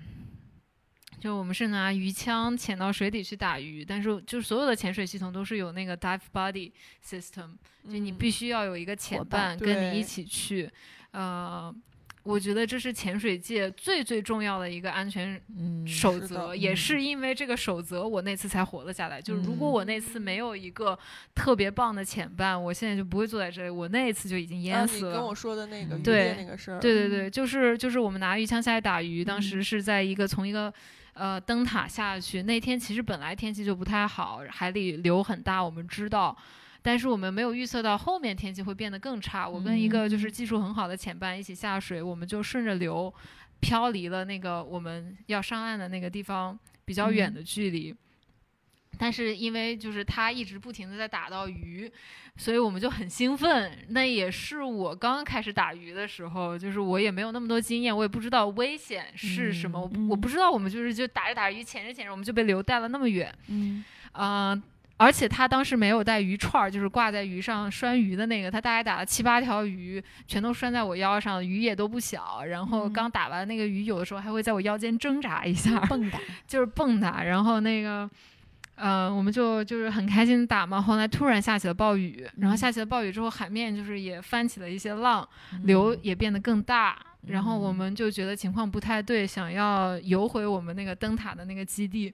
Speaker 1: 就我们是拿鱼枪潜到水底去打鱼，但是就所有的潜水系统都是有那个 dive body system，就你
Speaker 3: 嗯
Speaker 1: 必须要有一个潜
Speaker 4: 伙
Speaker 1: 伴
Speaker 4: 伴
Speaker 1: 跟你一
Speaker 3: 对
Speaker 1: 起去，呃，我觉得这是潜水界最最重要的一个安全
Speaker 2: 嗯
Speaker 1: 守
Speaker 3: 是
Speaker 1: 则，
Speaker 3: 的
Speaker 1: 也
Speaker 2: 嗯
Speaker 1: 是因为这个守则，我那次才活了下来。就是如果
Speaker 2: 嗯
Speaker 1: 我那次没有一个特别棒的潜伴，我现在就不会坐在这里，我那一次就已经
Speaker 3: 啊
Speaker 1: 淹
Speaker 3: 你
Speaker 1: 死
Speaker 3: 跟
Speaker 1: 了
Speaker 3: 我。说的那个
Speaker 2: 嗯
Speaker 3: 渔
Speaker 1: 对
Speaker 3: 猎那个事儿，
Speaker 1: 对对对，就是就是我们拿鱼枪下去打鱼，当时是在一个从一个呃灯塔下去。那天其实本来天气就不太好，海里流很大，我们知道，但是我们没有预测到后面天气会变得更差。我跟一个就是技术很好的潜伴一起下水，我们就顺着流漂离了那个我们要上岸的那个地方比较远的距离。但是因为就是他一直不停的在打到鱼，所以我们就很兴奋。那也是我刚刚开始打鱼的时候，就是我也没有那么多经验，我也不知道危险是什么，
Speaker 2: 嗯
Speaker 1: 我
Speaker 4: 嗯
Speaker 1: 不我不知道我们就是就打着打着鱼，潜着潜着，我们就被流带了那么远。
Speaker 4: 嗯
Speaker 1: 嗯、而且他当时没有带鱼串儿，就是挂在鱼上拴鱼的那个，他大概打了七八条鱼，全都拴在我腰上，鱼也都不小。然后
Speaker 4: 嗯
Speaker 1: 刚打完那个鱼，有的时候还会在我腰间挣扎一下，
Speaker 4: 蹦跶，
Speaker 1: 就是蹦跶。然后那个，呃，我们就就是很开心地打嘛。后来突然下起了暴雨，然后下起了暴雨之后，海面就是也翻起了一些浪，流也变得更大。然后我
Speaker 2: 嗯
Speaker 1: 们就觉得情况不太对，想要游回我们那个灯塔的那个基地。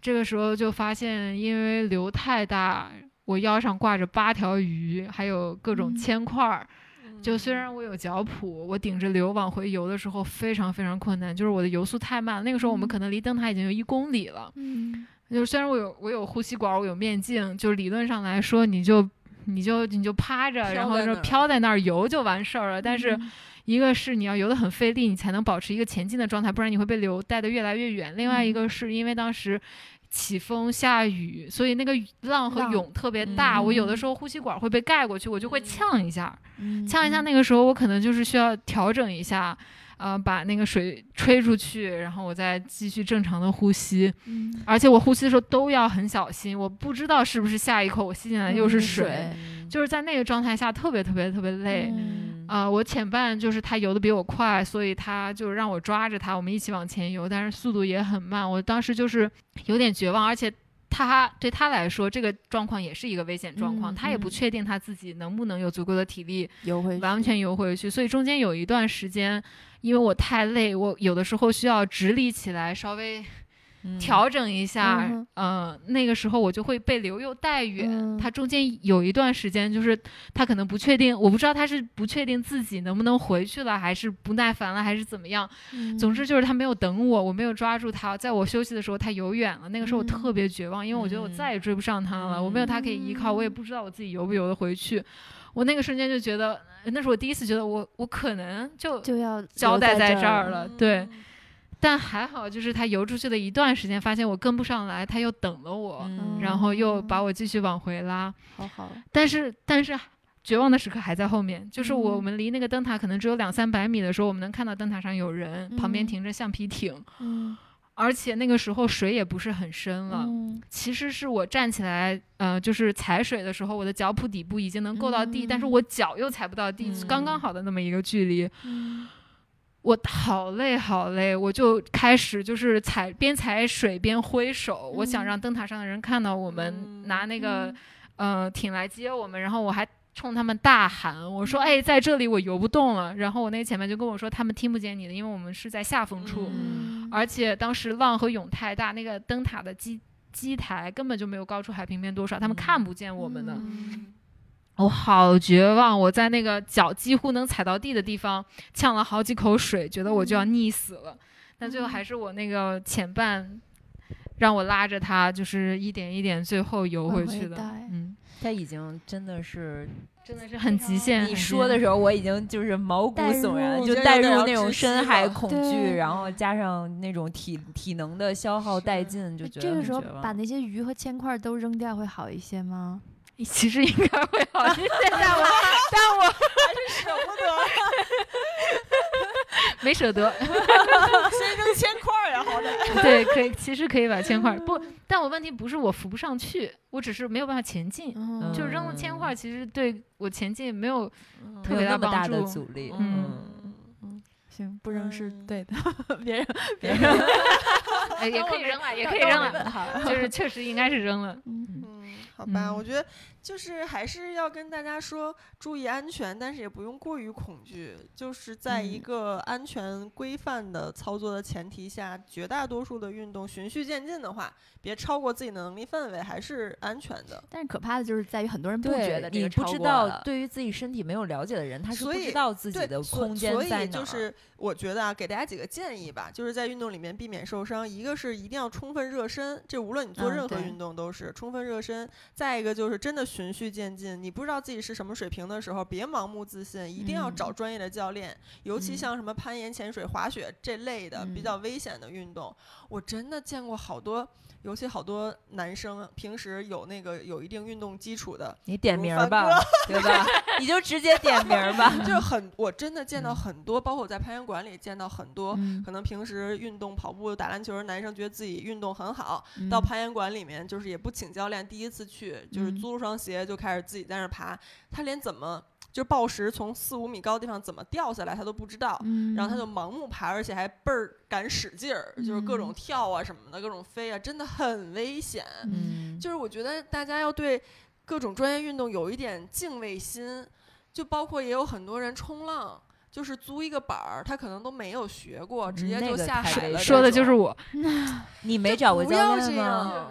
Speaker 1: 这个时候就发现，因为流太大，我腰上挂着八条鱼，还有各种
Speaker 4: 嗯
Speaker 1: 铅块儿。
Speaker 3: 嗯，
Speaker 1: 就虽然我有脚蹼，我顶着流往回游的时候非常非常困难，就是我的游速太慢了。那个时候我们
Speaker 4: 嗯
Speaker 1: 可能离灯塔已经有一公里了，
Speaker 4: 嗯
Speaker 1: 就是虽然我有我有呼吸管，我有面镜，就理论上来说，你就你就你就趴着，
Speaker 3: 飘
Speaker 1: 然后就
Speaker 3: 在那儿嗯
Speaker 1: 飘在那儿游就完事儿了。但是一个是你要游得很费力，你才能保持一个前进的状态，不然你会被流带得越来越远。另外
Speaker 3: 嗯
Speaker 1: 一个是因为当时。起风下雨，所以那个雨浪和
Speaker 4: 浪
Speaker 1: 涌特别大，我有的
Speaker 6: 嗯
Speaker 1: 时候呼吸管会被盖过去，我就会
Speaker 3: 嗯
Speaker 1: 呛一下儿。
Speaker 6: 嗯
Speaker 1: 呛一下，那个时候我可能就是需要调整一下，呃，把那个水吹出去，然后我再继续正常的呼吸。
Speaker 4: 嗯
Speaker 1: 而且我呼吸的时候都要很小心，我不知道是不是下一口我吸进来又是
Speaker 4: 嗯
Speaker 1: 水，
Speaker 4: 水
Speaker 1: 就是在那个状态下特别特别特别累。
Speaker 6: 嗯
Speaker 1: 啊、我潜伴就是他游的比我快，所以他就让我抓着他，我们一起往前游，但是速度也很慢。我当时就是有点绝望，而且他对他来说，这个状况也是一个危险状况，
Speaker 6: 嗯
Speaker 1: 他也
Speaker 6: 嗯
Speaker 1: 不确定他自己能不能有足够的体力
Speaker 4: 游回去
Speaker 1: 完全游回去。所以中间有一段时间，因为我太累，我有的时候需要直立起来，稍微
Speaker 2: 嗯
Speaker 1: 调整一下。
Speaker 4: 嗯
Speaker 1: 嗯、那个时候我就会被流又带远。
Speaker 4: 嗯
Speaker 1: 他中间有一段时间，就是他可能不确定，我不知道他是不确定自己能不能回去了，还是不耐烦了，还是怎么样。
Speaker 4: 嗯
Speaker 1: 总之就是他没有等我，我没有抓住他，在我休息的时候他游远了。那个时候我
Speaker 4: 嗯
Speaker 1: 特别绝望，因为我觉得我
Speaker 2: 嗯
Speaker 1: 再也追不上他了，我没有他可以依靠，我也
Speaker 4: 嗯
Speaker 1: 不知道我自己游不游得回去。我那个瞬间就觉得，呃那是我第一次觉得我我可能就
Speaker 4: 就要
Speaker 1: 交
Speaker 4: 留
Speaker 1: 代在
Speaker 4: 在
Speaker 1: 这儿
Speaker 4: 了。
Speaker 1: 了，
Speaker 3: 嗯
Speaker 1: 对。但还好，就是他游出去的一段时间，发现我跟不上来，他又等了我，
Speaker 4: 嗯
Speaker 1: 然后又把我继续往回拉。
Speaker 4: 好好，
Speaker 1: 但是但是绝望的时刻还在后面，就是我
Speaker 4: 嗯
Speaker 1: 们离那个灯塔可能只有两三百米的时候，我们能看到灯塔上有人，旁边
Speaker 4: 嗯
Speaker 1: 停着橡皮艇，
Speaker 4: 嗯
Speaker 1: 而且那个时候水也不是很深了。
Speaker 4: 嗯
Speaker 1: 其实是我站起来，呃，就是踩水的时候，我的脚蹼底部已经能够到地，但是我脚又踩不到地，
Speaker 2: 嗯
Speaker 1: 刚刚好的那么一个距离。
Speaker 4: 嗯
Speaker 1: 我好累好累，我就开始就是踩边踩水边挥手，我想
Speaker 4: 嗯
Speaker 1: 让灯塔上的人看到我
Speaker 3: 嗯
Speaker 1: 们拿那个、呃艇来接我们，然后我还冲他们大喊，我说：“哎，在这里我游不动了。”然后我那个前辈就跟我说，他们听不见你的，因为我们是在下风处，
Speaker 4: 嗯
Speaker 1: 而且当时浪和涌太大，那个灯塔的基基台根本就没有高出海平面多少，他们
Speaker 2: 嗯
Speaker 1: 看不见我们的。
Speaker 3: 嗯
Speaker 1: 我好绝望，我在那个脚几乎能踩到地的地方呛了好几口水，觉得我就要溺死了。但最后还是我那个前伴让我拉着他，就是一点一点最后游
Speaker 4: 往
Speaker 1: 回
Speaker 4: 回
Speaker 1: 去的
Speaker 4: 带。
Speaker 1: 嗯，
Speaker 2: 他已经真的是
Speaker 1: 真的是很极限。
Speaker 2: 你说的时候，我已经就是毛骨悚
Speaker 4: 带
Speaker 2: 然，
Speaker 4: 入
Speaker 2: 就
Speaker 3: 就
Speaker 2: 带
Speaker 3: 有点
Speaker 2: 入
Speaker 3: 要
Speaker 2: 那种
Speaker 3: 窒息
Speaker 2: 深海
Speaker 3: 了
Speaker 2: 恐惧，
Speaker 4: 对
Speaker 2: 然后加上那种体体能的消耗殆
Speaker 1: 啊
Speaker 3: 是
Speaker 2: 尽，
Speaker 1: 哎
Speaker 2: 就觉得
Speaker 4: 这个
Speaker 2: 很
Speaker 4: 时候
Speaker 2: 绝望
Speaker 4: 把那些鱼和铅块都扔掉会好一些吗？
Speaker 1: 候， 其实应该会好。因为现在我，但我
Speaker 3: 舍不得，
Speaker 1: 没舍得。
Speaker 3: 先扔铅块儿呀，好歹。
Speaker 1: 对，可以，其实可以把铅块儿不，但我问题不是我浮不上去，我只是没有办法前进。
Speaker 4: 嗯
Speaker 1: 就扔了铅块儿，其实对我前进没有特
Speaker 2: 没有
Speaker 1: 别
Speaker 2: 那
Speaker 1: 大
Speaker 2: 么大
Speaker 1: 帮
Speaker 2: 的
Speaker 1: 助。
Speaker 2: 阻力，
Speaker 1: 嗯
Speaker 4: 行，不扔是
Speaker 3: 嗯
Speaker 4: 对的， 别扔，别
Speaker 2: 嗯
Speaker 4: 扔，
Speaker 1: 哎也可以扔了，也可以扔了，就是确实应该是扔了。
Speaker 4: 嗯
Speaker 3: 嗯，好吧，
Speaker 1: 嗯
Speaker 3: 我觉得就是还是要跟大家说，注意安全，但是也不用过于恐惧，就是在一个安全规范的操作的前提下，绝大多数的运动循序渐进的话，别超过自己的能力范围，还是安全的。
Speaker 4: 但是可怕的就是在于很多人不觉
Speaker 2: 对
Speaker 4: 得，这
Speaker 2: 你
Speaker 4: 个
Speaker 2: 不
Speaker 4: 超
Speaker 2: 知
Speaker 4: 过
Speaker 2: 道
Speaker 4: 了，
Speaker 2: 对于自己身体没有了解的人，他是不
Speaker 3: 所
Speaker 2: 知
Speaker 3: 以
Speaker 2: 道自己
Speaker 3: 对
Speaker 2: 的
Speaker 3: 所
Speaker 2: 空间
Speaker 3: 所
Speaker 2: 在
Speaker 3: 以
Speaker 2: 哪儿。
Speaker 3: 就是我觉得啊，给大家几个建议吧，就是在运动里面避免受伤。一个是一定要充分热身，这无论你做
Speaker 4: 嗯
Speaker 3: 任何
Speaker 4: 对
Speaker 3: 运动都是、充分热身。再一个就是真的循序渐进，你不知道自己是什么水平的时候，别盲目自信，一定要找专业的教练。尤其
Speaker 2: 嗯
Speaker 3: 像什么攀岩、潜水、滑雪这类的、比
Speaker 2: 嗯
Speaker 3: 较危险的运动，我真的见过好多，尤其好多男生平时有那个有一定运动基础的，
Speaker 2: 你点
Speaker 3: 如
Speaker 2: 名儿
Speaker 3: 凡
Speaker 2: 吧
Speaker 3: 哥，
Speaker 2: 对吧？ 你就直接点名儿 吧。
Speaker 3: 就是很，我真的见到
Speaker 2: 嗯
Speaker 3: 很多，包括我在攀岩馆里见到很多，
Speaker 4: 嗯
Speaker 3: 可能平时运动、跑步、打篮球的男生觉得自己运动很好，
Speaker 4: 嗯
Speaker 3: 到攀岩馆里面就是也不请教练，第一次去就是
Speaker 4: 嗯
Speaker 3: 租双鞋就开始自己在那儿爬，他连怎么就是抱石从四五米高的地方怎么掉下来他都不知道。
Speaker 4: 嗯，
Speaker 3: 然后他就盲目爬，而且还倍儿敢使劲儿，就是各种
Speaker 4: 嗯
Speaker 3: 跳啊什么的，各种飞啊，真的很危险。
Speaker 2: 嗯，
Speaker 3: 就是我觉得大家要对各种专业运动有一点敬畏心，就包括也有很多人冲浪，就是租一个板儿，他可能都没有学过，直
Speaker 2: 嗯
Speaker 3: 接
Speaker 2: 那
Speaker 3: 就
Speaker 2: 个
Speaker 3: 下
Speaker 2: 太
Speaker 3: 海
Speaker 2: 危
Speaker 3: 了。
Speaker 2: 险
Speaker 1: 说的就是我，
Speaker 2: 你没找过
Speaker 3: 不
Speaker 2: 教
Speaker 3: 要
Speaker 2: 练
Speaker 3: 这样
Speaker 2: 吗？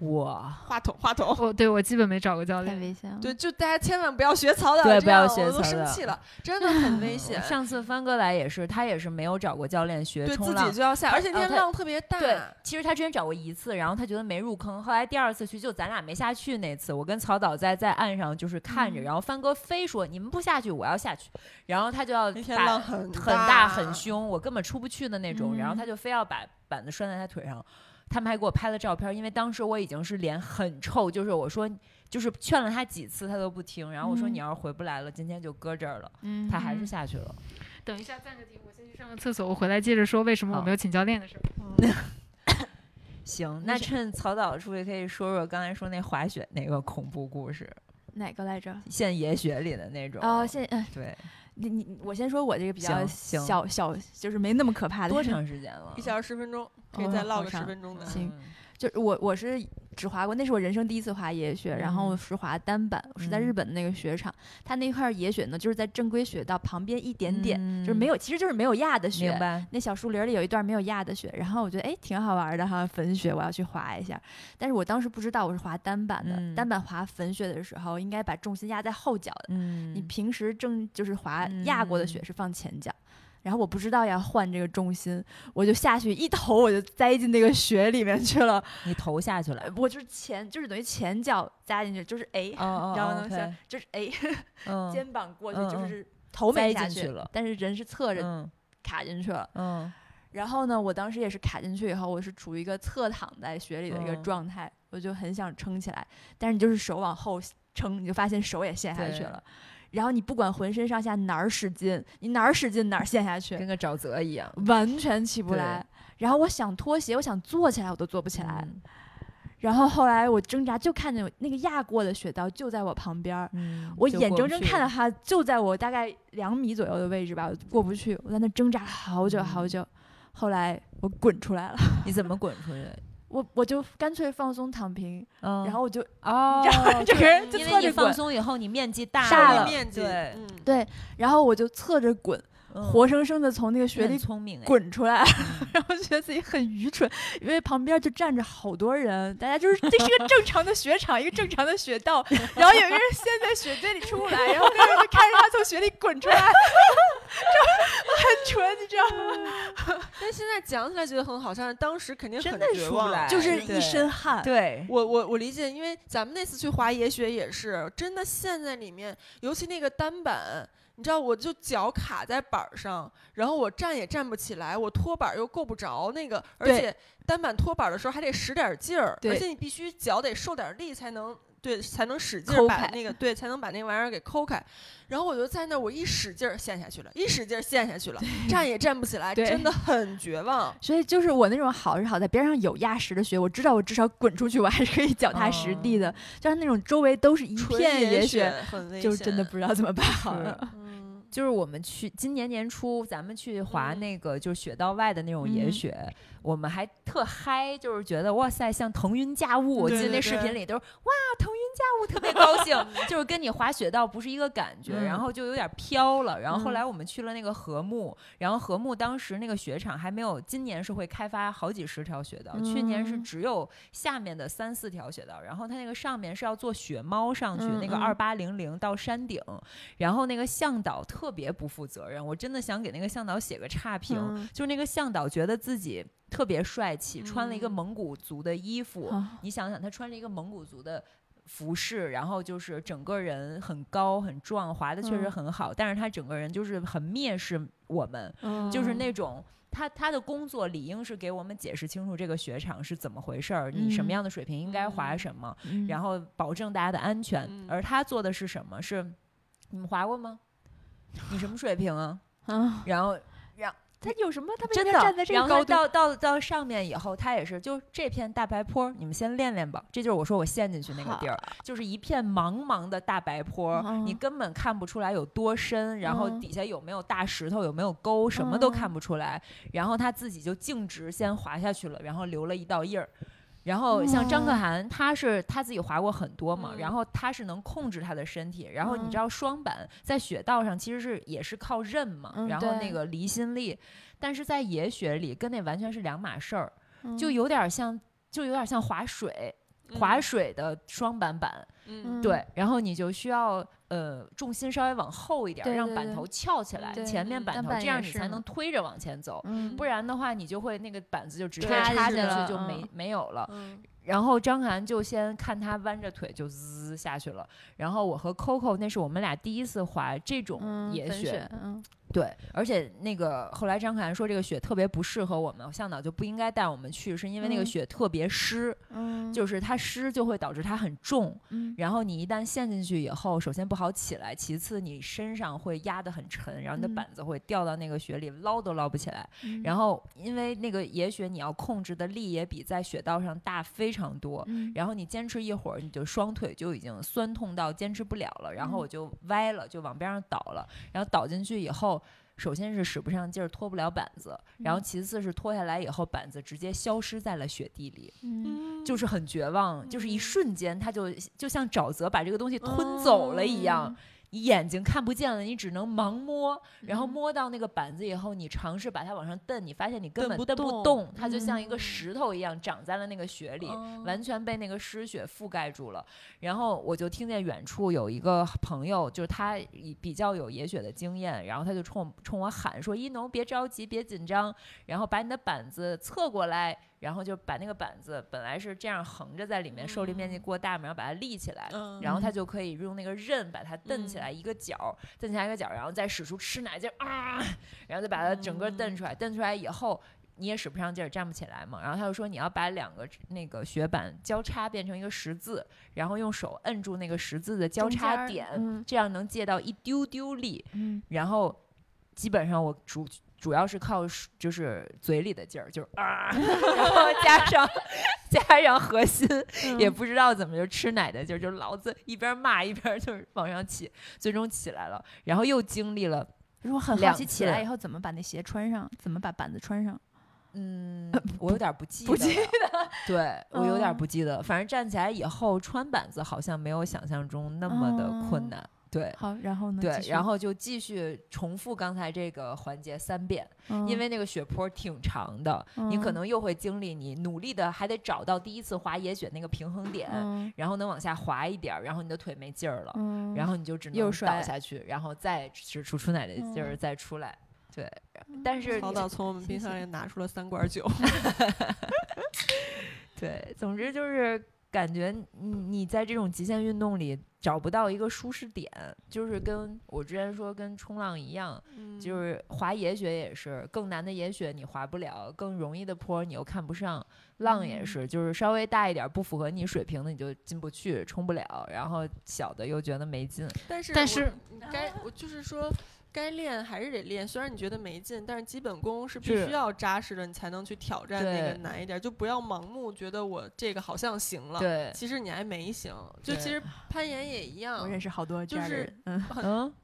Speaker 2: 哇，
Speaker 3: 话筒话
Speaker 2: 嗯
Speaker 3: 筒。
Speaker 1: 我对我基本没找过教
Speaker 4: 太
Speaker 1: 练。
Speaker 4: 危险了。
Speaker 3: 对，就大家千万不要学 曹导这
Speaker 2: 对
Speaker 3: 样，
Speaker 2: 不要学
Speaker 3: 我都
Speaker 2: 曹
Speaker 3: 生
Speaker 2: 导
Speaker 3: 气 了，真的很危险。
Speaker 2: 上次帆哥来也是，他也是没有找过教练学
Speaker 3: 对
Speaker 2: 冲
Speaker 3: 自
Speaker 2: 浪
Speaker 3: 己。就要下，而且那
Speaker 2: 然后
Speaker 3: 天
Speaker 2: 他
Speaker 3: 浪特别大。
Speaker 2: 对，其实他之前找过一次，然后他觉得没入坑。后来第二次去，就咱俩没下去那次，我跟曹导在在岸上就是看
Speaker 3: 嗯
Speaker 2: 着，然后帆哥非说你们不下去，我要下去，然后他就要
Speaker 3: 那天
Speaker 2: 把
Speaker 3: 浪很
Speaker 2: 很
Speaker 3: 大
Speaker 2: 大嗯很凶，我根本出不去的那种。然后他就非要把板子拴在他腿上，他们还给我拍了照片，因为当时我已经是脸很臭，就是我说就是劝了他几次他都不听，然后我说
Speaker 4: 嗯
Speaker 2: 你要是回不来了，今天就搁这儿了，
Speaker 4: 嗯
Speaker 2: 他还是下去了。
Speaker 1: 等一下，暂个停，我先去上个厕所，我回来接着说为什么我
Speaker 2: 好
Speaker 1: 没有请教练的事儿。
Speaker 2: 行，那趁曹导出去可以说说刚才说那滑雪那个恐怖故事，
Speaker 4: 嗯哪个来着？
Speaker 2: 现野雪里的那种。
Speaker 4: 哦，现呃
Speaker 2: 对，
Speaker 4: 你你我先说我这个比较
Speaker 2: 啊行行
Speaker 4: 小小，就是没那么可怕的。
Speaker 2: 多？长时间了
Speaker 3: 一？小时十分钟，
Speaker 2: 嗯
Speaker 3: 可以
Speaker 4: 哦
Speaker 3: 再唠
Speaker 4: 好
Speaker 3: 个十
Speaker 4: 长
Speaker 3: 分钟的。
Speaker 4: 行就是我我是只滑过，那是我人生第一次滑野雪，然后我是滑单板，我是在
Speaker 2: 嗯
Speaker 4: 日本的那个雪场，它那块野雪呢，就是在正规雪道旁边一点点，就是没
Speaker 2: 有
Speaker 4: 有，其实就是没有压的雪
Speaker 2: 嗯明。白。
Speaker 4: 那小树林里有一段没有压的雪，然后我觉得哎挺好玩的哈，粉雪我要去滑一下。但是我当时不知道我是滑单板的，
Speaker 2: 嗯
Speaker 4: 单板滑粉雪的时候应该把重心压在后脚的，
Speaker 2: 嗯，
Speaker 4: 你平时正就是滑压过的雪是放前脚。然后我不知道要换这个重心，我就下去一头我就栽进那个雪里面去了，
Speaker 2: 你头下 去了
Speaker 4: 呃。我就是前就是等于前脚扎进去，就是哎，
Speaker 2: 哦哦，
Speaker 4: 然后呢
Speaker 2: OK
Speaker 4: 像就是哎、
Speaker 2: 嗯
Speaker 4: 肩膀过去
Speaker 2: 嗯
Speaker 4: 就
Speaker 2: 嗯
Speaker 4: 是头没
Speaker 2: 栽
Speaker 4: 下
Speaker 2: 进去了
Speaker 4: 但是人是侧着
Speaker 2: 嗯
Speaker 4: 卡进去了。
Speaker 2: 嗯
Speaker 4: 然后呢，我当时也是卡进去以后，我是处于一个侧躺在雪里的一个
Speaker 2: 嗯
Speaker 4: 状态，我就很想撑起来，但是你就是手往后撑，你就发现手也陷下去
Speaker 2: 对
Speaker 4: 了。然后你不管浑身上下哪儿使劲，你哪儿使劲哪儿陷下去，
Speaker 2: 跟个沼泽一样，
Speaker 4: 完全起不
Speaker 2: 对
Speaker 4: 来。然后我想脱鞋，我想坐起来，我都坐不起来。
Speaker 2: 嗯
Speaker 4: 然后后来我挣扎，就看见有那个压过的雪道就在我旁边儿，
Speaker 2: 嗯，
Speaker 4: 我
Speaker 2: 就
Speaker 4: 眼
Speaker 2: 过
Speaker 4: 睁
Speaker 2: 不
Speaker 4: 睁
Speaker 2: 去
Speaker 4: 看到它就在我大概两米左右的位置吧，我过不去，我在那挣扎了好久好
Speaker 2: 嗯
Speaker 4: 久。后来我滚出来了，
Speaker 2: 你怎么滚出去？
Speaker 4: 我我就干脆放松躺平，
Speaker 2: 嗯，
Speaker 4: 然后我就
Speaker 2: 哦，
Speaker 4: 整个人就
Speaker 2: 因
Speaker 4: 侧
Speaker 2: 为
Speaker 4: 着
Speaker 2: 你放
Speaker 4: 滚，
Speaker 2: 松以后，你面积大
Speaker 4: 大
Speaker 3: 那
Speaker 4: 了
Speaker 3: 面积，
Speaker 2: 对，
Speaker 3: 嗯，
Speaker 4: 对，然后我就侧着滚，
Speaker 2: 嗯
Speaker 4: 活生生的从那个雪
Speaker 2: 你很
Speaker 4: 里
Speaker 2: 聪明哎，
Speaker 4: 滚出来， 然后觉得自己很愚蠢，因为旁边就站着好多人，大家就是这是个正常的雪场，一个正常的雪 道，然后有一个人陷在雪堆里出不来，然后那个人就看着他从雪里滚出来，就 很蠢，你知道吗？
Speaker 3: 但现在讲起来觉得很好，但是当时肯定
Speaker 2: 真
Speaker 3: 很
Speaker 2: 的
Speaker 3: 绝
Speaker 2: 出
Speaker 3: 望。
Speaker 2: 来
Speaker 4: 就是
Speaker 2: 对
Speaker 4: 一身汗，
Speaker 2: 对，
Speaker 3: 我我我理解，因为咱们那次去滑野雪也是真的陷在里面，尤其那个单板，你知道，我就脚卡在板儿上，然后我站也站不起来，我托板儿又够不着那个，而
Speaker 4: 对
Speaker 3: 且单板托板儿的时候还得使点儿劲儿，而
Speaker 4: 对
Speaker 3: 且你必须脚得受点儿力才能。对，才能使劲
Speaker 4: 抠
Speaker 3: 儿把
Speaker 4: 开
Speaker 3: 那个对，才能把那玩意儿给抠开。然后我就在那儿，我一使劲儿陷下去了，一使劲儿陷下去了，站也站不起来，
Speaker 4: 对
Speaker 3: 真的很绝望。
Speaker 4: 所以就是我那种好是好在边上有压实的雪，我知道我至少滚出去我还是可以脚踏实地的。就是那种周围都是一
Speaker 3: 纯
Speaker 4: 片
Speaker 3: 野
Speaker 4: 野雪，
Speaker 3: 很危险，
Speaker 4: 就真的不知道怎么办好了。
Speaker 3: 嗯，
Speaker 2: 就是我们去今年年初，咱们去滑
Speaker 3: 嗯
Speaker 2: 那个就是雪道外的那种野
Speaker 4: 嗯
Speaker 2: 雪，我们还特嗨，就是觉得哇塞，像腾云驾雾。我
Speaker 3: 对
Speaker 2: 记得
Speaker 3: 对
Speaker 2: 那视
Speaker 3: 对
Speaker 2: 频里都是哇，腾云驾雾，特别高兴， 就是跟你滑雪道不是一个感觉，然
Speaker 3: 嗯
Speaker 2: 后就有点飘了。然后后
Speaker 4: 嗯
Speaker 2: 来我们去了那个禾木，然后禾木当时那个雪场还没有，今年是会开发好几十条雪道，去年是
Speaker 4: 嗯
Speaker 2: 只有下面的三四条雪道，然后它那个上面是要坐雪猫上去，
Speaker 3: 嗯
Speaker 2: 那个
Speaker 3: 嗯
Speaker 2: 二八零零到山顶。然后那个向导特别不负责任，我真的想给那个向导写个差评，
Speaker 4: 嗯
Speaker 2: 就是那个向导觉得自己特别帅气，
Speaker 3: 嗯
Speaker 2: 穿了一个蒙古族的衣服，
Speaker 4: 啊
Speaker 2: 你想想，他穿着一个蒙古族的。服饰，然后就是整个人很高很壮，滑的确实
Speaker 4: 嗯
Speaker 2: 很好，但是他整个人就是很蔑视我们，
Speaker 4: 嗯
Speaker 2: 就是那种他他的工作理应是给我们解释清楚这个雪场是怎么回事儿，你什么
Speaker 4: 嗯
Speaker 2: 样的水平应该滑
Speaker 3: 嗯
Speaker 2: 什么，
Speaker 4: 嗯
Speaker 2: 然后保证大家的安全。
Speaker 3: 嗯
Speaker 2: 而他做的是什么？是你们滑过吗？你什么水平啊？
Speaker 4: 啊，
Speaker 2: 然后
Speaker 4: 他有什么？他为什
Speaker 2: 真
Speaker 4: 么
Speaker 2: 的
Speaker 4: 要站在，这
Speaker 2: 然
Speaker 4: 个
Speaker 2: 后
Speaker 4: 高
Speaker 2: 他
Speaker 4: 度？
Speaker 2: 到到到上面以后，他也是，就这片大白坡，你们先练练吧。这就是我说我陷进去那个地儿，就是一片茫茫的大白坡，
Speaker 4: 嗯
Speaker 2: 你根本看不出来有多深，然后
Speaker 4: 嗯
Speaker 2: 底下有没有大石头，有没有沟，什么都看不出来。然后他自己就径直先滑下去了，然后留了一道印儿。然后像张可
Speaker 4: 哦
Speaker 2: 涵，他是他自己滑过很多嘛，
Speaker 3: 嗯
Speaker 2: 然后他是能控制他的身体。然后你
Speaker 4: 嗯
Speaker 2: 知道双板在雪道上其实是也是靠韧嘛，
Speaker 4: 嗯
Speaker 2: 然后那
Speaker 4: 对
Speaker 2: 个离心力，但是在野雪里跟那完全是两码事儿，就
Speaker 4: 嗯
Speaker 2: 有点像，就有点像划水。划水的双板板，
Speaker 3: 嗯
Speaker 2: 对，然后你就需要呃重心稍微往后一点儿，
Speaker 4: 对
Speaker 2: 让
Speaker 4: 对
Speaker 2: 板
Speaker 4: 对
Speaker 2: 头翘起来，
Speaker 4: 对
Speaker 2: 前面
Speaker 3: 嗯
Speaker 2: 板
Speaker 4: 单
Speaker 2: 头，
Speaker 4: 板
Speaker 2: 这
Speaker 4: 也
Speaker 2: 样你
Speaker 4: 是
Speaker 2: 才能
Speaker 4: 嘛
Speaker 2: 推着往前走，
Speaker 4: 嗯
Speaker 2: 不然的话你就会那个板子就直接
Speaker 4: 插进
Speaker 2: 插
Speaker 4: 去
Speaker 2: 进去
Speaker 4: 了
Speaker 2: 就
Speaker 4: 嗯
Speaker 2: 没没有了。
Speaker 3: 嗯
Speaker 2: 然后张涵就先看他弯着腿就滋下去了，然后我和 Coco 那是我们俩第一次滑这种
Speaker 4: 嗯
Speaker 2: 野
Speaker 4: 粉
Speaker 2: 雪，
Speaker 4: 嗯
Speaker 2: 对，而且那个后来张涵说这个雪特别不适合我们，向导就不应该带我们去，是因为那个
Speaker 4: 嗯
Speaker 2: 雪特别湿，
Speaker 4: 嗯，
Speaker 2: 就是它湿就会导致它很重，
Speaker 4: 嗯
Speaker 2: 然后你一旦陷进去以后，首先不好起来，其次你身上会压得很沉，然后你的
Speaker 4: 嗯
Speaker 2: 板子会掉到那个雪里，捞都捞不起来。
Speaker 4: 嗯
Speaker 2: 然后因为那个野雪你要控制的力也比在雪道上大非常多，
Speaker 4: 嗯
Speaker 2: 然后你坚持一会儿，你就双腿就已经酸痛到坚持不了了，然后
Speaker 3: 嗯
Speaker 2: 我就歪了，就往边上倒了，然后倒进去以后。首先是使不上劲儿，拖不了板子，然后
Speaker 4: 嗯
Speaker 2: 其次是脱下来以后，板子直接消失在了雪地里，
Speaker 4: 嗯
Speaker 2: 就是很绝望，就是
Speaker 3: 嗯
Speaker 2: 一瞬间，它就就像沼泽把这个东西吞走了一
Speaker 3: 哦
Speaker 2: 样，你眼睛看不见了，你只能盲摸，然
Speaker 3: 嗯
Speaker 2: 后摸到那个板子以后，你尝试把它往上蹬，你发现你根
Speaker 3: 蹬
Speaker 2: 本
Speaker 3: 不
Speaker 2: 蹬不
Speaker 3: 动
Speaker 2: 动，它就像一
Speaker 3: 嗯
Speaker 2: 个石头一样长在了那个雪里，
Speaker 3: 哦
Speaker 2: 完全被那个湿雪覆盖住了。然后我就听见远处有一个朋友，就是他以比较有野雪的经验，然后他就冲我冲我喊说：“一农，别着急，别紧张，然后把你的板子侧过来。”然后就把那个板子本来是这样横着在里面，受力面积过大嘛，然后把它立起来，
Speaker 3: 嗯
Speaker 2: 然后他就可以用那个刃把它蹬起
Speaker 4: 嗯
Speaker 2: 来一个角儿，蹬起来一个角儿，然后再使出吃奶劲儿啊，然后再把它整
Speaker 4: 嗯
Speaker 2: 个蹬出来，蹬出来以后。你也使不上劲儿，站不起来嘛。然后他就说你要把两个那个雪板交叉变成一个十字，然后用手摁住那个十字的交
Speaker 4: 中间
Speaker 2: 叉
Speaker 4: 儿
Speaker 2: 点，
Speaker 4: 嗯
Speaker 2: 这样能借到一丢丢力。
Speaker 4: 嗯
Speaker 2: 然后基本上我主主要是靠是就是嘴里的劲儿，就是啊， 然后加上 加上核心，也
Speaker 4: 嗯
Speaker 2: 不知道怎么就吃奶的劲儿，就老子一边骂一边就是往上起，最终起来了，然后又经历了。
Speaker 4: 如果很好
Speaker 2: 两
Speaker 4: 奇起
Speaker 2: 次
Speaker 4: 来以后怎么把那鞋穿上，怎么把板子穿上？
Speaker 2: 嗯
Speaker 4: 呃，
Speaker 2: 我有点不记
Speaker 4: 不
Speaker 2: 得
Speaker 4: 记
Speaker 2: 了，对我有点
Speaker 4: 嗯
Speaker 2: 不记得了。反正站起来以后穿板子好像没有想象中那么的困
Speaker 4: 嗯
Speaker 2: 难，对
Speaker 4: 好，然后呢？
Speaker 2: 对
Speaker 4: 继，续
Speaker 2: 然后就继续重复刚才这个环节三遍，因为那个雪坡挺长的，你可
Speaker 4: 嗯
Speaker 2: 能又会经历你努力的还得找到第一次滑野雪那个平衡点，
Speaker 4: 嗯
Speaker 2: 然后能往下滑一点儿，然后你的腿没劲儿了，
Speaker 4: 嗯，
Speaker 2: 然后你就只
Speaker 4: 又
Speaker 2: 能倒
Speaker 4: 摔
Speaker 2: 下去，然后再使出出奶的劲儿再出来。对，
Speaker 4: 嗯
Speaker 2: 但是
Speaker 3: 曹导从我们冰箱里拿出了三罐酒，
Speaker 2: 嗯对，总之就是感觉你你在这种极限运动里找不到一个舒适点，就是跟我之前说跟冲浪一样，
Speaker 3: 嗯
Speaker 2: 就是滑野雪也是，更难的野雪你滑不了，更容易的坡你又看不上，浪也是，就是稍微大一点儿不符合你水平的你就进不去，冲不了，然后小的又觉得没劲。
Speaker 3: 但是
Speaker 1: 但
Speaker 3: 我
Speaker 1: 是
Speaker 4: 嗯
Speaker 3: 你该我就是说。该练还是得练，虽然你觉得没劲，但是基本功是必
Speaker 2: 是
Speaker 3: 须要扎实的，你才能去挑战那个
Speaker 2: 对
Speaker 3: 难一点，就不要盲目觉得我这个好像行了，
Speaker 2: 对，
Speaker 3: 其实你还没行。就
Speaker 2: 对
Speaker 3: 其实攀岩也一样
Speaker 4: 我，认识好多
Speaker 3: 就
Speaker 4: 这样的
Speaker 3: 是
Speaker 4: 人，嗯，
Speaker 2: 嗯，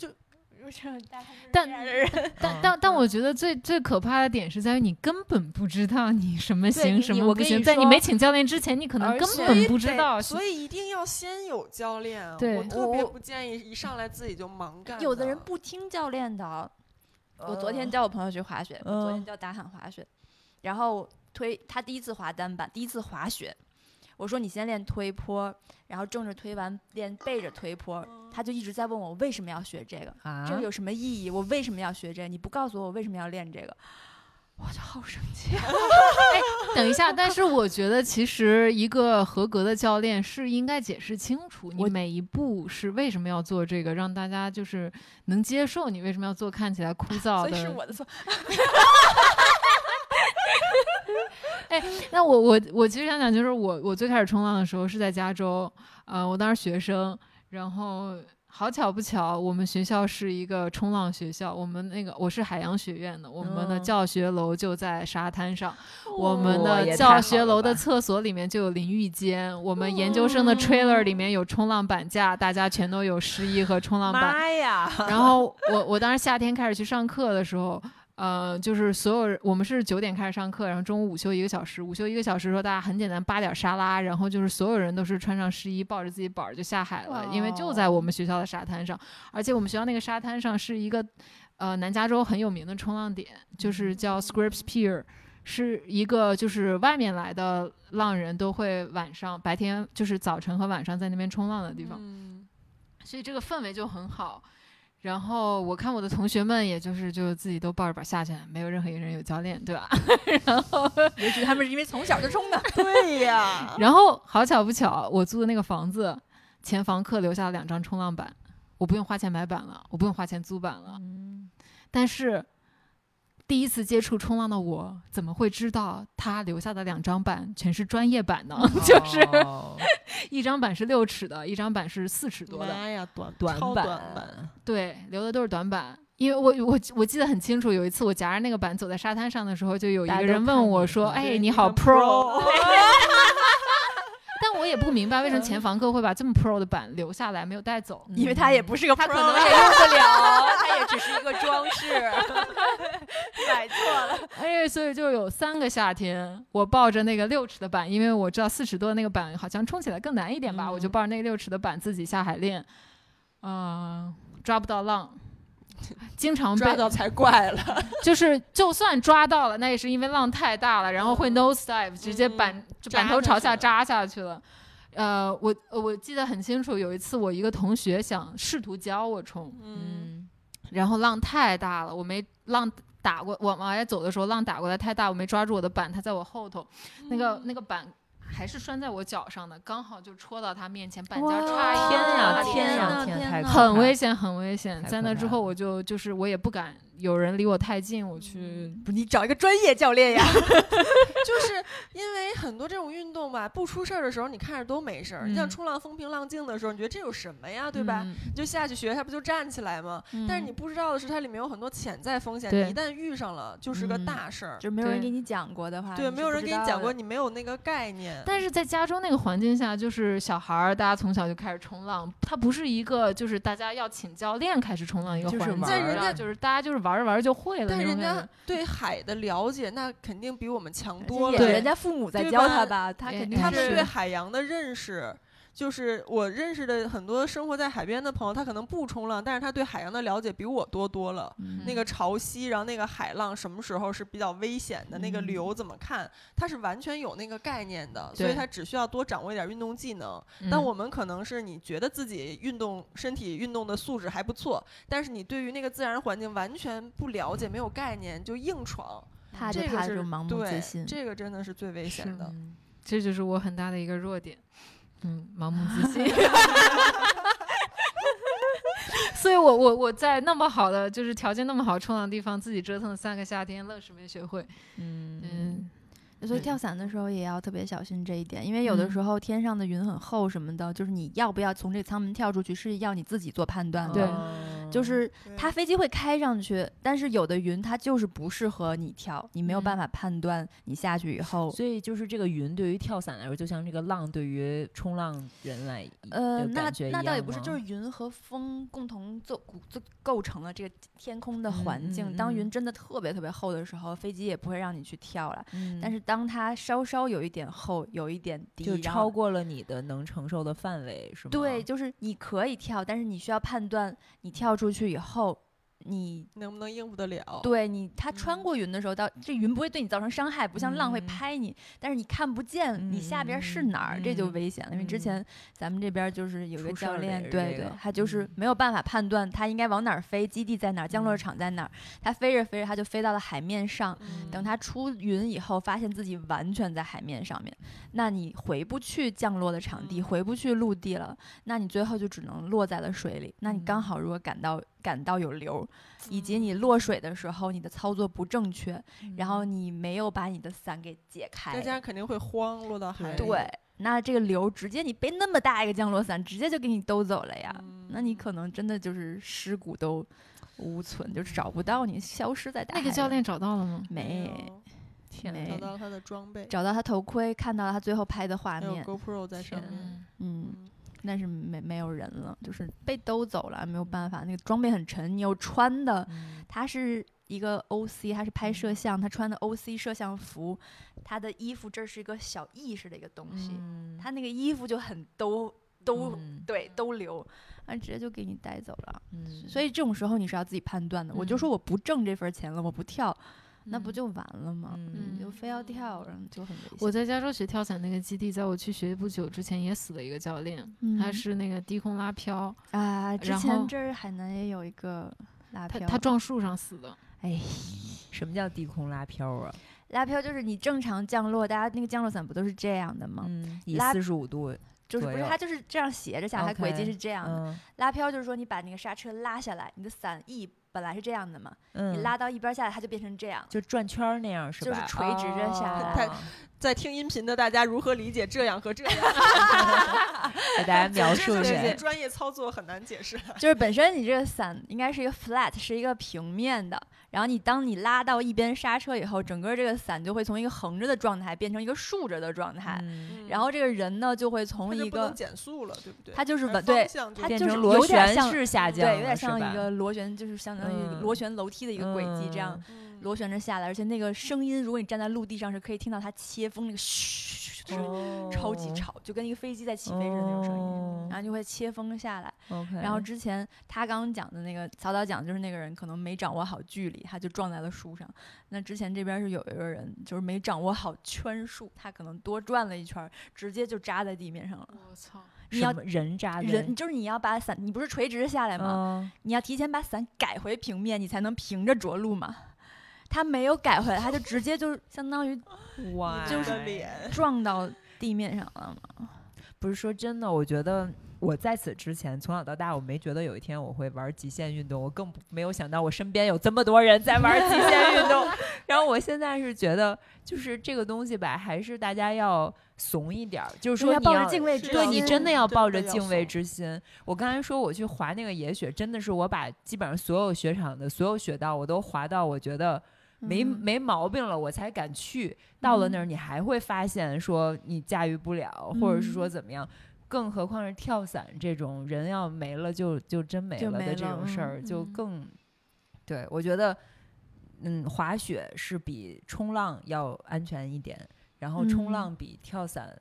Speaker 1: 但
Speaker 2: 嗯
Speaker 1: 但但但我觉得最最可怕的点是在于你根本不知道你什么
Speaker 2: 你
Speaker 1: 行什
Speaker 2: 你
Speaker 1: 么
Speaker 2: 我
Speaker 1: 不
Speaker 2: 跟
Speaker 1: 行，
Speaker 2: 你
Speaker 1: 在你
Speaker 2: 说
Speaker 1: 没请教练之前，你可能
Speaker 2: 而
Speaker 1: 根
Speaker 2: 且
Speaker 1: 本不知
Speaker 3: 得
Speaker 1: 道是。
Speaker 3: 所以一定要先有教练。啊
Speaker 1: 对
Speaker 3: 我特别
Speaker 4: 我
Speaker 3: 不建议一上来自己就盲干。嗯
Speaker 4: 有的人，不听教练的。我昨天叫我朋友去滑雪，我昨天
Speaker 2: 嗯
Speaker 4: 叫达喊滑雪，然后推他第一次滑单板，第一次滑雪，我说你先练推坡，然后正着推完练背着推坡，
Speaker 3: 嗯
Speaker 4: 他就一直在问我为什么要学这个，
Speaker 2: 啊
Speaker 4: 这有什么意义？我为什么要学这个？你不告诉我我为什么要练这个，我就好生气。
Speaker 1: 等一下，但是我觉得其实一个合格的教练是应该解释清楚你
Speaker 4: 我
Speaker 1: 每一步是为什么要做这个，让大家就是能接受你为什么要做看起来枯燥
Speaker 4: 所以是
Speaker 1: 的。
Speaker 4: 我的错，
Speaker 1: 哎那我我我其实想讲就是我我最开始冲浪的时候是在加州，呃，我当时学生，然后。好巧不巧，我们学校是一个冲浪学校，我们那个我是海洋学院的，我们的
Speaker 2: 嗯
Speaker 1: 教学楼就在沙滩上。我
Speaker 3: 哦
Speaker 1: 们
Speaker 2: 哇也
Speaker 1: 的
Speaker 2: 太
Speaker 1: 教
Speaker 2: 好
Speaker 1: 学
Speaker 2: 了
Speaker 1: 楼
Speaker 2: 吧
Speaker 1: 的厕所里面就有淋浴间，我们研究生的 trailer 里面有冲浪板架，大家全都有湿衣和冲浪板。
Speaker 2: 啊妈呀！
Speaker 1: 然后我我当时夏天开始去上课的时候。呃，就是所有人，我们是九点开始上课，然后中午午休一个小时，午休一个小时的时候，大家很简单扒点沙拉，然后就是所有人都是穿上湿衣，抱着自己板儿就下海了，因为就在我们学校的沙滩上，而且我们学校那个沙滩上是一个，呃，南加州很有名的冲浪点，就是叫 Scripps Pier，是一个就是外面来的浪人都会晚上、白天就是早晨和晚上在那边冲浪的地方，
Speaker 3: 嗯
Speaker 1: 所以这个氛围就很好。然后我看我的同学们，也就是就自己都抱着板下去，没有任何一个人有教练，对吧？ 然后
Speaker 6: 也许他们是因为从小就 冲的。
Speaker 3: 对呀，
Speaker 1: 然后好巧不巧，我租的那个房子，前房客留下了两张冲浪板，我不用花钱买板了，我不用花钱租板了。但是第一次接触冲浪的我，怎么会知道他留下的两张板全是专业板呢？ 就是
Speaker 2: 哦
Speaker 1: 一张板是六尺的，一张板是四尺多的，
Speaker 3: 妈呀，短
Speaker 2: 短
Speaker 3: 超
Speaker 2: 板
Speaker 3: 短板，
Speaker 1: 对，留的都是短板。因为我我我记得很清楚，有一次我夹着那个板走在沙滩上的时候，就有一
Speaker 2: 大家
Speaker 1: 个
Speaker 2: 都
Speaker 1: 人
Speaker 2: 看
Speaker 1: 问我
Speaker 2: 你
Speaker 1: 说：“哎，
Speaker 3: 对
Speaker 1: 你好
Speaker 3: 很
Speaker 1: pro。”但我也不明白为什么前房客会把这么 pro 的板留下来没有带走。
Speaker 2: 嗯
Speaker 4: 因
Speaker 3: 嗯
Speaker 4: 为他 也不是个 pro，
Speaker 6: 他可能也用不了， 他也只是一个装饰。
Speaker 4: 买错了，
Speaker 1: 哎，所以就有三个夏天，我抱着那个六尺的板，因为我知道四尺多的那个板好像冲起来更难一点吧，我就抱着那个六尺的板自己下海练，嗯、抓不到浪，经常
Speaker 3: 抓
Speaker 1: 被
Speaker 3: 到才怪了。
Speaker 1: 就是就算抓到了，那也是因为浪太大了，然后
Speaker 2: 嗯
Speaker 1: 会 nose dive，直接板、就
Speaker 3: 扎
Speaker 1: 板头朝
Speaker 3: 下去
Speaker 1: 下扎
Speaker 3: 了
Speaker 1: 下去了。呃，我我记得很清楚，有一次我一个同学想试图教我冲，
Speaker 3: 嗯，
Speaker 1: 然后浪太大了，我没浪打过，我往外走的时候浪打过来太大，我没抓住我的板，他在我后头，那
Speaker 2: 嗯
Speaker 1: 个那个板还是拴在我脚上的，刚好就戳到他面前，板尖儿差一
Speaker 2: 天呀
Speaker 1: 呀
Speaker 2: 天
Speaker 1: 呀，
Speaker 2: 呀
Speaker 4: 啊天
Speaker 2: 天，啊
Speaker 4: 呐
Speaker 2: 太可
Speaker 1: 很
Speaker 2: 怕
Speaker 1: 危险很危险。
Speaker 2: 太
Speaker 1: 在那
Speaker 2: 可
Speaker 1: 之
Speaker 2: 怕
Speaker 1: 后，
Speaker 2: 了
Speaker 1: 我就就是我也不敢有人离我太近，我
Speaker 2: 嗯
Speaker 1: 去
Speaker 6: 不，你找一个专业教练呀。
Speaker 3: 就是因为很多这种运动吧，不出事儿的时候你看着都没事儿，你像
Speaker 1: 嗯
Speaker 3: 冲浪风平浪静的时候，你觉得这有什么呀，对吧？
Speaker 1: 嗯
Speaker 3: 你就下去学，它不就站起来吗？但是
Speaker 4: 嗯
Speaker 3: 你不知道的是，它里面有很多潜在风险，
Speaker 1: 对
Speaker 3: 你一旦遇上了就是个
Speaker 1: 嗯
Speaker 3: 大事儿。
Speaker 4: 就没有人
Speaker 1: 对
Speaker 4: 给你讲过的话，
Speaker 3: 对，
Speaker 4: 你
Speaker 3: 没
Speaker 4: 是
Speaker 3: 有
Speaker 4: 不
Speaker 3: 人
Speaker 4: 知
Speaker 3: 给你
Speaker 4: 道
Speaker 3: 讲过，
Speaker 4: 的，
Speaker 3: 你没有那个概念。
Speaker 1: 但是在加州那个环境下，就是小孩儿，大家从小就开始冲浪，它不是一个就是大家要请教练开始冲浪一个
Speaker 2: 就是
Speaker 1: 环境，
Speaker 2: 玩儿
Speaker 1: 然后
Speaker 3: 啊
Speaker 1: 就是大家就是玩着玩着就会了
Speaker 3: 但
Speaker 1: 那种
Speaker 3: 人
Speaker 1: 感觉。
Speaker 3: 家对海的了解，那肯定比我们强多
Speaker 4: 也
Speaker 3: 了。
Speaker 4: 是
Speaker 1: 对
Speaker 4: 人家父母在
Speaker 3: 对
Speaker 4: 教
Speaker 3: 吧
Speaker 4: 他吧，他
Speaker 1: 也
Speaker 4: 肯定
Speaker 1: 也
Speaker 3: 他
Speaker 1: 是
Speaker 3: 们对海洋的认识，就是我认识的很多生活在海边的朋友，他可能不冲浪，但是他对海洋的了解比我多多了。那
Speaker 4: 嗯
Speaker 3: 个潮汐，然后那个海浪什么时候是比较危险的，那
Speaker 4: 嗯
Speaker 3: 个流怎么看，他是完全有那个概念的，所以
Speaker 1: 对
Speaker 3: 他只需要多掌握一点运动技能。
Speaker 1: 嗯
Speaker 3: 但我们可能是你觉得自己运动身体运动的素质还不错，但是你对于那个自然环境完全不了解，没有概念就硬闯，
Speaker 4: 怕
Speaker 3: 这
Speaker 4: 就
Speaker 3: 个
Speaker 4: 怕
Speaker 3: 是
Speaker 4: 种盲目自
Speaker 3: 对
Speaker 4: 信，
Speaker 3: 这个真的是最危
Speaker 4: 嗯
Speaker 3: 险的。
Speaker 1: 这就是我很大的一个弱点，嗯，盲目 自信。所以我我我在那么好的就是条件那么好冲浪地方，自己折腾了三个夏天，愣是没学会。
Speaker 2: 嗯，
Speaker 1: 嗯，
Speaker 4: 所以
Speaker 1: 对
Speaker 4: 跳伞的时候也要特别小心这一点，因为有的
Speaker 1: 嗯
Speaker 4: 时候天上的云很厚什么的，就是你要不要从这舱门跳出去，是要你自己做判断的。
Speaker 1: 对
Speaker 2: 哦
Speaker 4: 就是它
Speaker 3: 对
Speaker 4: 飞机会开上去，但是有的云它就是不适合你跳，你没有办
Speaker 1: 嗯
Speaker 4: 法判断你下去以后，
Speaker 2: 所以就是这个云对于跳伞来说，就像这个浪对于冲浪人来一，嗯
Speaker 4: 呃，
Speaker 2: 有
Speaker 4: 那
Speaker 2: 感觉
Speaker 4: 那
Speaker 2: 一
Speaker 4: 倒也
Speaker 2: 样
Speaker 4: 不是，
Speaker 2: 吗
Speaker 4: 就是云和风共同构构构成了这个天空的
Speaker 2: 嗯
Speaker 4: 环境。
Speaker 2: 嗯
Speaker 4: 当云
Speaker 2: 嗯
Speaker 4: 真的特别特别厚的时候，飞机也不会让你去跳了。
Speaker 2: 嗯
Speaker 4: 但是当它稍稍有一点厚，有一点低，
Speaker 2: 就
Speaker 4: 然
Speaker 2: 超
Speaker 4: 后
Speaker 2: 过了你的能承受的范围，是吗？
Speaker 4: 对，就是你可以跳，但是你需要判断你跳出去以后，你
Speaker 3: 能不能应付得了？
Speaker 4: 对你它穿
Speaker 3: 嗯
Speaker 4: 过云的时候，到这云不会对你造成伤害，不像浪会
Speaker 2: 嗯
Speaker 4: 拍你，但是你看不见你下边是哪儿，这就
Speaker 2: 嗯
Speaker 4: 危险了。因为之
Speaker 2: 嗯
Speaker 4: 前咱们这边就是有一个
Speaker 2: 出事
Speaker 4: 教
Speaker 2: 儿了
Speaker 4: 练，
Speaker 2: 也是这
Speaker 4: 对对
Speaker 2: 个，
Speaker 4: 他就是
Speaker 2: 嗯
Speaker 4: 没有办法判断他应该往哪儿飞，基地在哪儿，降落场在哪儿，他飞着飞着他就飞到了海面上。
Speaker 3: 嗯
Speaker 4: 等他出云以后，发现自己完全在海面上面，那你回不去降落的场地，
Speaker 3: 嗯
Speaker 4: 回不去陆地了，那你最后就只能落在了水里。那你刚好如果感到感到有流，以及你落水的时候你的操作不正确，
Speaker 1: 嗯
Speaker 4: 然后你没有把你的伞给解
Speaker 3: 再
Speaker 4: 开，
Speaker 3: 加上肯定会慌，落到海里。
Speaker 4: 对，那这个流直接你背那么大一个降落伞，直接就给你兜走了呀。
Speaker 3: 嗯
Speaker 4: 啊那你可能真的就是尸骨都无存，就是找不到你，消失在大海
Speaker 1: 那
Speaker 4: 里。
Speaker 1: 个教练找到了吗？
Speaker 4: 没
Speaker 1: 天
Speaker 2: 啊
Speaker 4: 没
Speaker 3: 找到了他的装备，
Speaker 4: 找到他头盔，看到了他最后拍的画
Speaker 3: 还有
Speaker 4: 面，
Speaker 3: GoPro 在上
Speaker 4: 天
Speaker 3: 面。嗯
Speaker 4: 嗯，但是没没有人了，就是被兜走了，没有办法。那个装备很沉，你又穿的，他是一个 OC，他是拍摄像，他穿的 OC 摄像服，他的衣服这儿是一个小意识的一个东西，
Speaker 2: 嗯，
Speaker 4: 他那个衣服就很兜兜，
Speaker 2: 嗯
Speaker 4: 对，兜流，啊，直接就给你带走了。
Speaker 2: 嗯
Speaker 4: 嗯所以这种时候你是要自己判断的。我就说我不挣这份钱了，我不跳，那不
Speaker 1: 嗯
Speaker 4: 就完了吗？
Speaker 2: 嗯
Speaker 4: 你就非要跳，然后就很危险。
Speaker 1: 我在加州学跳伞那个基地，在我去学不久之前也死了一个教练，他
Speaker 4: 嗯
Speaker 1: 是那个低空拉漂，
Speaker 4: 啊，之
Speaker 1: 然后
Speaker 4: 前这儿海南也有一个拉
Speaker 1: 他
Speaker 4: 漂，
Speaker 1: 他撞树上死的。
Speaker 2: 哎，什么叫低空拉漂啊？
Speaker 4: 拉漂就是你正常降落，大家那个降落伞不都是这样的吗？
Speaker 2: 嗯，以
Speaker 4: 拉
Speaker 2: 四十五度，
Speaker 4: 就是不
Speaker 2: 左
Speaker 4: 是
Speaker 2: 右
Speaker 4: 它就是这样斜着下，它轨迹
Speaker 2: OK，
Speaker 4: 是这样的。
Speaker 2: 嗯
Speaker 4: 拉漂就是说你把那个刹车拉下来，你的伞翼本来是这样的嘛，
Speaker 2: 嗯，
Speaker 4: 你拉到一边下来，它就变成这样。
Speaker 2: 就转圈儿那样是
Speaker 4: 就
Speaker 2: 吧？
Speaker 4: 是垂直着下
Speaker 2: 哦
Speaker 3: 来在听音频的大家如何理解这样和这样？
Speaker 2: 给大家 描
Speaker 3: 这
Speaker 2: 述
Speaker 3: 就
Speaker 2: 一
Speaker 3: 是
Speaker 2: 下。
Speaker 4: 对
Speaker 3: 专业操作很难解释。
Speaker 4: 就是本身你这个伞应该是一个 flat，是一个平面的。然后你当你拉到一边刹车以后，整个这个伞就会从一个横着的状态变成一个竖着的状态。
Speaker 2: 嗯
Speaker 4: 然后这个人呢就会从
Speaker 3: 它就
Speaker 4: 一
Speaker 3: 不能
Speaker 4: 个，
Speaker 3: 减速了，对不对？
Speaker 4: 他就是
Speaker 3: 而
Speaker 4: 稳
Speaker 3: 方
Speaker 4: 对，
Speaker 3: 向就
Speaker 4: 它
Speaker 2: 变
Speaker 4: 就是
Speaker 2: 成
Speaker 4: 有
Speaker 2: 螺
Speaker 4: 点
Speaker 2: 旋
Speaker 4: 像
Speaker 2: 式下降了，
Speaker 4: 对，有点
Speaker 2: 是
Speaker 4: 像
Speaker 2: 吧
Speaker 4: 一个螺旋，就是相当于
Speaker 2: 嗯
Speaker 4: 螺旋楼梯的一个轨迹这样。
Speaker 2: 嗯
Speaker 3: 嗯
Speaker 4: 螺旋着下来，而且那个声音，如果你站在陆地上，是可以听到它切风那个嘘，就是
Speaker 2: 哦
Speaker 4: 超级吵，就跟一个飞机在起飞似的那种声音。
Speaker 2: 哦
Speaker 4: 然后就会切风下来。
Speaker 2: OK，
Speaker 4: 然后之前他刚讲的那个曹导讲，就是那个人可能没掌握好距离，他就撞在了树上。那之前这边是有一个人，就是没掌握好圈数，他可能多转了一圈儿，直接就扎在地面上了。
Speaker 1: 我操！
Speaker 4: 你要
Speaker 2: 什么人扎的
Speaker 4: 人就是你要把伞，你不是垂直下来吗？
Speaker 2: 嗯
Speaker 4: 你要提前把伞改回平面，你才能平着着陆嘛。他没有改回来，他就直接就相当于
Speaker 2: 哇，
Speaker 3: 就是脸，
Speaker 4: 撞到地面上了嘛。
Speaker 2: 不是说真的，我觉得我在此之前从小到大，我没觉得有一天我会玩极限运动，我更不没有想到我身边有这么多人在玩极限运 动。然后我现在是觉得，就是这个东西吧，还是大家要怂一点儿，就是说
Speaker 4: 要
Speaker 2: 你
Speaker 4: 抱着敬畏之
Speaker 3: 是
Speaker 4: 心，
Speaker 2: 对你真的要
Speaker 3: 真
Speaker 2: 抱
Speaker 3: 的
Speaker 2: 着
Speaker 3: 要
Speaker 2: 敬畏
Speaker 3: 怂
Speaker 2: 之心。我刚才说我去滑那个野雪，真的是我把基本上所有雪场的所有雪道我都滑到，我觉得没、
Speaker 4: 嗯
Speaker 2: 没毛病了，我才敢去。到了那儿，你还会发现说你驾驭不了，或者是说
Speaker 4: 嗯
Speaker 2: 怎么样。更何况是跳伞这种人要没了就就真没
Speaker 4: 就
Speaker 2: 了
Speaker 4: 没
Speaker 2: 的这
Speaker 4: 了
Speaker 2: 种事
Speaker 4: 嗯
Speaker 2: 儿，就
Speaker 1: 嗯
Speaker 2: 更，对我觉得，嗯，滑雪是比冲浪要安全一点，然后冲
Speaker 4: 嗯
Speaker 2: 浪比跳伞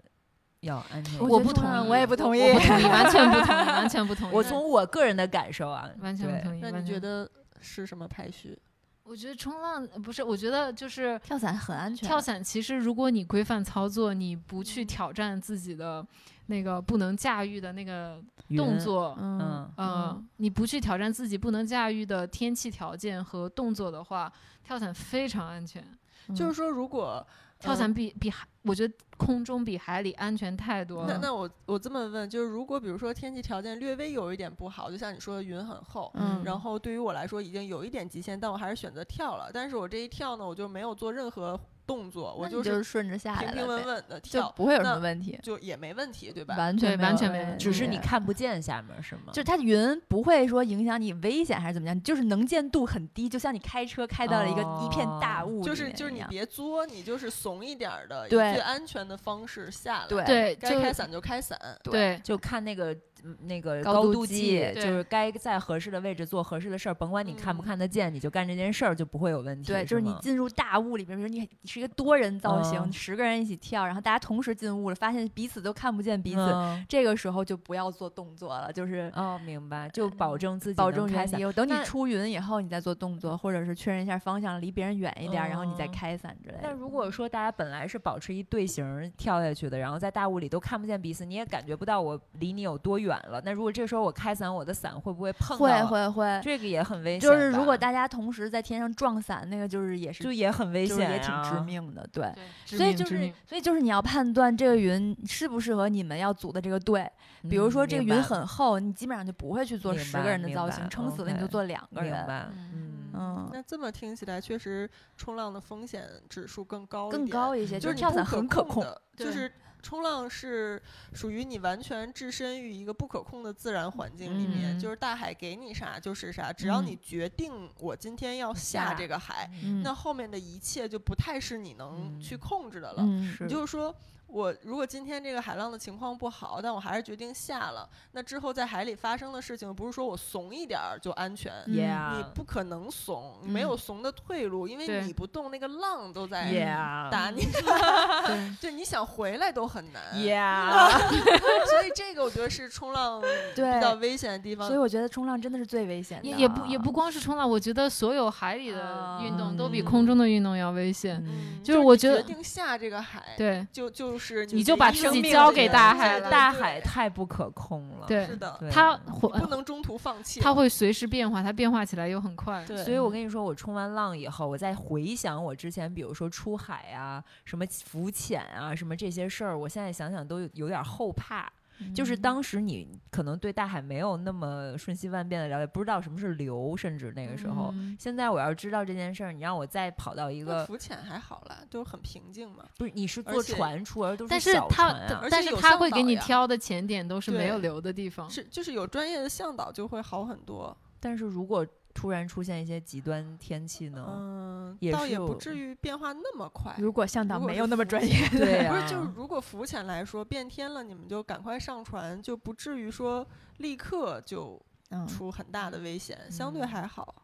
Speaker 2: 要安全一
Speaker 4: 我
Speaker 2: 点。
Speaker 4: 觉得
Speaker 1: 不同
Speaker 4: 冲浪
Speaker 1: 意
Speaker 4: 我也不同意
Speaker 1: 我不同意， 完全不同意，完全不同意。
Speaker 2: 我从我个人的感受啊，
Speaker 1: 完全
Speaker 2: 对
Speaker 1: 不同意。
Speaker 3: 那
Speaker 1: 完
Speaker 3: 你
Speaker 1: 全
Speaker 3: 觉得是什么排序？
Speaker 1: 我觉得冲浪不是，我觉得就是
Speaker 4: 跳伞很安全，
Speaker 1: 跳伞。其实如果你规范操作，你不去
Speaker 4: 嗯
Speaker 1: 挑战自己的那个不能驾驭的那个
Speaker 2: 云
Speaker 1: 动，作，
Speaker 4: 嗯
Speaker 2: 嗯，
Speaker 1: 呃，你不去挑战自己不能驾驭的天气条件和动作的话，跳伞非常安全。
Speaker 4: 嗯
Speaker 3: 就是说，如果
Speaker 1: 跳
Speaker 3: 呃
Speaker 1: 伞比比海，我觉得空中比海里安全太多
Speaker 4: 啊
Speaker 3: 那
Speaker 1: 了。
Speaker 3: 那我我这么问，就是如果比如说天气条件略微有一点不好，就像你说的云很厚，
Speaker 4: 嗯
Speaker 3: 然后对于我来说已经有一点极限，但我还是选择跳了。但是我这一跳呢，我就没有做任何动作，我
Speaker 4: 那你
Speaker 3: 是
Speaker 4: 是顺着下来
Speaker 3: 平平
Speaker 4: 了
Speaker 3: 稳
Speaker 4: 呗，
Speaker 3: 稳的
Speaker 4: 就
Speaker 3: 跳，
Speaker 4: 不会有什
Speaker 3: 那
Speaker 4: 么问题，
Speaker 3: 就也没问题，对吧？
Speaker 4: 完全
Speaker 1: 对完
Speaker 4: 有
Speaker 1: 全没
Speaker 4: 问
Speaker 1: 问
Speaker 2: 嗯
Speaker 4: 题
Speaker 2: 只是你
Speaker 4: 对
Speaker 2: 看不见下面是吗？
Speaker 4: 就是它云不会说影响你危险还是怎么样，就是能见度很低，就像你开车开到了一个一片大
Speaker 2: 哦
Speaker 4: 雾里面一样，
Speaker 3: 就是就是你别作，你就是怂一点儿的，以
Speaker 4: 对
Speaker 3: 最安全的方式下来。
Speaker 4: 对
Speaker 1: 对，
Speaker 3: 该
Speaker 1: 就
Speaker 3: 开伞就开伞。
Speaker 1: 对，
Speaker 2: 就看那个嗯那个
Speaker 4: 高
Speaker 2: 高
Speaker 4: 度
Speaker 2: 度
Speaker 4: 计
Speaker 2: 计，就
Speaker 1: 对
Speaker 2: 是该在合适的位置做合适的事儿，甭管你看不
Speaker 3: 嗯
Speaker 2: 看得见，你就干这件事儿就不会有问题。
Speaker 4: 对，就是你
Speaker 2: 吗
Speaker 4: 进入大雾里面，比如你你是一个多人造型，
Speaker 2: 嗯
Speaker 4: 十个人一起跳，然后大家同时进雾了，发现彼此都看不见彼此，
Speaker 2: 嗯
Speaker 4: 这个时候就不要做动作了，就是
Speaker 2: 哦，明白，就保证自己
Speaker 4: 呃保
Speaker 2: 能
Speaker 4: 证
Speaker 2: 开
Speaker 4: 原
Speaker 2: 伞
Speaker 4: 地。。等你
Speaker 2: 那
Speaker 4: 出云以后，你再做动作，或者是确认一下方向，离别人远一点，然后你再
Speaker 2: 嗯
Speaker 4: 开伞之类
Speaker 2: 那
Speaker 4: 的。
Speaker 2: 如果说大家本来是保持一队形儿跳下去的，然后在大雾里都看不见彼此，你也感觉不到我离你有多远了。那如果这时候我开伞，我的伞会不会碰到？
Speaker 4: 会，会会，
Speaker 2: 这个也很危险
Speaker 4: 就
Speaker 2: 吧。
Speaker 4: 是如果大家同时在天上撞伞，那个就是也是
Speaker 2: 就也很危
Speaker 4: 就是
Speaker 2: 险、啊，
Speaker 4: 也挺致。命的，对。
Speaker 1: 对，
Speaker 4: 所以就是，所以就是你要判断这个云适不适合你们要组的这个队。比如
Speaker 2: 嗯
Speaker 4: 说这个云很厚，你基本上就不会去做
Speaker 2: 明
Speaker 4: 十
Speaker 2: 白
Speaker 4: 个人的
Speaker 2: 明
Speaker 4: 造
Speaker 2: 白
Speaker 4: 型，撑死了你就
Speaker 2: OK，
Speaker 4: 做两个
Speaker 2: 明
Speaker 4: 人。
Speaker 2: 白，
Speaker 1: 嗯
Speaker 2: 嗯
Speaker 4: 嗯，
Speaker 3: 那这么听起来，确实冲浪的风险指数更高，
Speaker 4: 更高。一些，
Speaker 3: 就是是你
Speaker 4: 跳伞
Speaker 3: 不
Speaker 4: 很可
Speaker 3: 控
Speaker 4: 控。
Speaker 3: 的，
Speaker 1: 对
Speaker 3: 就是冲浪是属于你完全置身于一个不可控的自然环境里面，
Speaker 2: 嗯
Speaker 3: 就是大海给你啥就是啥，只要
Speaker 2: 嗯
Speaker 3: 你决定我今天要下
Speaker 2: 下
Speaker 3: 这个海，
Speaker 4: 嗯，
Speaker 3: 那后面的一切就不太是你能
Speaker 2: 嗯
Speaker 3: 去控制的了。
Speaker 4: 嗯
Speaker 2: 是
Speaker 3: 你就是说我如果今天这个海浪的情况不好，但我还是决定下了，那之后在海里发生的事情，不是说我怂一点儿就安全。
Speaker 4: 嗯
Speaker 2: Yeah，
Speaker 3: 你不可能怂，你没有怂的退路，因为
Speaker 1: 对
Speaker 3: 你不动，那个浪都在
Speaker 2: ，Yeah，
Speaker 3: 打你。
Speaker 1: 对
Speaker 3: 就你想回来都很难。
Speaker 2: Yeah，
Speaker 3: 所以这个我觉得是冲浪比
Speaker 4: 对
Speaker 3: 较危险的地方
Speaker 4: 所以。我觉得冲浪真的是最危险的，
Speaker 1: 也也不也不光是冲浪，我觉得所有海里
Speaker 3: 啊
Speaker 1: 的运动都比
Speaker 2: 嗯
Speaker 1: 空中的运动要危险。
Speaker 2: 嗯
Speaker 1: 就是我
Speaker 3: 你
Speaker 1: 觉得
Speaker 3: 决定下这个海，
Speaker 1: 对
Speaker 3: 就就是
Speaker 1: 你
Speaker 3: 唯
Speaker 1: 就把
Speaker 3: 一
Speaker 1: 自
Speaker 3: 生
Speaker 1: 己
Speaker 3: 命
Speaker 1: 交
Speaker 3: 的
Speaker 1: 给
Speaker 3: 一个
Speaker 1: 大
Speaker 3: 东西
Speaker 1: 海
Speaker 3: 了
Speaker 2: 大
Speaker 3: 对
Speaker 2: 海太不可控了。
Speaker 1: 对
Speaker 3: 是的，
Speaker 2: 对，
Speaker 1: 它会
Speaker 3: 不能中途放弃了。
Speaker 1: 它会随时变化，它变化起来又很快。
Speaker 3: 对，
Speaker 2: 所以我跟你说，我冲完浪以后，我再回想我之前，比如说出海啊、什么浮潜啊、什么这些事儿，我现在想想都有有点后怕。
Speaker 4: 嗯
Speaker 1: 嗯
Speaker 2: 就是
Speaker 3: 嗯
Speaker 2: 当时你可能对大海没有那么瞬息万变的了解，不知道什么是流，甚至那个时候。
Speaker 1: 嗯
Speaker 2: 现在我要知道这件事儿，你让我再跑到一
Speaker 3: 那
Speaker 2: 个
Speaker 3: 浮潜还好啦，都很平静嘛。
Speaker 2: 不是你是
Speaker 3: 而
Speaker 2: 坐
Speaker 3: 且
Speaker 2: 船出，而都
Speaker 1: 但
Speaker 2: 是
Speaker 1: 是
Speaker 2: 小
Speaker 1: 它
Speaker 2: 船啊
Speaker 3: 而，
Speaker 1: 但
Speaker 3: 且
Speaker 1: 是
Speaker 3: 有
Speaker 1: 它
Speaker 3: 向
Speaker 1: 会给
Speaker 3: 导
Speaker 1: 你
Speaker 3: 呀
Speaker 1: 挑的潜点都是没有
Speaker 3: 对
Speaker 1: 流的地方。
Speaker 3: 是，就是有专业的向导就会好很多。
Speaker 2: 但是如果突然出现一些极端天气呢？
Speaker 3: 嗯
Speaker 2: 也
Speaker 3: 倒
Speaker 2: 是
Speaker 3: 也不
Speaker 2: 有
Speaker 3: 至于变化那么快。
Speaker 4: 如果向导
Speaker 3: 如果
Speaker 4: 没
Speaker 3: 是
Speaker 4: 有那么
Speaker 3: 浮
Speaker 4: 专业
Speaker 3: 潜，
Speaker 2: 对啊呀、
Speaker 3: 不是，就是如果浮潜来说，变天了，你们就赶快上船，就不至于说立刻就
Speaker 4: 嗯
Speaker 3: 出很大的危险，相对
Speaker 2: 嗯
Speaker 3: 还好。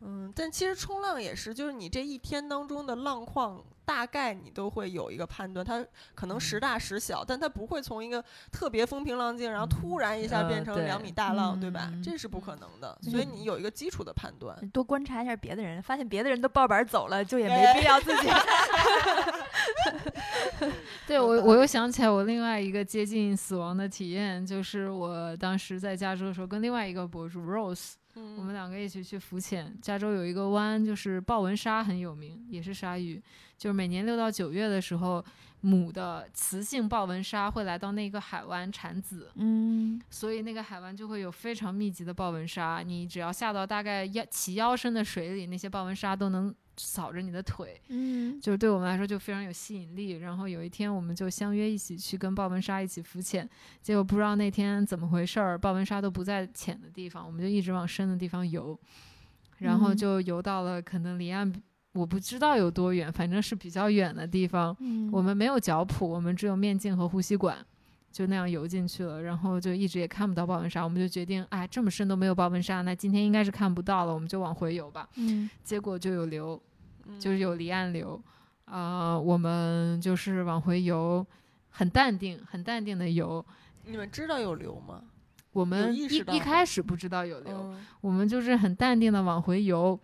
Speaker 3: 嗯，但其实冲浪也是，就是你这一天当中的浪况，大概你都会有一个判断，它可能
Speaker 1: 嗯
Speaker 3: 时大时小，但它不会从一个特别风平浪静，然后突然一下
Speaker 2: 呃
Speaker 3: 变成
Speaker 2: 对
Speaker 3: 两米大浪，对吧
Speaker 1: 嗯？
Speaker 3: 这是不可能的，所以你有一个基础的判断。
Speaker 4: 多观察一下别的人，发现别的人都抱板走了，就也
Speaker 3: 哎
Speaker 4: 没必要自 己
Speaker 1: 对
Speaker 3: 有
Speaker 1: 我，
Speaker 3: 道
Speaker 1: 我又
Speaker 3: 理
Speaker 1: 想起来我另外一个接近死亡的体验，就是我当时在加州的时候，跟另外一个博主 Rose，、
Speaker 3: 嗯
Speaker 1: 我们两个一起去浮潜。加州有一个湾，就是豹纹鲨很有名，也是鲨鱼，就是每年六到九月的时候，母的雌性豹纹鲨会来到那个海湾产子，
Speaker 4: 嗯
Speaker 1: 所以那个海湾就会有非常密集的豹纹鲨。你只要下到大概腰齐腰深的水里，那些豹纹鲨都能扫着你的腿。
Speaker 4: 嗯
Speaker 1: 就是对我们来说就非常有吸引力。然后有一天我们就相约一起去跟豹纹鲨一起浮潜，结果不知道那天怎么回事儿，豹纹鲨都不在浅的地方，我们就一直往深的地方游，然后
Speaker 4: 嗯
Speaker 1: 就游到了可能离岸我不知道有多远，反正是比较远的地方。
Speaker 4: 嗯
Speaker 1: 我们没有脚蹼，我们只有面镜和呼吸管，就那样游进去了。然后就一直也看不到豹纹鲨，我们就决定，哎，这么深都没有豹纹鲨，那今天应该是看不到了，我们就往回游吧。
Speaker 4: 嗯
Speaker 1: 结果就有流，
Speaker 3: 嗯
Speaker 1: 就是有离岸流，啊、我们就是往回游，很淡定，很淡定的游。
Speaker 3: 你们知道有流吗？
Speaker 1: 我们
Speaker 3: 意
Speaker 1: 一
Speaker 3: 识到
Speaker 1: 一
Speaker 3: 吗
Speaker 1: 开始不知道有流，
Speaker 3: 嗯
Speaker 1: 我们就是很淡定的往回游，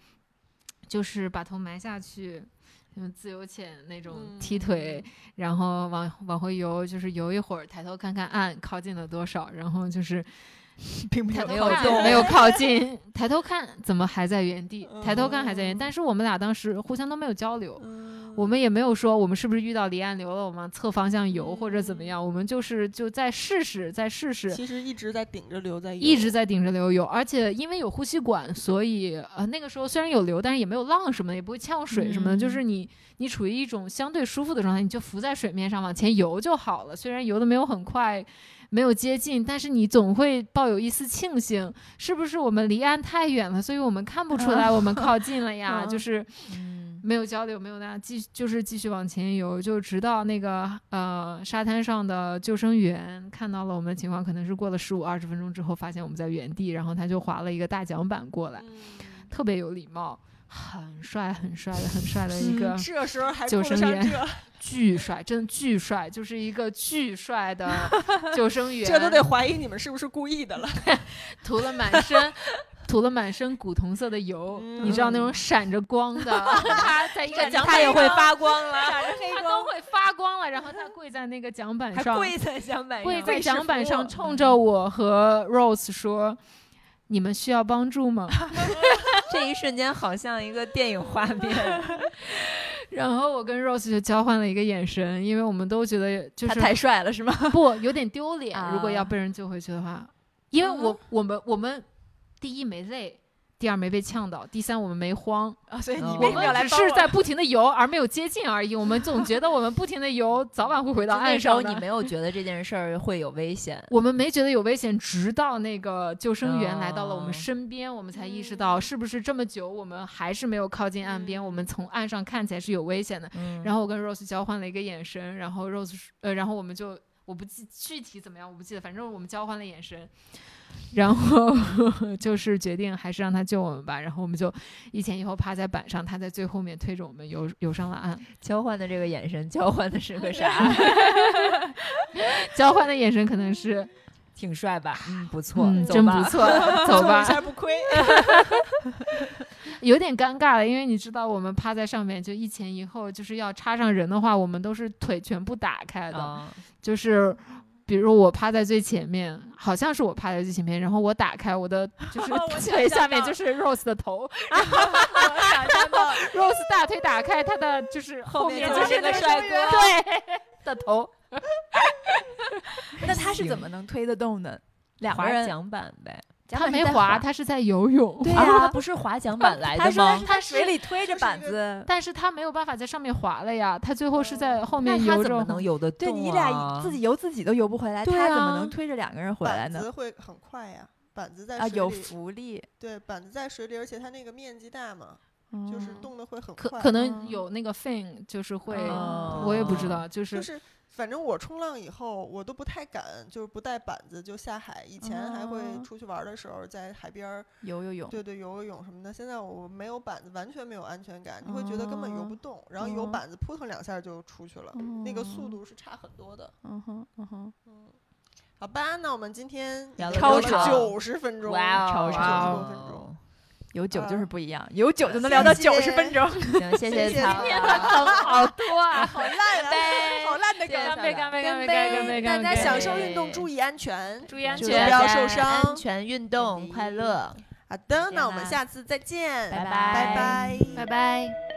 Speaker 1: 就是把头埋下去，嗯，自由潜那种
Speaker 3: 嗯
Speaker 1: 踢腿，然后往往回游，就是游一会儿，抬头看看岸靠近了多少，然后 就是
Speaker 4: 并没
Speaker 1: 抬
Speaker 4: 有
Speaker 1: 头
Speaker 4: 没有
Speaker 1: 看
Speaker 4: 用，
Speaker 1: 没有靠近，抬头看怎么还在原地，抬头看还在原地，
Speaker 3: 嗯
Speaker 1: 但是我们俩当时互相都没有交流，
Speaker 3: 嗯
Speaker 1: 我们也没有说我们是不是遇到离岸流了，我们侧方向游或者怎么样，我们就是就再试试，再试试，
Speaker 3: 其实一直在顶着流在游，
Speaker 1: 一直在顶着流游，而且因为有呼吸管，所以呃那个时候虽然有流，但是也没有浪什么的，也不会呛水什么的，
Speaker 4: 嗯
Speaker 1: 就是你你处于一种相对舒服的状态，你就浮在水面上往前游就好了。虽然游的没有很快，没有接近，但是你总会抱有一丝庆幸，是不是我们离岸太远了，所以我们看不出来我们靠近了呀？
Speaker 4: 嗯
Speaker 1: 就是。
Speaker 2: 嗯
Speaker 1: 没有交流，没有那样，继续就是继续往前游，就直到那个呃沙滩上的救生员看到了我们的情况，可能是过了十五二十分钟之后，发现我们在原地，然后他就划了一个大桨板过来，
Speaker 3: 嗯
Speaker 1: 特别有礼貌，很帅很帅的很帅的一个
Speaker 3: 这时候还
Speaker 1: 嗯救
Speaker 3: 顾得
Speaker 1: 生
Speaker 3: 上
Speaker 1: 员
Speaker 3: 这，
Speaker 1: 巨帅，真的巨帅，就是一个巨帅的救生员，
Speaker 3: 这都得怀疑你们是不是故意的了。
Speaker 1: 涂了满身。涂了满身古铜色的油，你知道那种闪着光的，他在一个
Speaker 2: 这
Speaker 1: 桨
Speaker 2: 奖
Speaker 1: 板
Speaker 2: 它也
Speaker 1: 上
Speaker 2: 会发光了，
Speaker 1: 它都会发光了，然后它跪在那个桨板
Speaker 2: 还
Speaker 1: 上，
Speaker 2: 跪在桨板上，
Speaker 1: 跪在
Speaker 2: 是
Speaker 1: 桨板
Speaker 2: 服
Speaker 1: 上，
Speaker 2: 务
Speaker 1: 冲着我和 Rose 说：“你们需要帮助吗
Speaker 2: 这一瞬间好像一个电影画面，？”
Speaker 1: 然后我跟 Rose 就交换了一个眼神，因为我们都觉得就
Speaker 4: 他
Speaker 1: 是
Speaker 4: 太帅了是吗？
Speaker 1: 不有点丢脸，
Speaker 4: 啊
Speaker 1: 如果要被人救回去的话，因为
Speaker 2: 啊
Speaker 1: 我、我们我们第一没累。第二没被呛到，第三我们没慌，
Speaker 4: 啊，所以
Speaker 2: 嗯
Speaker 3: 哦
Speaker 4: 你
Speaker 1: 我
Speaker 4: 为什么要
Speaker 1: 们
Speaker 4: 来
Speaker 1: 只
Speaker 4: 帮
Speaker 1: 是在不停的游，而没有接近而已。我们总觉得我们不停的游，早晚会回到
Speaker 2: 就那
Speaker 1: 岸
Speaker 2: 时
Speaker 1: 上
Speaker 2: 候
Speaker 1: 的。
Speaker 2: 你没有觉得这件事儿会有 危险，
Speaker 1: 我们没觉得有危险，直到那个救生员来到了我
Speaker 2: 哦嗯
Speaker 1: 们身边，我们才意识到是不是这么久我们还是没有靠近岸边，
Speaker 3: 嗯
Speaker 1: 我们从岸上看起来是有危险的。
Speaker 2: 嗯
Speaker 1: 然后我跟 Rose 交换了一个眼神，然后 Rose 说呃，然后我们就。我不记具体怎么样，我不记得，反正我们交换了眼神，然后 就是决定还是让他救我们吧。然后我们就一前一后趴在板上，他在最后面推着我们游游上了岸。
Speaker 2: 交换的这个眼神，交换的是个 啥？
Speaker 1: 交换的眼神可能是
Speaker 2: 挺帅吧？嗯，不错，
Speaker 1: 嗯，
Speaker 2: 走
Speaker 1: 真
Speaker 2: 吧
Speaker 1: 不错，走吧
Speaker 3: 一。下 不亏。
Speaker 1: 有点尴尬了，因为你知道我们趴在上面就一前一后，就是要插上人的话，我们都是腿全部打开的，
Speaker 2: 啊
Speaker 1: 就是。比如我趴在最前面，好像是我趴在最前面，然后我打开我 的就是腿下面就是 Rose 的头， 然后 Rose 大腿打开，他的就是后
Speaker 3: 面
Speaker 1: 面
Speaker 3: 就是
Speaker 1: 是
Speaker 3: 那
Speaker 1: 个
Speaker 3: 个
Speaker 1: 帅
Speaker 3: 球
Speaker 1: 哥
Speaker 3: 员
Speaker 1: 对的头，
Speaker 4: 那他是怎么能推得动的？两个
Speaker 2: 滑
Speaker 4: 人，
Speaker 2: 桨板呗。
Speaker 4: 甲
Speaker 1: 他
Speaker 4: 板
Speaker 1: 没
Speaker 4: 是在
Speaker 1: 滑，他是在游泳，
Speaker 4: 对
Speaker 2: 啊
Speaker 4: 呀
Speaker 2: 他不是滑桨板来
Speaker 4: 他
Speaker 2: 的
Speaker 4: 说
Speaker 2: 吗？
Speaker 4: 他水里推着
Speaker 3: 就是
Speaker 4: 板
Speaker 3: 一个
Speaker 4: 子，
Speaker 1: 但是他没有办法在上面滑了呀，他最后是在后面
Speaker 2: 那他
Speaker 1: 游
Speaker 2: 怎
Speaker 1: 着
Speaker 2: 么能游得动、
Speaker 4: 对
Speaker 2: 啊？
Speaker 4: 你俩自己游自己都游不回来，
Speaker 1: 对
Speaker 4: 他怎
Speaker 1: 啊
Speaker 4: 么能推着两个人回来
Speaker 3: 板
Speaker 4: 呢？
Speaker 3: 子会很快呀，板子在
Speaker 4: 啊，
Speaker 3: 水
Speaker 4: 有
Speaker 3: 里
Speaker 4: 浮力，
Speaker 3: 对，板子在水里，而且它那个面积大嘛，就是
Speaker 4: 嗯
Speaker 3: 动的会很
Speaker 1: 哦可
Speaker 3: 快。
Speaker 1: 可能
Speaker 4: 嗯
Speaker 1: 有那个 fin 就是会，
Speaker 4: 哦
Speaker 1: 我也不知道，就
Speaker 3: 就是是，反正我冲浪以后，我都不太敢，就是不带板子就下海。以前还会
Speaker 4: 哦
Speaker 3: 出去玩儿的时候，在海边儿，
Speaker 4: 游游泳。
Speaker 3: 对对，游游泳什么的。现在我没有板子，完全没有安全感，你会觉得根本游不动，然后有
Speaker 4: 嗯
Speaker 3: 板子扑腾两下就出去了，那个速
Speaker 4: 嗯
Speaker 3: 度是差很多的。
Speaker 4: 嗯哼，嗯哼，
Speaker 3: 嗯，好吧，那我们今天
Speaker 2: 聊了
Speaker 4: 超
Speaker 3: 了
Speaker 4: 长
Speaker 3: 九十分钟，
Speaker 2: 哇哦，
Speaker 4: 超
Speaker 1: 长
Speaker 3: 九十多分 钟。
Speaker 4: 有酒就
Speaker 3: 啊
Speaker 4: 是不一样，有酒就能聊到
Speaker 3: 谢谢
Speaker 4: 九十分钟。
Speaker 2: 行，谢
Speaker 3: 谢谢
Speaker 2: 曹
Speaker 3: 今天
Speaker 2: 老
Speaker 1: 梗好多啊！
Speaker 3: 好烂啊！好烂的
Speaker 2: 谢谢
Speaker 3: 梗。
Speaker 1: 干杯！干杯！干杯！干杯！
Speaker 3: 大
Speaker 1: 干杯！
Speaker 3: 家享受
Speaker 2: 杯
Speaker 3: 运动，注意安全。
Speaker 1: 注意安
Speaker 2: 祝
Speaker 1: 全，
Speaker 3: 不要
Speaker 2: 大
Speaker 3: 受
Speaker 2: 家
Speaker 3: 伤
Speaker 2: 安全运动，快乐，
Speaker 3: 好的，
Speaker 2: 见
Speaker 3: 那我们
Speaker 2: 啦
Speaker 3: 下次再见，
Speaker 2: 拜
Speaker 3: 拜拜
Speaker 2: 拜
Speaker 1: 拜拜。